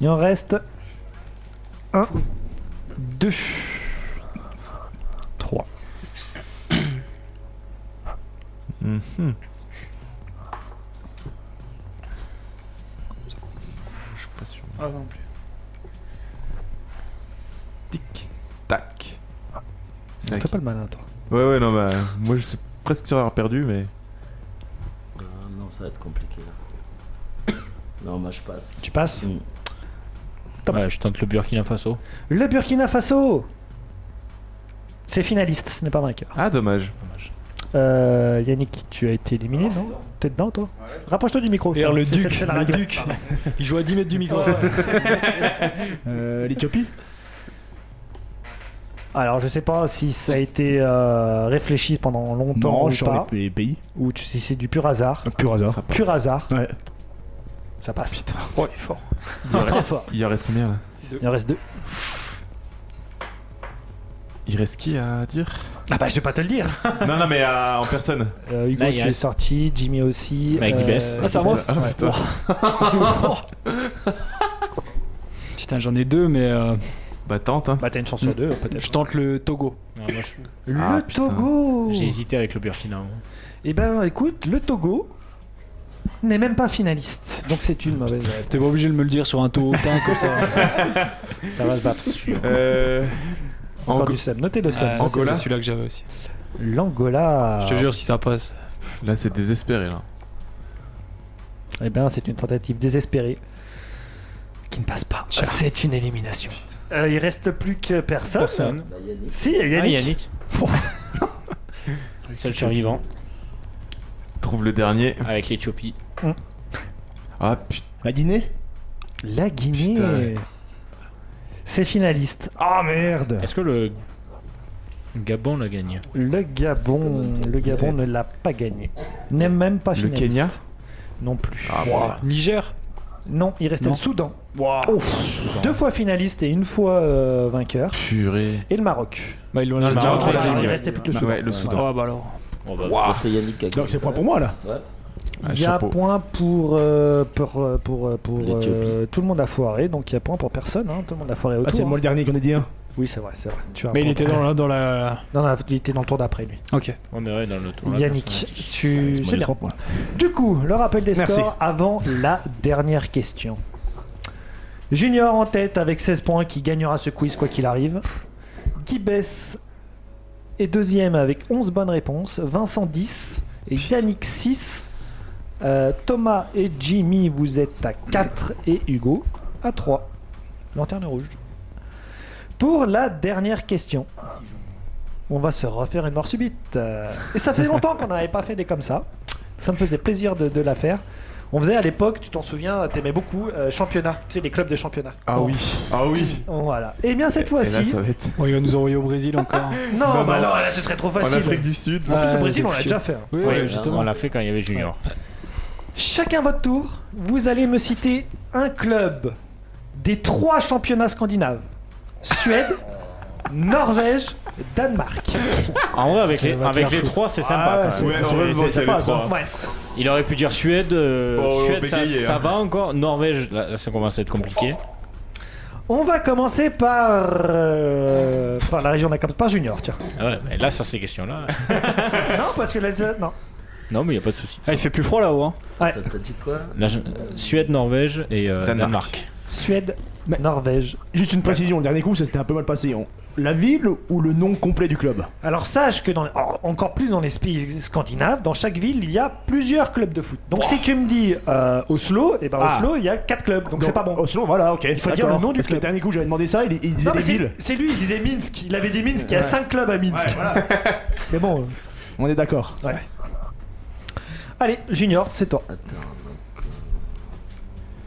Speaker 1: Il en reste 1, 2, 3.
Speaker 4: Ah non plus.
Speaker 5: Tic tac. C'est
Speaker 1: Fais pas le malin, toi.
Speaker 5: Ouais, ouais, non, bah, moi je suis presque sûr d'avoir perdu, mais.
Speaker 7: Ah, non, ça va être compliqué. là. Non, moi je passe.
Speaker 1: Tu passes
Speaker 7: Mm.
Speaker 1: Top.
Speaker 2: Ouais, je tente le Burkina Faso.
Speaker 1: Le Burkina Faso C'est finaliste, ce n'est pas vainqueur.
Speaker 5: Ah, dommage. Ah.
Speaker 1: Euh, Yannick, tu as été éliminé, non T'es dedans, toi Rapproche-toi du micro.
Speaker 6: D'ailleurs,
Speaker 1: toi.
Speaker 6: le
Speaker 1: C'est-
Speaker 6: Duc,
Speaker 1: c'est la
Speaker 6: le
Speaker 1: radio.
Speaker 6: Duc. Il joue à 10 mètres du micro.
Speaker 3: Euh, L'Éthiopie
Speaker 1: Alors, je sais pas si ça a été euh, réfléchi pendant longtemps
Speaker 3: Non,
Speaker 1: ou
Speaker 3: je suis
Speaker 1: pas,
Speaker 3: dans les les pays.
Speaker 1: ou tu- si c'est du pur hasard.
Speaker 3: Un pur hasard.
Speaker 1: Pur hasard,
Speaker 3: Ouais.
Speaker 1: ça passe.
Speaker 6: Oh, il est fort.
Speaker 1: Il est très fort.
Speaker 5: Il en reste combien là
Speaker 1: Il en reste deux.
Speaker 5: Il reste qui à dire
Speaker 1: Ah bah, je vais pas te le dire.
Speaker 5: Non, non, mais à- en personne.
Speaker 1: Euh, Hugo,
Speaker 2: Là, il
Speaker 1: tu es
Speaker 2: reste-
Speaker 1: sorti, Jimmy aussi. euh,
Speaker 2: Mike Dibes.
Speaker 6: Ah, ça avance
Speaker 5: Ah, putain.
Speaker 6: Putain, j'en ai deux, mais euh,
Speaker 5: Bah, tente, hein.
Speaker 1: Bah, t'as une chance sur deux, peut-être.
Speaker 6: je tente le Togo.
Speaker 2: Non, moi, je-
Speaker 1: Le
Speaker 5: Ah, putain.
Speaker 1: Togo
Speaker 2: J'ai hésité avec le Burkina. hein.
Speaker 1: Eh ben écoute, le Togo n'est même pas finaliste. Donc c'est une mauvaise réponse.
Speaker 6: T'es pas obligé de me le dire sur un taux hautain comme ça.
Speaker 1: Ça va se battre.
Speaker 5: Euh.
Speaker 1: Encore
Speaker 5: Ango-
Speaker 1: du seum. Notez le seum.
Speaker 6: Ah,
Speaker 5: Angola.
Speaker 6: C'était celui-là que j'avais aussi.
Speaker 1: L'Angola.
Speaker 6: Je te jure, si ça passe.
Speaker 5: Là, c'est désespéré là.
Speaker 1: Eh ben c'est une tentative désespérée qui ne passe pas. C'est une élimination. Euh, il reste plus que personne.
Speaker 2: Personne.
Speaker 7: Bah, Yannick.
Speaker 1: Si, il y a
Speaker 2: Ah,
Speaker 1: Yannick.
Speaker 2: Yannick. Le seul survivant
Speaker 5: Trouve le dernier.
Speaker 2: avec l'Éthiopie.
Speaker 5: Ah, putain.
Speaker 3: La Guinée
Speaker 1: La Guinée.
Speaker 5: Putain, ouais.
Speaker 1: C'est finaliste.
Speaker 3: Ah merde
Speaker 2: Est-ce que le Gabon l'a gagné
Speaker 1: Le Gabon, le Gabon ne l'a pas gagné. N'est même pas
Speaker 5: Le
Speaker 1: finaliste.
Speaker 5: Kenya
Speaker 1: Non plus.
Speaker 5: Ah,
Speaker 1: Ouah.
Speaker 6: Niger Ah,
Speaker 1: Non, il restait
Speaker 6: Non.
Speaker 1: le Soudan.
Speaker 6: Waouh
Speaker 1: Deux fois finaliste et une fois euh, vainqueur.
Speaker 5: Purée.
Speaker 1: Et le Maroc.
Speaker 6: Bah, ils l'ont là.
Speaker 2: Le Maroc,
Speaker 1: Voilà,
Speaker 2: ouais,
Speaker 1: il
Speaker 2: ouais.
Speaker 1: restait plus que le
Speaker 5: Bah,
Speaker 1: Soudan.
Speaker 5: ouais, le Soudan.
Speaker 6: Ah, bah alors.
Speaker 2: Oh, bah,
Speaker 7: Bah, C'est Yannick qui a
Speaker 3: Donc
Speaker 7: gagné.
Speaker 3: c'est point pour moi là
Speaker 7: Ouais.
Speaker 5: Ah,
Speaker 1: Il y a
Speaker 5: chapeau.
Speaker 1: point pour, euh, pour, euh, pour, euh, pour, euh,
Speaker 7: L'Éthiopie.
Speaker 1: tout le monde a foiré, donc il y a point pour personne. hein, Tout le monde a foiré
Speaker 3: Ah,
Speaker 1: autour.
Speaker 3: c'est
Speaker 1: hein.
Speaker 3: moi le dernier qu'on a dit un.
Speaker 1: Oui, c'est vrai, c'est vrai. Tu as un
Speaker 6: Mais il
Speaker 1: point.
Speaker 6: était dans la. Dans la...
Speaker 1: Non, non, il était dans le tour d'après lui.
Speaker 6: Ok.
Speaker 2: Ouais, mais ouais, dans le tour. là,
Speaker 1: Yannick, tu...
Speaker 7: moi
Speaker 1: c'est
Speaker 7: les
Speaker 1: bien.
Speaker 7: trois
Speaker 1: Du coup, le rappel des
Speaker 3: Merci.
Speaker 1: scores avant la dernière question. Junior en tête avec 16 points qui gagnera ce quiz quoi qu'il arrive. Guy Bess est deuxième avec 11 bonnes réponses. Vincent 10 et Yannick 6. Euh, Thomas et Jimmy, vous êtes à 4 et Hugo à 3. Lanterne rouge. Pour la dernière question, on va se refaire une mort subite. Euh, et ça fait longtemps qu'on n'avait pas fait des comme ça. Ça me faisait plaisir de, de la faire. On faisait à l'époque, tu t'en souviens, t'aimais beaucoup euh, championnat, tu sais, les clubs de championnat.
Speaker 5: Ah oui. Ah oui.
Speaker 1: Voilà. Et bien cette
Speaker 5: Et là,
Speaker 1: fois-ci.
Speaker 5: ça va être.
Speaker 6: Bon, il va nous envoyer au Brésil encore.
Speaker 1: Non,
Speaker 5: Non,
Speaker 1: bah
Speaker 5: non.
Speaker 1: non, là ce serait trop
Speaker 5: En
Speaker 1: facile.
Speaker 5: Afrique du Sud. Ah,
Speaker 1: En plus,
Speaker 6: Ouais,
Speaker 1: au Brésil,
Speaker 6: c'est
Speaker 1: on l'a
Speaker 6: fiché.
Speaker 1: déjà fait. hein.
Speaker 6: Oui,
Speaker 2: Ouais,
Speaker 6: oui,
Speaker 2: ouais,
Speaker 6: justement.
Speaker 2: On l'a fait quand il y avait Junior.
Speaker 1: Chacun votre tour, vous allez me citer un club des trois championnats scandinaves Suède, Norvège, Danemark.
Speaker 2: Ah, En vrai, avec
Speaker 6: Ça
Speaker 2: les,
Speaker 6: va
Speaker 2: avec
Speaker 6: dire
Speaker 2: les
Speaker 6: fou.
Speaker 2: trois, c'est
Speaker 3: Ah,
Speaker 2: sympa. quand
Speaker 3: c'est-
Speaker 2: même.
Speaker 5: Ouais, heureusement
Speaker 3: c'est-
Speaker 5: qu'il y a
Speaker 3: ça
Speaker 5: les
Speaker 3: passe,
Speaker 5: trois.
Speaker 1: Ouais.
Speaker 2: Il aurait pu dire Suède. euh,
Speaker 5: Bon,
Speaker 2: Suède, ça,
Speaker 5: bégayer,
Speaker 2: ça
Speaker 5: hein.
Speaker 2: va encore. Norvège, là, là, ça commence à être compliqué.
Speaker 1: On va commencer par, euh, par la région d'Acapulco, par Junior, tiens.
Speaker 2: Ah ouais, mais là, sur ces questions-là.
Speaker 1: Non, parce que la- non.
Speaker 2: non, mais il n'y a pas de souci.
Speaker 6: Ah, il fait plus froid là-haut. Hein.
Speaker 7: T'as t'as dit quoi
Speaker 2: Là, je- euh, Suède, Norvège et euh,
Speaker 5: Danemark.
Speaker 2: Danemark.
Speaker 1: Suède, Norvège.
Speaker 3: Juste une précision, le dernier coup ça s'était un peu mal passé. On- la ville ou le nom complet du club
Speaker 1: Alors sache que dans, alors, encore plus dans les pays scandinaves, dans chaque ville, il y a plusieurs clubs de foot. Donc si tu me dis euh, Oslo, et ben
Speaker 3: Ah.
Speaker 1: Oslo, il y a quatre clubs, donc c'est pas bon.
Speaker 3: Oslo, voilà, ok.
Speaker 1: Il faut dire le nom du
Speaker 3: Parce que le
Speaker 1: club.
Speaker 3: dernier coup, j'avais demandé ça, il, il disait
Speaker 1: Non, mais
Speaker 3: les
Speaker 1: c'est-
Speaker 3: villes.
Speaker 1: c'est lui, il disait Minsk. Il avait dit Minsk, il y a cinq clubs à Minsk. Mais bon, euh,
Speaker 3: On est d'accord.
Speaker 1: ouais. Allez, Junior, c'est toi.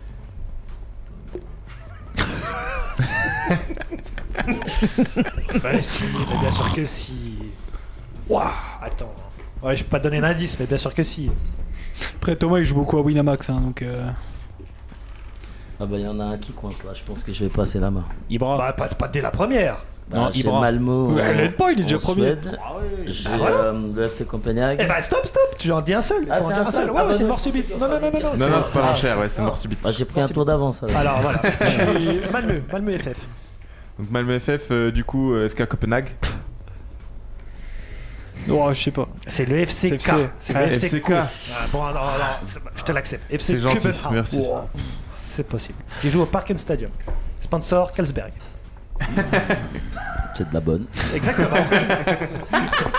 Speaker 1: Bah si, mais bien sûr que si. Waouh, attends. Ouais, je vais pas donner l'indice, mais bien sûr que si.
Speaker 6: Après, Thomas, il joue beaucoup à Winamax, hein, donc. euh,
Speaker 7: Ah bah il y en a un qui coince là, je pense que je vais passer la main.
Speaker 2: Ibra.
Speaker 1: Bah pas, pas dès la première.
Speaker 7: Bah,
Speaker 2: Non,
Speaker 7: j'ai
Speaker 2: Ibra.
Speaker 7: Malmo.
Speaker 6: Ouais,
Speaker 7: en-
Speaker 6: l'aide pas, il est
Speaker 7: en
Speaker 6: déjà premier.
Speaker 7: Suède. J'ai
Speaker 1: voilà.
Speaker 7: euh, le FC Copenhague.
Speaker 1: Eh bah stop, stop, tu en dis un seul.
Speaker 7: Ah,
Speaker 1: tu en
Speaker 7: c'est
Speaker 1: dis
Speaker 7: un
Speaker 1: un
Speaker 7: seul.
Speaker 1: seul. Ouais,
Speaker 7: Ah,
Speaker 1: ouais,
Speaker 7: bah
Speaker 1: c'est
Speaker 7: non,
Speaker 1: mort
Speaker 7: je
Speaker 1: subite. Non, non, non, non,
Speaker 5: Non, non, c'est pas l'enchère,
Speaker 1: Ah.
Speaker 5: ouais, c'est mort subite.
Speaker 7: Bah, j'ai pris un tour d'avance. alors.
Speaker 1: Alors voilà, je suis Malmö, Malmö FF.
Speaker 5: Donc Malmö FF, euh, du coup, euh, FK Copenhague.
Speaker 6: Oh, je sais pas.
Speaker 1: C'est le FCK.
Speaker 6: FC.
Speaker 1: C'est le
Speaker 5: Ah,
Speaker 1: FCK.
Speaker 5: FCK.
Speaker 1: Ah, bon, non, non, c'est bon, je te l'accepte. FC
Speaker 5: C'est gentil,
Speaker 1: Copenhague.
Speaker 5: merci.
Speaker 1: Ah, Wow, C'est possible. Il joue au Parken Stadium. Sponsor Carlsberg.
Speaker 7: C'est de la bonne.
Speaker 1: Exactement.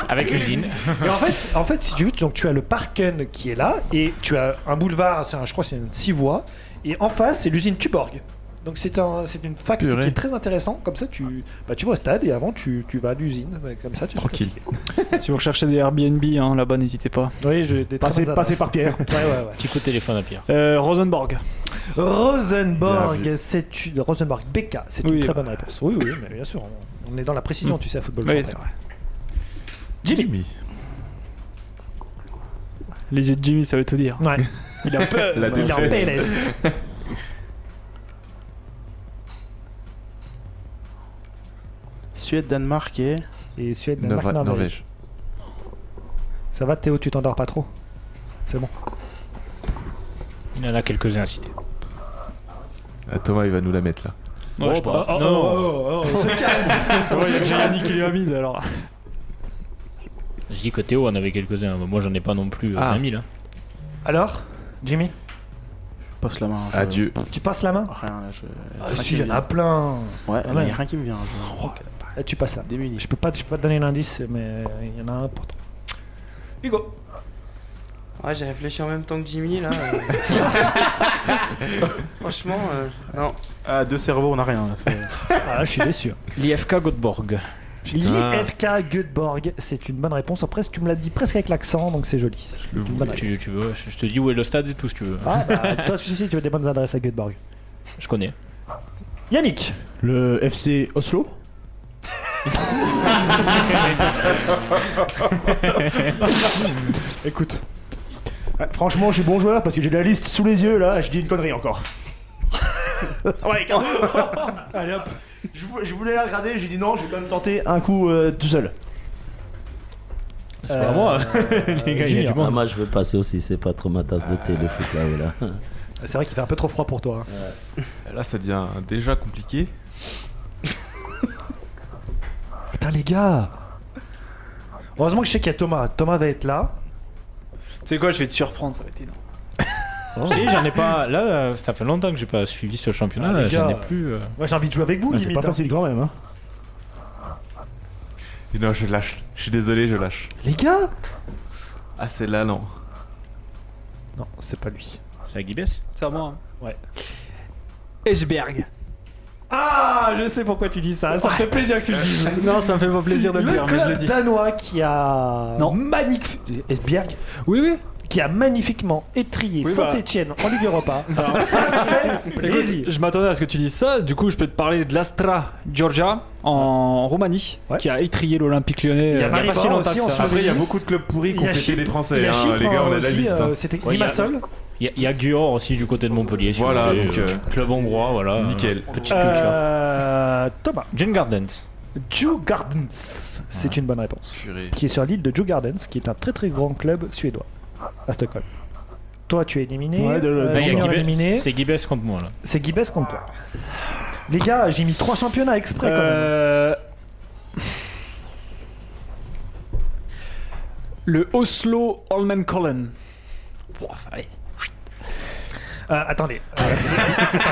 Speaker 2: Avec usine.
Speaker 1: Et en fait, en fait, si tu veux, tu- donc tu as le Parken qui est là et tu as un boulevard, c'est un- je crois que c'est une six voies et en face c'est l'usine Tuborg. Donc c'est un, c'est une fac
Speaker 5: Purée.
Speaker 1: qui est très intéressant. Comme ça, tu, bah, tu vas au stade et avant tu, tu vas à l'usine. Ouais, Comme ça, tu
Speaker 5: Tranquille.
Speaker 6: si vous recherchez des Airbnb hein, là-bas, n'hésitez pas.
Speaker 1: Oui, j'ai des
Speaker 3: Passez,
Speaker 1: très bonnes
Speaker 3: passez
Speaker 1: adresses.
Speaker 3: par Pierre.
Speaker 1: Ouais, ouais, ouais.
Speaker 2: Petit coup de téléphone à Pierre.
Speaker 6: Euh, Rosenborg.
Speaker 1: Rosenborg, c'est une... Rosenborg, BK, c'est une
Speaker 6: Oui,
Speaker 1: très
Speaker 6: bah. Mm.
Speaker 1: bonne réponse. Oui, oui, mais bien sûr, on, on est dans la précision, tu sais, à football.
Speaker 6: Oui,
Speaker 1: Fort,
Speaker 6: c'est
Speaker 1: ouais. Jimmy.
Speaker 6: vrai.
Speaker 5: Jimmy.
Speaker 6: Les yeux de Jimmy, ça veut tout dire.
Speaker 1: Ouais,
Speaker 6: Il a peur.
Speaker 5: La
Speaker 1: il est en
Speaker 5: DSS.
Speaker 1: PLS.
Speaker 9: Suède, Danemark et.
Speaker 1: Et Suède, Danemark,
Speaker 5: Norvège.
Speaker 1: Norvège. Ça va, Théo, tu t'endors pas trop C'est bon.
Speaker 2: Il en a quelques-uns à citer.
Speaker 5: Ah, Thomas, il va nous la mettre là.
Speaker 6: Oh,
Speaker 2: Ouais,
Speaker 6: bah,
Speaker 2: je pense. Oh, bah, non,
Speaker 6: J'ai Yannick qui lui a mise alors.
Speaker 2: je dis que Théo en avait quelques-uns. mais Moi, j'en ai pas non plus euh,
Speaker 5: Ah.
Speaker 2: 20 000. hein.
Speaker 1: Alors, Jimmy,
Speaker 9: Passe la main. je-
Speaker 5: Adieu.
Speaker 1: tu passes la main
Speaker 9: Rien là, je.
Speaker 1: Ah,
Speaker 9: rien
Speaker 1: si,
Speaker 9: qui
Speaker 1: il y
Speaker 9: me
Speaker 1: en a
Speaker 9: vient.
Speaker 1: plein.
Speaker 9: Ouais,
Speaker 1: Ah
Speaker 9: mais
Speaker 1: ouais.
Speaker 9: y a rien qui me vient. je-
Speaker 1: Là, tu passes là.
Speaker 9: Démuni.
Speaker 1: Je peux pas, je peux pas te donner l'indice, mais il y en a un pour toi. Hugo.
Speaker 4: Ouais, j'ai réfléchi en même temps que Jimmy là. euh. Franchement, euh, non.
Speaker 9: Ah, deux cerveaux, on a rien là. c'est-
Speaker 1: Ah, je suis déçu.
Speaker 2: L'IFK Göteborg.
Speaker 5: Putain.
Speaker 1: L'IFK Göteborg, c'est une bonne réponse. En presse, tu me l'as dit presque avec l'accent, donc c'est joli. C'est une bonne
Speaker 2: Tu,
Speaker 1: réponse.
Speaker 2: tu veux, je je te dis où est le stade et tout ce que tu veux.
Speaker 1: Ah bah, toi tu sais, tu as des bonnes adresses à Göteborg.
Speaker 2: Je connais.
Speaker 1: Yannick
Speaker 3: Le FC Oslo Écoute. Ouais, franchement, je suis bon joueur parce que j'ai la liste sous les yeux là, je dis une connerie encore. ouais, quand même.
Speaker 1: Allez hop
Speaker 3: Je, vou- je voulais la regarder, j'ai dit non, je vais quand même tenter un coup euh, tout seul.
Speaker 2: C'est pas moi.
Speaker 1: Euh,
Speaker 2: Les gars, il y a du
Speaker 7: Ah,
Speaker 2: monde.
Speaker 7: moi je veux passer aussi, c'est pas trop ma tasse de thé le foot là. voilà.
Speaker 1: C'est vrai qu'il fait un peu trop froid pour toi. hein.
Speaker 5: Là, ça devient déjà compliqué.
Speaker 1: Putain les gars Heureusement que je sais qu'il y a Thomas. Thomas va être là.
Speaker 6: Tu sais quoi, je vais te surprendre, ça va être énorme.
Speaker 2: Si, j'en ai pas. Là, euh, ça fait longtemps que j'ai pas suivi ce championnat.
Speaker 1: Ah, les
Speaker 2: j'en ai
Speaker 1: gars.
Speaker 2: plus. euh.
Speaker 1: Moi j'ai envie de jouer avec vous,
Speaker 3: Ouais, c'est
Speaker 1: limite.
Speaker 3: pas
Speaker 1: hein.
Speaker 3: facile quand même. Hein.
Speaker 5: Et non, je lâche. Je suis désolé, je lâche.
Speaker 1: Les gars
Speaker 5: Ah, c'est là, non.
Speaker 1: Non, c'est pas lui.
Speaker 2: C'est à Guibès
Speaker 6: C'est à moi. hein.
Speaker 1: Ouais.
Speaker 6: Eschberg.
Speaker 1: Ah, je sais pourquoi tu dis ça. Ça me fait plaisir que tu le dises.
Speaker 6: Non, ça me fait pas plaisir de le dire, mais je
Speaker 1: club
Speaker 6: le dis.
Speaker 1: danois qui a
Speaker 6: Non.
Speaker 1: magnifique Esbjerg
Speaker 6: Oui, oui.
Speaker 1: qui a magnifiquement étrié
Speaker 6: Oui, bah.
Speaker 1: Saint-Étienne en Ligue Europa. Alors, ça fait plaisir.
Speaker 6: Écoute, je m'attendais à ce que tu dises ça. Du coup, je peux te parler de l'Astra Georgia en Roumanie,
Speaker 1: Ouais.
Speaker 6: qui a étrié l'Olympique lyonnais.
Speaker 1: Il y a
Speaker 6: euh,
Speaker 1: Maribor
Speaker 6: pas si longtemps
Speaker 1: aussi,
Speaker 6: que
Speaker 1: on
Speaker 6: ça.
Speaker 1: se-
Speaker 5: Après, il y a beaucoup de clubs pourris
Speaker 1: Il
Speaker 5: qui
Speaker 1: y
Speaker 5: ont
Speaker 1: a
Speaker 5: pété
Speaker 1: Chypre-
Speaker 5: des Français,
Speaker 1: il y a
Speaker 5: hein,
Speaker 1: Chypre,
Speaker 5: les gars, on a la
Speaker 1: aussi,
Speaker 5: liste. hein.
Speaker 1: euh, C'était
Speaker 2: Ouais, il y a-
Speaker 1: Limassol.
Speaker 2: Il y a- il y, a Guyor aussi du côté de Montpellier. si
Speaker 5: Voilà,
Speaker 2: vous voulez,
Speaker 5: donc,
Speaker 2: euh,
Speaker 5: euh,
Speaker 2: club hongrois, voilà.
Speaker 5: Nickel.
Speaker 2: Euh, Petite culture.
Speaker 1: Euh, Thomas,
Speaker 2: June Gardens.
Speaker 1: Jew Gardens, c'est une bonne réponse.
Speaker 5: Purée.
Speaker 1: Qui est sur l'île de Jew Gardens, qui est un très très grand club suédois à Stockholm. Toi, tu es éliminé.
Speaker 3: Ouais, de-
Speaker 1: euh,
Speaker 2: Ah, il y a
Speaker 1: Junior
Speaker 2: Guibes-
Speaker 1: éliminé.
Speaker 2: C'est Guibès contre moi là.
Speaker 1: C'est Guy Bess contre toi. Les gars, j'ai mis trois championnats exprès quand même.
Speaker 6: Euh, Le Oslo Allman Collen.
Speaker 1: Euh, attendez. Euh,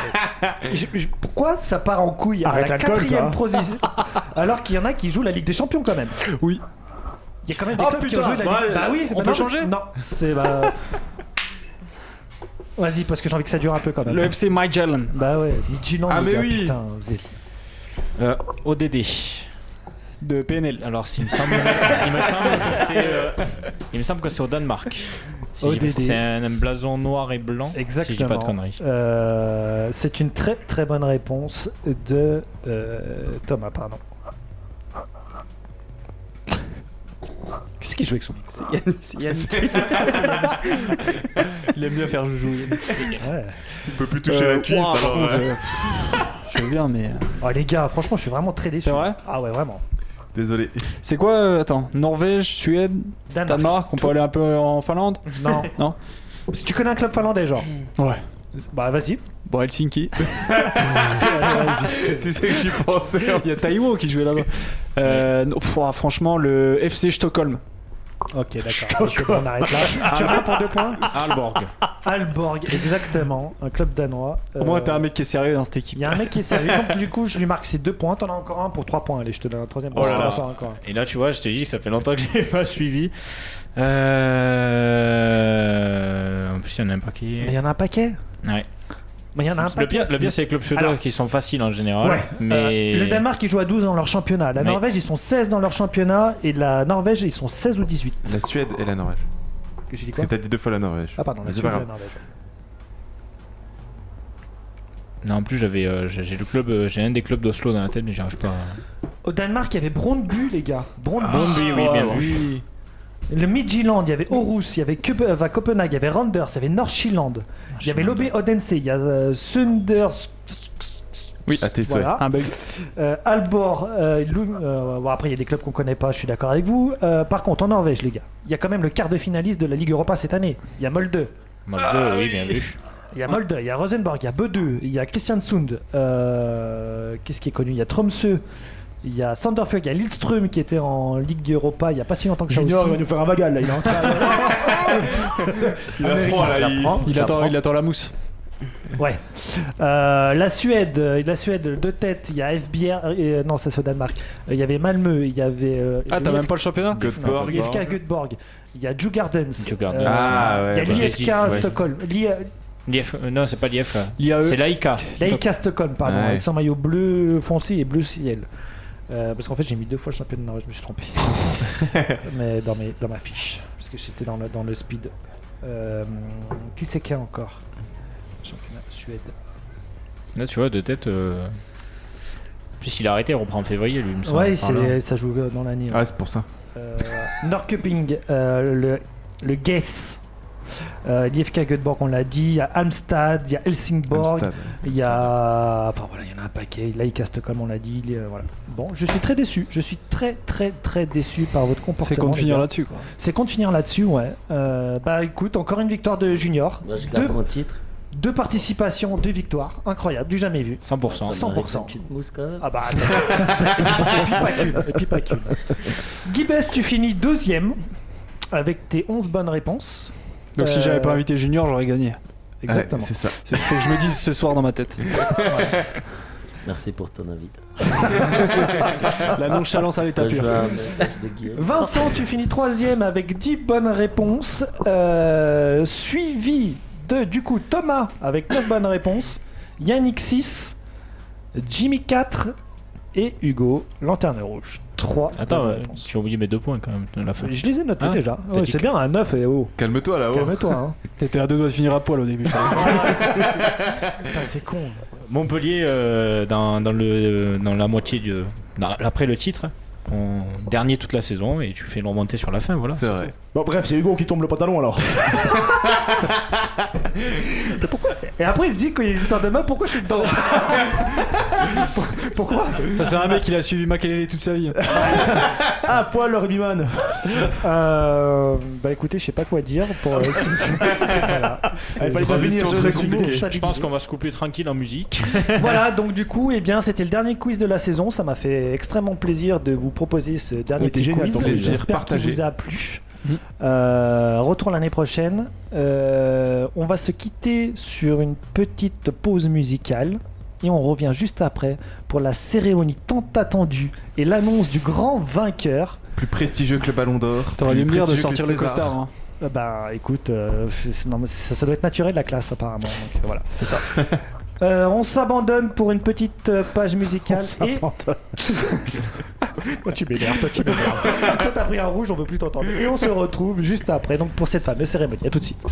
Speaker 1: attendez. Je- je- pourquoi ça part en couille à
Speaker 3: Arrête
Speaker 1: la
Speaker 3: l'alcool,
Speaker 1: quatrième
Speaker 3: toi.
Speaker 1: position Alors qu'il y en a qui jouent la Ligue des Champions quand même. Oui. Il y a quand même des
Speaker 6: Ah,
Speaker 1: clubs qui
Speaker 6: putain,
Speaker 1: ont joué la
Speaker 6: bah,
Speaker 1: Ligue. Bah oui,
Speaker 6: on
Speaker 1: bah
Speaker 6: peut
Speaker 1: non,
Speaker 6: changer
Speaker 1: Non, c'est bah. Vas-y, parce que j'ai envie que ça dure un peu quand même.
Speaker 6: Le FC Magellan.
Speaker 1: Bah ouais, Midtjylland,
Speaker 5: Ah,
Speaker 1: les
Speaker 5: mais
Speaker 1: gars,
Speaker 5: oui.
Speaker 1: putain, vous êtes-
Speaker 6: Euh, ODD. De PNL. Alors, s'il me semble,
Speaker 2: Il me semble que c'est. euh, il me semble que c'est au Danemark. Si j'ai-
Speaker 1: ODD.
Speaker 2: c'est un, blason noir et blanc.
Speaker 1: Exactement.
Speaker 2: Si je dis pas de conneries.
Speaker 1: Euh, c'est une très très bonne réponse de euh, Thomas, pardon. Qu'est-ce qu'il joue avec son micro
Speaker 4: C'est Yannick. c'est Yannick.
Speaker 2: Il aime bien faire joujou.
Speaker 1: Ouais.
Speaker 5: Il peut plus toucher
Speaker 6: Euh,
Speaker 5: la cuisse.
Speaker 6: ouah, par
Speaker 5: alors,
Speaker 6: contre,
Speaker 5: euh,
Speaker 6: euh, Je veux bien, mais. euh,
Speaker 1: Oh, les gars, franchement, je suis vraiment très déçu.
Speaker 6: C'est vrai
Speaker 1: Ah ouais, vraiment.
Speaker 5: Désolé.
Speaker 6: C'est quoi euh, Attends, Norvège, Suède,
Speaker 1: Danemark.
Speaker 6: Danemark, on peut aller un peu en Finlande
Speaker 1: Non.
Speaker 6: Non.
Speaker 1: Si tu connais un club finlandais, genre.
Speaker 6: Ouais.
Speaker 1: Bah vas-y.
Speaker 6: Bon, Helsinki.
Speaker 5: tu sais que j'y pensais.
Speaker 6: Il y a Taiwo qui jouait là-bas. Euh, non, pff, ouah, franchement, le FC Stockholm.
Speaker 1: Ok, d'accord. C'est bon, on arrête là. tu reviens pour deux points
Speaker 2: Alborg.
Speaker 1: Alborg, exactement. Un club danois.
Speaker 6: Au moins,
Speaker 1: Euh,
Speaker 6: t'as un mec qui est sérieux dans cette équipe.
Speaker 1: Il y a un mec qui est sérieux, donc du coup, je lui marque ses deux points. T'en as encore un pour trois points. Allez, je te donne un troisième.
Speaker 2: Oh là
Speaker 1: Je te
Speaker 2: là.
Speaker 1: lance un encore.
Speaker 2: Et là, tu vois, je te dis que ça fait longtemps que je l'ai pas suivi. Euh... En plus, il y en a un
Speaker 1: Mais il
Speaker 2: paquet.
Speaker 1: y en a un paquet.
Speaker 2: Ouais.
Speaker 1: Mais il y en a un
Speaker 2: Le
Speaker 1: paquet.
Speaker 2: pire, le pire, c'est les clubs suédois
Speaker 1: Alors-
Speaker 2: qui sont faciles en général.
Speaker 1: Ouais.
Speaker 2: mais
Speaker 1: Euh, le Danemark, ils jouent à 12 dans leur championnat. La
Speaker 2: Mais-
Speaker 1: Norvège, ils sont 16 dans leur championnat. Et la Norvège, ils sont 16 ou 18.
Speaker 5: La Suède et la Norvège.
Speaker 1: Que j'ai dit
Speaker 5: Parce
Speaker 1: quoi
Speaker 5: que t'as dit deux fois la Norvège.
Speaker 1: Ah, pardon, la
Speaker 5: Mais c'est
Speaker 1: Suède,
Speaker 5: pas
Speaker 1: la
Speaker 5: grave.
Speaker 1: Norvège.
Speaker 2: Non, en plus, j'avais, euh, j'ai j'ai le club, euh, j'ai un des clubs d'Oslo dans la tête, mais j'y arrive pas. à-
Speaker 1: Au Danemark, il y avait Brondby, les gars. Brondby.
Speaker 2: Brøndby, oui, bien vu.
Speaker 1: Le Midtjylland, il y avait Aarhus, il y avait Cope- euh, Copenhague, il y avait Randers, il y avait Nordsjælland, il y avait l'OB Odense, il y a euh, Sunders.
Speaker 5: Oui, à tes souhaits.
Speaker 1: Voilà.
Speaker 6: Un bug.
Speaker 1: Euh, Aalborg, euh, Lund- euh, bon, après il y a des clubs qu'on connaît pas, je suis d'accord avec vous. Euh, par contre, en Norvège, les gars, il y a quand même le quart de finaliste de la Ligue Europa cette année. Il y a Molde,
Speaker 2: Molde, oui, bien vu.
Speaker 1: il y a Molde, il y a Rosenborg, il y a Bødø, il y a Kristiansund. Euh, Qu'est-ce qui est connu Il y a Tromsø, il y a Sanderfjord, il y a Lillestrøm qui était en Ligue Europa il y a pas si longtemps que ça
Speaker 3: Junior,
Speaker 1: aussi.
Speaker 3: il va nous faire un bagal là. Il est en train.
Speaker 5: Il a froid là. Il...
Speaker 6: Il attend, il attend la mousse.
Speaker 1: Ouais. Euh, la Suède, euh, la Suède de tête, il y a FBR, euh, non, ça c'est au Danemark. Euh, Il y avait Malmö, il y avait. euh,
Speaker 6: Ah,
Speaker 1: le
Speaker 6: t'as
Speaker 1: IFK
Speaker 6: même pas le championnat
Speaker 5: Göteborg.
Speaker 1: Il y a FK Göteborg, il y a Jew Gardens.
Speaker 2: Djurgardens.
Speaker 1: euh,
Speaker 5: Ah
Speaker 1: il y a
Speaker 5: ouais. bah.
Speaker 2: ouais.
Speaker 1: l'IFK à
Speaker 2: Ouais.
Speaker 1: Stockholm. l'I-
Speaker 2: L'IF, euh, non, c'est pas l'IF. là.
Speaker 1: Ah,
Speaker 6: L'IAE.
Speaker 2: C'est l'AICA.
Speaker 1: L'AIK Stockholm, pardon,
Speaker 5: Ouais.
Speaker 1: avec son maillot bleu foncé et bleu ciel. Euh, parce qu'en fait, j'ai mis deux fois le championnat de Norvège, je me suis trompé. Mais dans, mes, dans ma fiche, parce que j'étais dans le, dans le speed. Euh, qui c'est qu'il y a encore Championnat Suède.
Speaker 2: Là, tu vois, de tête. euh, En plus, il a arrêté, il reprend en février, lui, il me semble.
Speaker 1: Ouais,
Speaker 2: par là.
Speaker 1: c'est- ça joue euh, dans l'année. ouais.
Speaker 5: Ah, c'est pour ça.
Speaker 1: Euh, Norrköping, euh, le, le Guess. Euh, L'IFK Göteborg, on l'a dit. Il y a Amstad, il y a Helsingborg,
Speaker 5: Amsterdam.
Speaker 1: il y a. Enfin voilà, il y en a un paquet. Laïka Stockholm, on l'a dit. il y a- voilà. Bon, je suis très déçu. Je suis très, très, très déçu par votre comportement.
Speaker 6: C'est qu'on
Speaker 1: les
Speaker 6: finir
Speaker 1: gars.
Speaker 6: là-dessus, quoi.
Speaker 1: C'est con de finir là-dessus, ouais. Euh, bah écoute, encore une victoire de Junior.
Speaker 7: Moi, Bah, je garde
Speaker 1: Deux,
Speaker 7: mon titre.
Speaker 1: deux participations, deux victoires. Incroyable, du jamais vu.
Speaker 2: 100%.
Speaker 7: Ça mérite
Speaker 1: 100%.
Speaker 7: une petite mousse quand même.
Speaker 1: Ah bah attends. et puis pas qu'une, et puis pas qu'une. Guy Bess, tu finis deuxième avec tes 11 bonnes réponses.
Speaker 6: Donc, si j'avais pas
Speaker 1: Euh,
Speaker 6: invité Junior, j'aurais gagné.
Speaker 1: Exactement.
Speaker 5: Ouais, c'est ça.
Speaker 6: C'est ce que je me dis ce soir dans ma tête.
Speaker 7: Merci pour ton invite.
Speaker 6: La nonchalance à l'état
Speaker 7: Toi, je
Speaker 6: pur.
Speaker 7: veux un message de Guillaume.
Speaker 1: Vincent, tu finis troisième avec 10 bonnes réponses, euh, suivi de du coup Thomas avec 9 bonnes réponses, Yannick 6, Jimmy 4 et Hugo Lanterne Rouge 3.
Speaker 2: Attends, euh, tu as oublié mes deux points quand même de la fin.
Speaker 1: je les ai notés
Speaker 2: Ah,
Speaker 1: déjà.
Speaker 2: t'as
Speaker 1: Ouais,
Speaker 2: dit
Speaker 1: c'est
Speaker 2: que-
Speaker 1: bien, un 9 et oh,
Speaker 5: Calme-toi là-haut.
Speaker 1: calme-toi. hein.
Speaker 6: T'étais à deux doigts de finir à poil au début.
Speaker 1: Putain, c'est con.
Speaker 2: Montpellier, euh, dans, dans le, dans la moitié du. dans- après le titre, on- dernier toute la saison, et tu fais une remontée sur la fin, voilà.
Speaker 5: C'est vrai.
Speaker 3: Bon, bref, c'est Hugo qui tombe le pantalon alors.
Speaker 1: Et après, il dit qu'il y a des histoires de meufs, pourquoi je suis dedans Pourquoi
Speaker 6: Ça, c'est un mec qui a suivi Makelele toute sa vie.
Speaker 3: À poil le rugbyman.
Speaker 1: euh, Bah écoutez, je sais pas quoi dire. Pour... euh, voilà.
Speaker 3: Il fallait pas finir
Speaker 5: Transition
Speaker 3: sur le
Speaker 5: très
Speaker 3: truc.
Speaker 5: compliquée.
Speaker 2: Je pense qu'on va se couper tranquille en musique.
Speaker 1: voilà, donc du coup, eh bien, c'était le dernier quiz de la saison. Ça m'a fait extrêmement plaisir de vous proposer ce dernier
Speaker 3: était
Speaker 1: petit
Speaker 3: génial,
Speaker 1: quiz.
Speaker 3: ton plaisir
Speaker 1: J'espère qu'il
Speaker 5: partagé.
Speaker 1: vous a plu.
Speaker 2: Mm.
Speaker 1: Euh, retour l'année prochaine. Euh, on va se quitter sur une petite pause musicale et on revient juste après pour la cérémonie tant attendue et l'annonce du grand vainqueur.
Speaker 5: Plus prestigieux que le Ballon d'Or.
Speaker 1: T'aurais
Speaker 5: plus
Speaker 1: dû me dire de
Speaker 5: prestigieux que
Speaker 1: sortir le
Speaker 5: César.
Speaker 1: costard, hein. Euh, Bah écoute, euh, c'est- non, mais ça, ça doit être naturel la classe apparemment. donc, voilà, c'est ça. Euh, on s'abandonne pour une petite euh, page musicale. et... toi tu m'énerves, toi tu m'énerves. toi t'as pris un rouge, on veut plus t'entendre. Et on se retrouve juste après donc pour cette fameuse cérémonie. À tout de suite.